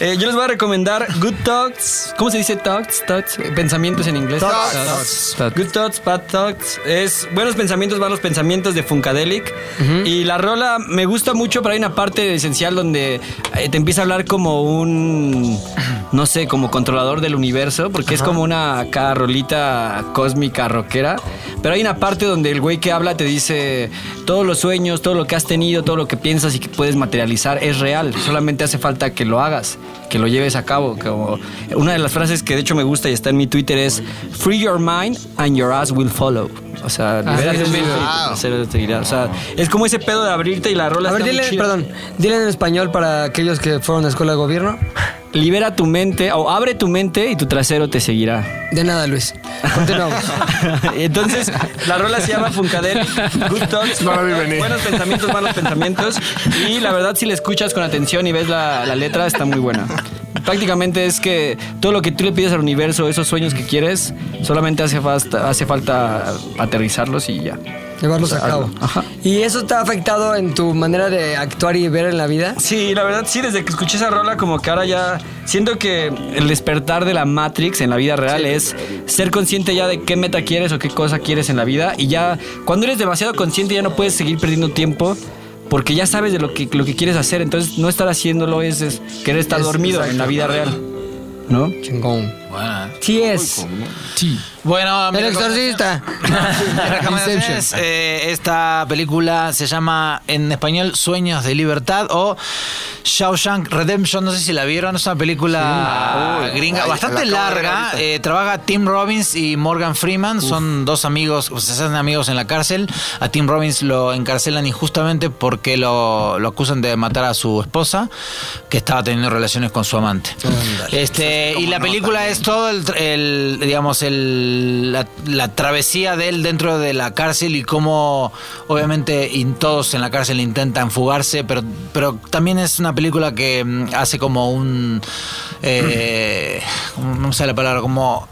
L: Eh, yo les voy a recomendar Good Thoughts. ¿Cómo se dice thoughts? Thoughts. eh, Pensamientos en inglés.
D: Thoughts.
L: Good Thoughts, Bad Thoughts. Es buenos pensamientos, malos pensamientos de Funkadelic. Y la rola me gusta mucho, pero hay una parte esencial donde eh, te empieza a hablar como un, no sé, como controlador del universo, porque es como una carrolita cósmica rockera. Pero hay una parte donde el güey que habla te dice todos los sueños, todo lo que has tenido, todo lo que piensas y que puedes materializar es real. Solamente hace falta que lo hagas, que lo lleves a cabo. Como una de las frases que de hecho me gusta y está en mi Twitter es Free your mind and your ass will follow. O sea,
B: Ah,
L: libera
B: sí,
L: tu
B: sí,
L: mente
B: sí.
L: y tu cerebro te irá. O sea, es como ese pedo de abrirte y la rola.
B: A ver,
L: está muy
B: dile,
L: chida.
B: perdón, dile en español para aquellos que fueron a escuela de gobierno.
L: Libera tu mente o abre tu mente y tu trasero te seguirá.
B: De nada, Luis. Continuamos.
L: Entonces, la rola se llama Funkadel, Good Talks,
I: No la vi venir.
L: buenos pensamientos, malos pensamientos. Y la verdad, si la escuchas con atención y ves la, la letra, está muy buena. Prácticamente es que todo lo que tú le pides al universo, esos sueños que quieres, solamente hace, falta hace falta aterrizarlos y ya.
B: Llevarlos a cabo.
L: Ajá.
B: ¿Y eso te ha afectado en tu manera de actuar y ver en la vida?
L: Sí, la verdad sí, desde que escuché esa rola como que ahora ya siento que el despertar de la Matrix en la vida real es ser consciente ya de qué meta quieres o qué cosa quieres en la vida y ya cuando eres demasiado consciente ya no puedes seguir perdiendo tiempo. Porque ya sabes de lo que, lo que quieres hacer, entonces no estar haciéndolo es, es querer estar
B: Es-
L: dormido en la
B: exacto.
L: vida real. ¿No?
B: Chingón.
E: Bueno.
B: Sí es.
L: Sí.
E: Bueno, mi
B: El exorcista.
E: Mi recomendación es, eh, esta película se llama en español Sueños de Libertad o Shawshank Redemption. No sé si la vieron. Es una película
F: Sí. Uy,
E: gringa
F: ay,
E: bastante
F: la acabo de ver
E: larga.
F: ahorita.
E: Eh, trabaja Tim Robbins y Morgan Freeman. Son dos amigos, o sea, se hacen amigos en la cárcel. A Tim Robbins lo encarcelan injustamente porque lo, lo acusan de matar a su esposa que estaba teniendo relaciones con su amante.
F: Ah.
E: Este, y la película es todo el, el, digamos, el, la, la travesía de él dentro de la cárcel y cómo, obviamente, in- todos en la cárcel intentan fugarse, pero, pero también es una película que mm, hace como un, eh, ¿cómo- no sé la palabra, como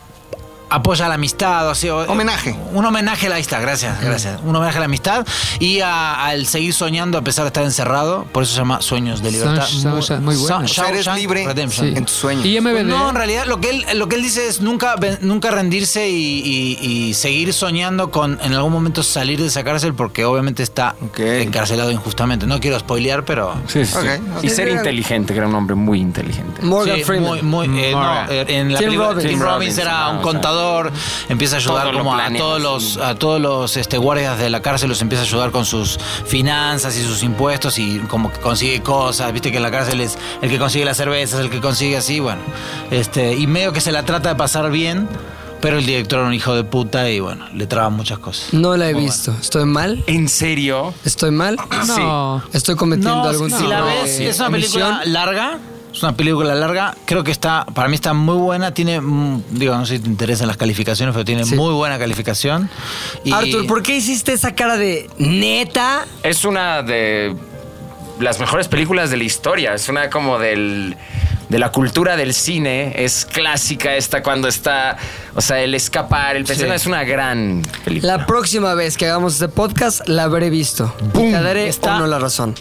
E: apoya la amistad, o sea, homenaje. Un homenaje a la amistad, gracias, gracias. Un homenaje a la amistad y a- al seguir soñando a pesar de estar encerrado, por eso se llama Sueños de Libertad.
D: Shawshank, muy bueno.
E: Shawshank
D: O sea, eres libre
E: Redemption.
D: sí. en tus
E: sueños.
D: ¿Y MBD?
E: Pues, No, en realidad lo que él, lo que él dice es nunca, ven- nunca rendirse y, y- y seguir soñando con en algún momento salir de esa cárcel porque obviamente está encarcelado injustamente. No quiero spoilear, pero...
T: Sí, sí, sí. Y ser inteligente, que era un hombre muy inteligente.
E: Morgan Sí, Freeman. muy, muy, eh, no, eh, en la
T: Tim
E: película
T: Robbins.
E: Tim
T: Tim
E: Robbins
T: Robbins,
E: era
T: no,
E: un
T: o sea,
E: contador, empieza a ayudar
T: todo lo
E: como a
T: planeas,
E: todos los a todos los este, guardias de la cárcel los empieza a ayudar con sus finanzas y sus impuestos y como que consigue cosas, viste que en la cárcel es el que consigue las cervezas, el que consigue así, bueno, este y medio que se la trata de pasar bien, pero el director era un hijo de puta y bueno, le traba muchas cosas.
B: No la he visto. ¿Estoy mal?
T: ¿En serio?
B: ¿Estoy mal?
E: No.
B: ¿Estoy cometiendo
E: No,
B: algún
E: si
B: tipo
E: la
B: de
E: ves, es una película
B: omisión?
E: larga. Es una película larga, creo que está, para mí está muy buena, tiene, mm, digo, no sé si te interesan las calificaciones, pero tiene muy buena calificación. Y-
B: Arthur, ¿por qué hiciste esa cara de neta?
T: Es una de las mejores películas de la historia. Es una como del. De la cultura del cine es clásica esta cuando está, o sea, el escapar, el pensar,
B: Sí.
T: es una gran película.
B: La próxima vez que hagamos este podcast la habré visto. Y te daré o no la razón.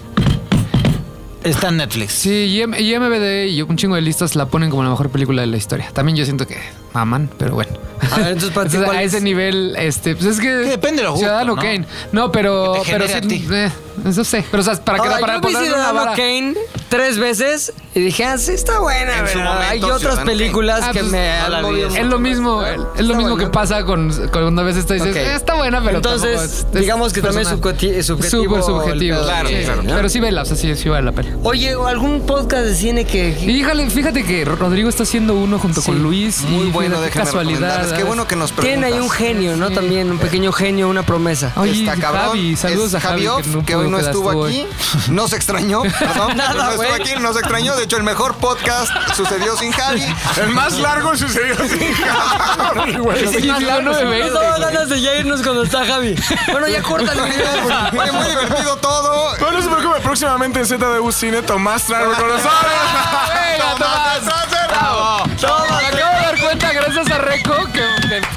E: Está en Netflix.
D: Sí, y M- y MBD y un chingo de listas la ponen como la mejor película de la historia. También yo siento que maman, pero bueno.
B: A ver, entonces, para ti,
D: Entonces,
B: ¿cuál
D: a
B: es?
D: ese nivel, este, pues es que.
E: depende de los gustos,
D: Ciudadano
E: ¿no?
D: Kane. No, pero.
E: Que te
D: pero
E: genere a ti.
D: eh, eso sé. Pero, o sea, para, que,
B: Ahora,
D: para
B: yo vi
D: ponerle una
B: Ciudadano
D: vara.
B: Kane tres veces y dije, ah, sí está buena,
D: En su
B: ¿verdad?
D: momento,
B: Hay otras
D: Ciudadano
B: películas
D: Ah,
B: que
D: pues,
B: me han movido
D: Es lo mismo, es lo mismo que pasa con, con cuando a veces te dices,
B: Ok.
D: "Eh, está buena, pero
B: Entonces,
D: tampoco es-
B: digamos que también es subjeti- es subjetivo
D: Súper
B: el
D: subjetivo.
B: pedo. Claro,
D: sí.
B: claro.
D: Pero sí vela, o sea, sí, sí vale la pena.
B: Oye, ¿o algún podcast de cine que...
D: Híjale, fíjate que Rodrigo está haciendo uno junto con Luis.
B: Muy
D: y
B: bueno,
D: fíjate,
B: déjenme
D: casualidad.
B: recomendarles. Qué bueno
C: que nos
B: Tiene ahí un
C: preguntas. Ah,
B: genio, ¿no? También, un pequeño genio, una promesa.
D: Oye,
C: está cabrón.
D: Javi, saludos
C: es
D: a Javi,
C: Off, que,
D: que no pudo,
C: hoy no
D: que la
C: estuvo
D: estuvo
C: aquí.
D: hoy.
C: No se extrañó, perdón.
B: Nada,
C: no estuvo
B: güey.
C: aquí, no se extrañó. De hecho, el mejor podcast sucedió sin Javi.
I: El más largo sucedió sin Javi,
D: Pues,
I: güey.
C: Es el más largo,
B: no
C: no me
B: me
C: veis, güey.
B: ganas de ya irnos cuando está Javi. Bueno, ya corta el video.
C: Fue muy divertido todo.
I: Pero no se preocupe, próximamente en ZDU Cine Tomás Trarro con nosotros.
D: Venga, Tomás.
I: Tomás, Tomás, Tomás.
D: Me acabo de dar cuenta, gracias a Reco, que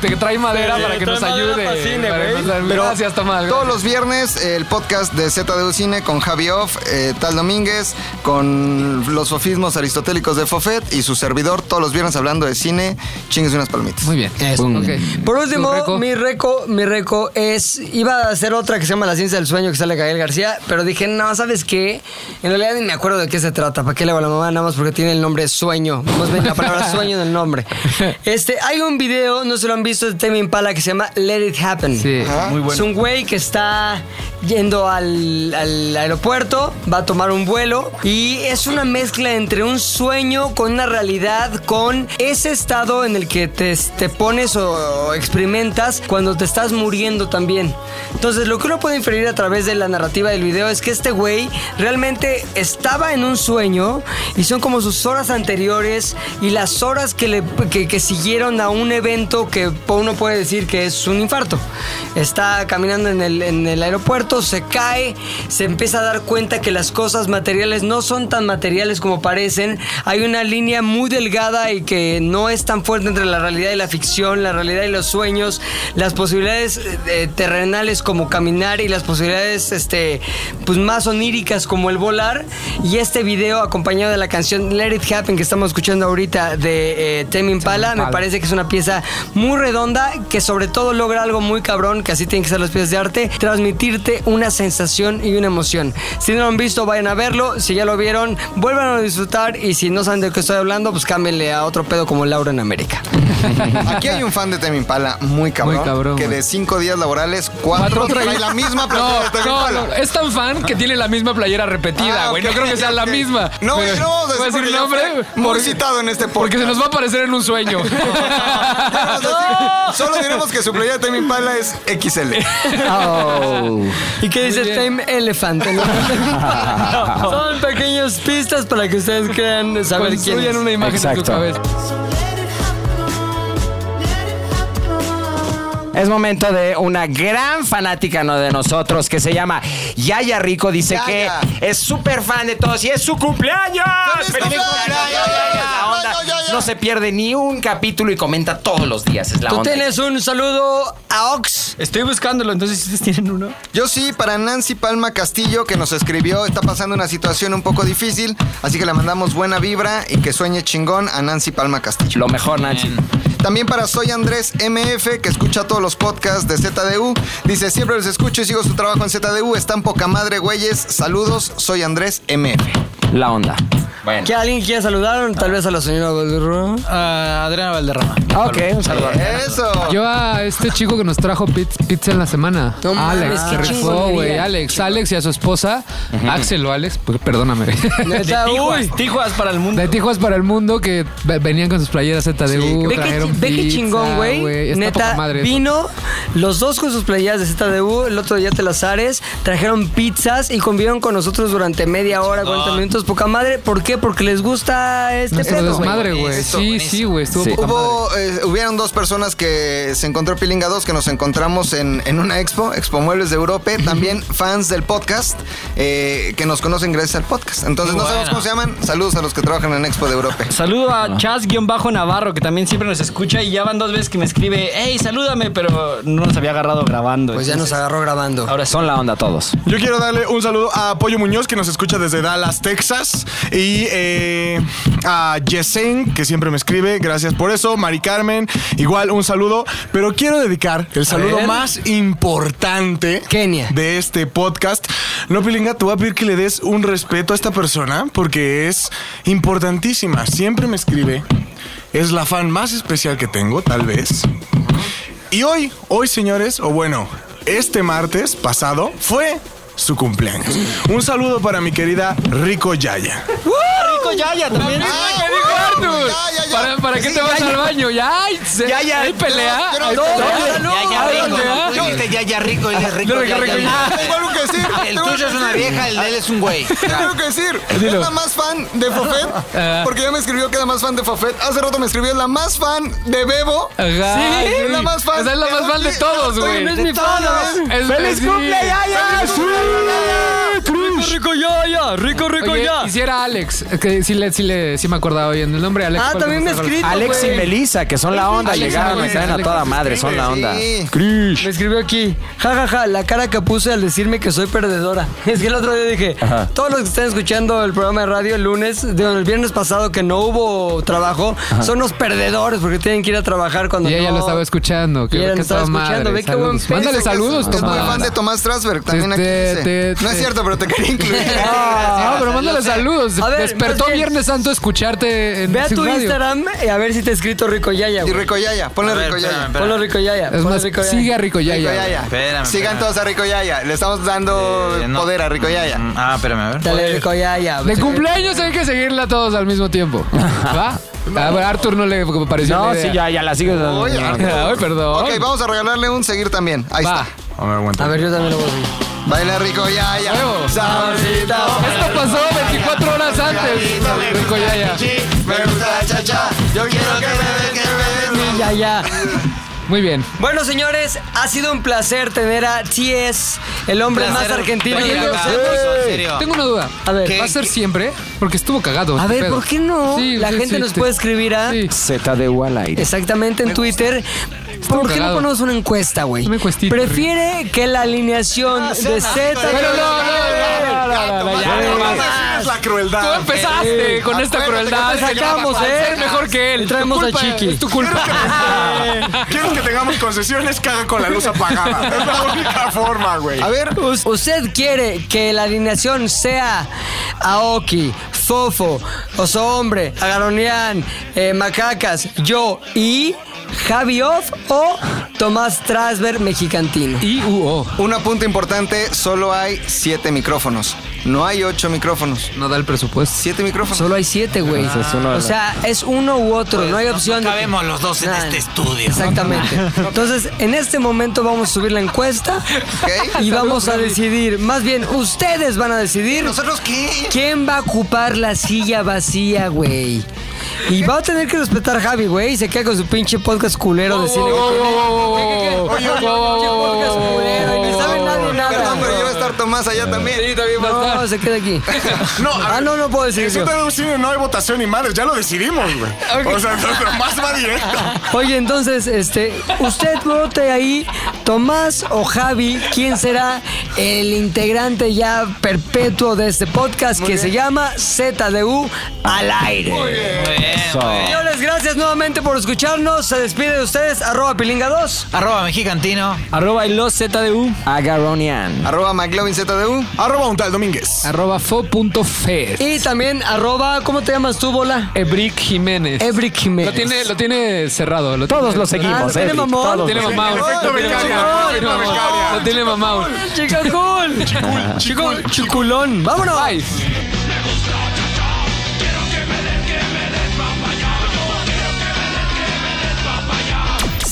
D: que, que trae madera
B: Sí,
D: para que
B: trae
D: nos
B: madera
D: ayude.
B: pa' cine,
D: para
B: güey.
D: que nos-
B: Pero-
D: gracias, Tomás.
C: Todos los viernes el podcast de ZDU Cine con Javi Off, eh, Tal Domínguez, con los sofismos aristotélicos de Fofet y su servidor, todos los viernes hablando de cine, chingues unas palmitas. Muy
D: bien.
E: Mm.
B: Por último, mi reco, mi reco es. Iba a hacer otra que se llama La ciencia del sueño que sale Gael García, pero dije, no, ¿sabes qué? En realidad ni me acuerdo de qué se trata. ¿Para qué le va a la mamá? Nada más porque tiene el nombre sueño. Más bien la palabra sueño del nombre. Este, hay un video, no se lo han visto, de Temi Impala que se llama Let It Happen.
D: Sí,
C: ¿Ah?
D: Ajá. muy bueno.
B: Es un güey que está yendo al, al aeropuerto, va a tomar un vuelo y es una mezcla entre un sueño con una realidad, con ese estado en el que te, te pones o experimentas cuando te estás muriendo también. Entonces lo que uno puede inferir a través de la narrativa del video es que este güey realmente estaba en un sueño y son como sus horas anteriores y las horas que, le, que, que siguieron a un evento que uno puede decir que es un infarto. Está caminando en el, en el aeropuerto, se cae, se empieza a dar cuenta que las cosas materiales no son tan materiales como parecen. Hay una línea muy delgada y que no es tan fuerte entre la realidad y la ficción, la realidad y los sueños, las posibilidades eh, terrenales como caminar y las posibilidades este, pues más oníricas como el volar. Y este video acompañado de la canción Let It Happen que estamos escuchando ahorita de eh, Tame Impala, me
O: Impala.
B: parece que es una pieza muy redonda que sobre todo logra algo muy cabrón, que así tienen que ser las piezas de arte, transmitirte una sensación y una emoción. Si no lo han visto, vayan a verlo, si ya lo vieron, vuelvan a disfrutar y si no saben de qué estoy hablando, pues cámbienle a otro pedo como Laura en América.
C: Aquí hay un fan de Temi Impala muy cabrón,
B: Muy cabrón,
C: que
B: güey.
C: de cinco días laborales, cuatro,
D: trae-
C: trae la misma
D: No,
C: playera de Temi
D: no,
C: Impala.
D: no, es tan fan que tiene la misma playera repetida,
C: Ah,
D: güey.
C: ok,
D: no creo que sea la
C: ok.
D: misma.
C: No,
D: Pero-
C: yo no vamos a
D: voy a
C: decir
D: decir
C: porque
D: el
C: ya
D: nombre.
C: fue muy citado en este
D: Porque se nos va a aparecer en un sueño.
C: Solo diremos que su playera de Temi Impala es XL.
B: ¿Y qué dice Time Elephant? No, son pequeñas pistas para que ustedes crean saber quién es.
D: Construyan una imagen en tu cabeza.
O: Es momento de una gran fanática no de nosotros que se llama Yaya Rico. Dice
A: Yaya.
O: que es súper fan de todos y es su cumpleaños. ¡Feliz
A: cumpleaños!
O: cumpleaños, Yaya! Es la onda. No se pierde ni un capítulo y comenta todos los días. Es la
B: Tú
O: onda.
B: tienes un saludo a Ox.
O: Estoy buscándolo, entonces ustedes tienen uno.
C: Yo sí, para Nancy Palma Castillo, que nos escribió, está pasando una situación un poco difícil, así que le mandamos buena vibra y que sueñe chingón a Nancy Palma Castillo.
O: Lo mejor, Nancy.
C: También para Soy Andrés MF, que escucha todos los podcasts de ZDU. Dice, siempre los escucho y sigo su trabajo en ZDU. Están poca madre, güeyes. Saludos, soy Andrés MF.
O: La onda.
T: Bueno.
B: ¿Que alguien quiera saludar? Tal vez a la señora Valderrama.
E: ah, Adriana Valderrama.
B: Ah,
O: Ok, un saludo.
D: Yo a este chico que nos trajo piz- pizza en la semana.
B: No mames,
D: Alex,
B: qué
D: se rifó,
B: chingonería.
D: güey. Alex, Alex y a su esposa. Axel o Alex, pues, perdóname.
B: Neta, uy.
D: Tijuas para el mundo. De Tijuas para el mundo que ve- venían con sus playeras ZDU.
B: Ve que,
D: trajeron
B: ve que
D: pizza,
B: chingón, güey.
D: Está
B: Neta,
D: poca madre eso.
B: vino los dos con sus playas de ZDU, el otro de Yate Lazares, trajeron pizzas y convivieron con nosotros durante media hora, 40 minutos, poca madre. ¿Por qué? Porque les gusta este
D: Nuestro
B: pedo,
D: desmadre, güey. Sí, sí, güey. Estuvo poca
C: Hubo, eh, hubieron dos personas que se encontró Pilinga 2 que nos encontramos en, en una expo, Expo Muebles de Europa, también fans del podcast, eh, que nos conocen gracias al podcast. Entonces,
L: Qué
C: no sabemos
L: bueno.
C: cómo se llaman. Saludos a los que trabajan en Expo de Europa.
L: Saludo a Chas-Navarro, que también siempre nos escucha y ya van dos veces que me escribe, hey, salúdame, pero no nos había agarrado grabando.
B: Pues ya nos agarró grabando.
O: Ahora son la onda todos.
I: Yo quiero darle un saludo a Pollo Muñoz, que nos escucha desde Dallas, Texas. Y eh, a Yesen, que siempre me escribe. Gracias por eso. Mari Carmen, igual un saludo. Pero quiero dedicar el saludo
B: ver.
I: más importante de este podcast. No, Pilinga, te voy a pedir que le des un respeto a esta persona porque es importantísima. Siempre me escribe. Es la fan más especial que tengo, tal vez. Y hoy, hoy señores, o bueno, este martes pasado fue su cumpleaños. Un saludo para mi querida Rico Yaya.
L: Rico Yaya también.
D: ¿Para, para qué te vas al baño? Ya, ay, se- hay pelea.
E: Yo no-
D: Hay
E: yo no-
D: pelea.
E: Yaya
D: Hay
E: rico.
B: ah?
D: pelea.
E: Tú dijiste Yaya rico, él es rico.
D: Yo dije
E: Yaya
D: rico,
E: rico.
D: ya.
C: Tengo algo que decir.
E: Ah, El
C: tengo
E: tuyo
C: algo
E: es
C: que
E: una
C: decir.
E: vieja, el de él es un güey.
C: Tengo que decir,
E: Dilo.
C: es la más fan de Fofet,
E: Ajá.
C: porque ya me escribió que es la más fan de Fofet. Hace rato me escribió, es la más fan de Bebo.
D: Ajá, sí.
C: Es la más fan.
D: O sea, es la más fan de
C: Oli-
D: todos,
C: Oli-
D: güey.
C: de
D: De
C: todos.
D: todos. Es- ¡Feliz sí. cumpleaños!
C: ¡Feliz cumpleaños!
D: rico ya, ya, rico,
B: rico, ya.
D: Quisiera Alex, eh, que sí, le, sí, le, sí me acordaba bien el nombre. Alex,
B: Ah,
D: ¿cuál
B: también
D: es?
B: me ha escrito,
O: Alex y Melissa, que son la onda,
D: Alex,
O: llegaron,
D: Alex,
O: me caen a
D: Alex,
O: toda
D: Alex,
O: madre, son la onda.
B: Me escribió aquí, jajaja, la cara que puse al decirme que soy perdedora. Es que el otro día dije,
O: Ajá.
B: todos los que están escuchando el programa de radio el lunes, digo, el viernes pasado que no hubo trabajo,
D: Ajá.
B: son los perdedores porque tienen que ir a trabajar cuando
D: Y
B: no.
D: ella lo estaba escuchando. Que,
B: Y ella lo
D: que
B: estaba
D: toda
B: escuchando,
D: madre,
B: ve qué
D: saludos.
B: buen peso
D: Mándale
B: que
D: saludos,
B: es. Es muy
D: Tomás.
B: fan
C: de Tomás Strasberg, también aquí
D: Te-
C: dice.
D: te-
C: No es
D: te-
C: cierto, pero te quería incluir.
B: Ah,
D: No, pero mándale
C: Lo sé.
D: saludos.
B: A ver,
D: Despertó
B: más bien.
D: Viernes Santo escucharte en
B: Ve a
D: Six
B: tu
D: Radio.
B: Instagram y a ver si te ha escrito Rico Yaya. güey.
C: Y Rico Yaya, ponle
B: A ver,
C: Rico Yaya.
B: espérame, espérame. Ponle Rico Yaya.
D: Es más, sigue a Rico Yaya.
C: Rico Yaya.
E: Espérame,
C: Sigan
E: espérame.
C: todos a Rico Yaya. Le estamos dando
E: Eh, no.
C: poder a Rico Yaya.
I: Mm.
E: Ah, espérame, a ver.
B: Dale Rico Yaya.
D: De cumpleaños hay que seguirla todos al mismo tiempo. ¿Va? A ver, Arthur no le pareció.
O: No,
D: la idea.
O: sí, ya, ya la sigo.
C: Oye,
D: Ay, perdón.
C: Ok, vamos a regalarle un seguir también. Ahí
I: A ver, aguanta.
B: A ver, yo también lo voy a seguir.
C: está. Baila Rico Yaya. Sabrosita.
D: Esto pasó 24 horas antes. Rico Yaya.
C: Me gusta cha cha. Yo quiero que me den, que me den.
B: Ya, ya.
D: Muy bien.
B: Bueno, señores, ha sido un placer tener a T.S., el hombre
D: Placer
B: más argentino
D: Oye,
B: que
D: yo-
B: conocemos.
D: Ey, Tengo una duda. A ver, ¿va a ser siempre? Porque estuvo cagado.
B: A
D: este
B: ver,
D: pedo.
B: ¿por qué no?
D: Sí,
B: La
D: sí,
B: gente
D: sí,
B: nos
D: te-
B: puede escribir ¿ah? a...
O: Z de U al aire.
B: Exactamente, en Twitter. ¿Por qué no
D: cagado.
B: ponemos una encuesta, güey?
D: encuestita,
B: ¿Prefiere que la alineación de Z...
D: Bueno, no, no, no, no, no, no, ya, no mames.
I: Es la crueldad.
D: Tú empezaste
B: Ey,
D: con esta
B: Eh, acuérdate
D: crueldad.
B: que te sacamos,
D: Para
B: ¿eh?
D: ser mejor que él.
B: Traemos
D: Tu
B: a
D: culpa,
B: Chiqui.
D: Es tu culpa.
I: ¿Quieres que tengamos concesiones? Caga con la luz apagada. Es la única forma, güey.
C: A ver,
B: ¿usted quiere que la alineación sea Aoki, Fofo, Oso Hombre, Agaronian, eh, Macacas, yo y Javi Off o Tomás Trasver Mexicantino?
D: I u o.
C: Un apunte importante, solo hay siete micrófonos. No hay ocho micrófonos.
D: No da el presupuesto.
C: Siete micrófonos.
B: Solo hay siete, güey.
O: Ese es uno de
B: o
O: los-
B: sea, es uno u otro, no hay opción. de que-
E: cabemos los dos en
B: Nah,
E: este estudio.
B: Exactamente. Entonces, en este momento vamos a subir la encuesta y vamos a decidir, más bien, ustedes van a decidir
C: ¿Nosotros qué?
B: quién va a ocupar la silla vacía, güey. Y va a tener que respetar a Javi, güey. y Se queda con su pinche podcast culero de cine. güey.
D: Oye, oye,
B: podcast culero, y no sabe nadie nada.
C: Perdón, pero yo voy a estar Tomás allá también.
B: No, se queda aquí.
I: No, a
B: Ah,
I: ver,
B: no, no puedo decir
I: en
B: yo.
I: Zeta de U Cine no hay votación ni madres. Ya lo decidimos, güey. O sea, más va directo.
B: Oye, entonces, este, usted vote ahí, Tomás o Javi, quién será el integrante ya perpetuo de este podcast que se llama ZDU al aire. Señores, gracias nuevamente por escucharnos. Se despide de ustedes, arroba pilinga 2.
E: Arroba mexicantino.
L: Arroba y los ZDU.
O: Agaronian.
C: Arroba McLovin ZDU.
I: Arroba un tal Domínguez.
D: Arroba fo.fed.
B: Y también arroba, ¿cómo te llamas tú, bola?
D: Ebrick Jiménez.
B: Ebrick Jiménez.
D: Lo tiene, lo tiene cerrado. Lo tiene-
O: Todos lo
B: Ah,
O: seguimos,
B: tiene
O: Eric,
B: mamón,
O: todos
D: Tiene
O: lo
D: mamá.
I: El efecto
D: Lo tiene
I: becaria,
D: mamá.
I: el efecto becaria.
D: Lo tiene mamá.
B: Chica cool. Chico, chiculón. Vámonos.
D: Bye.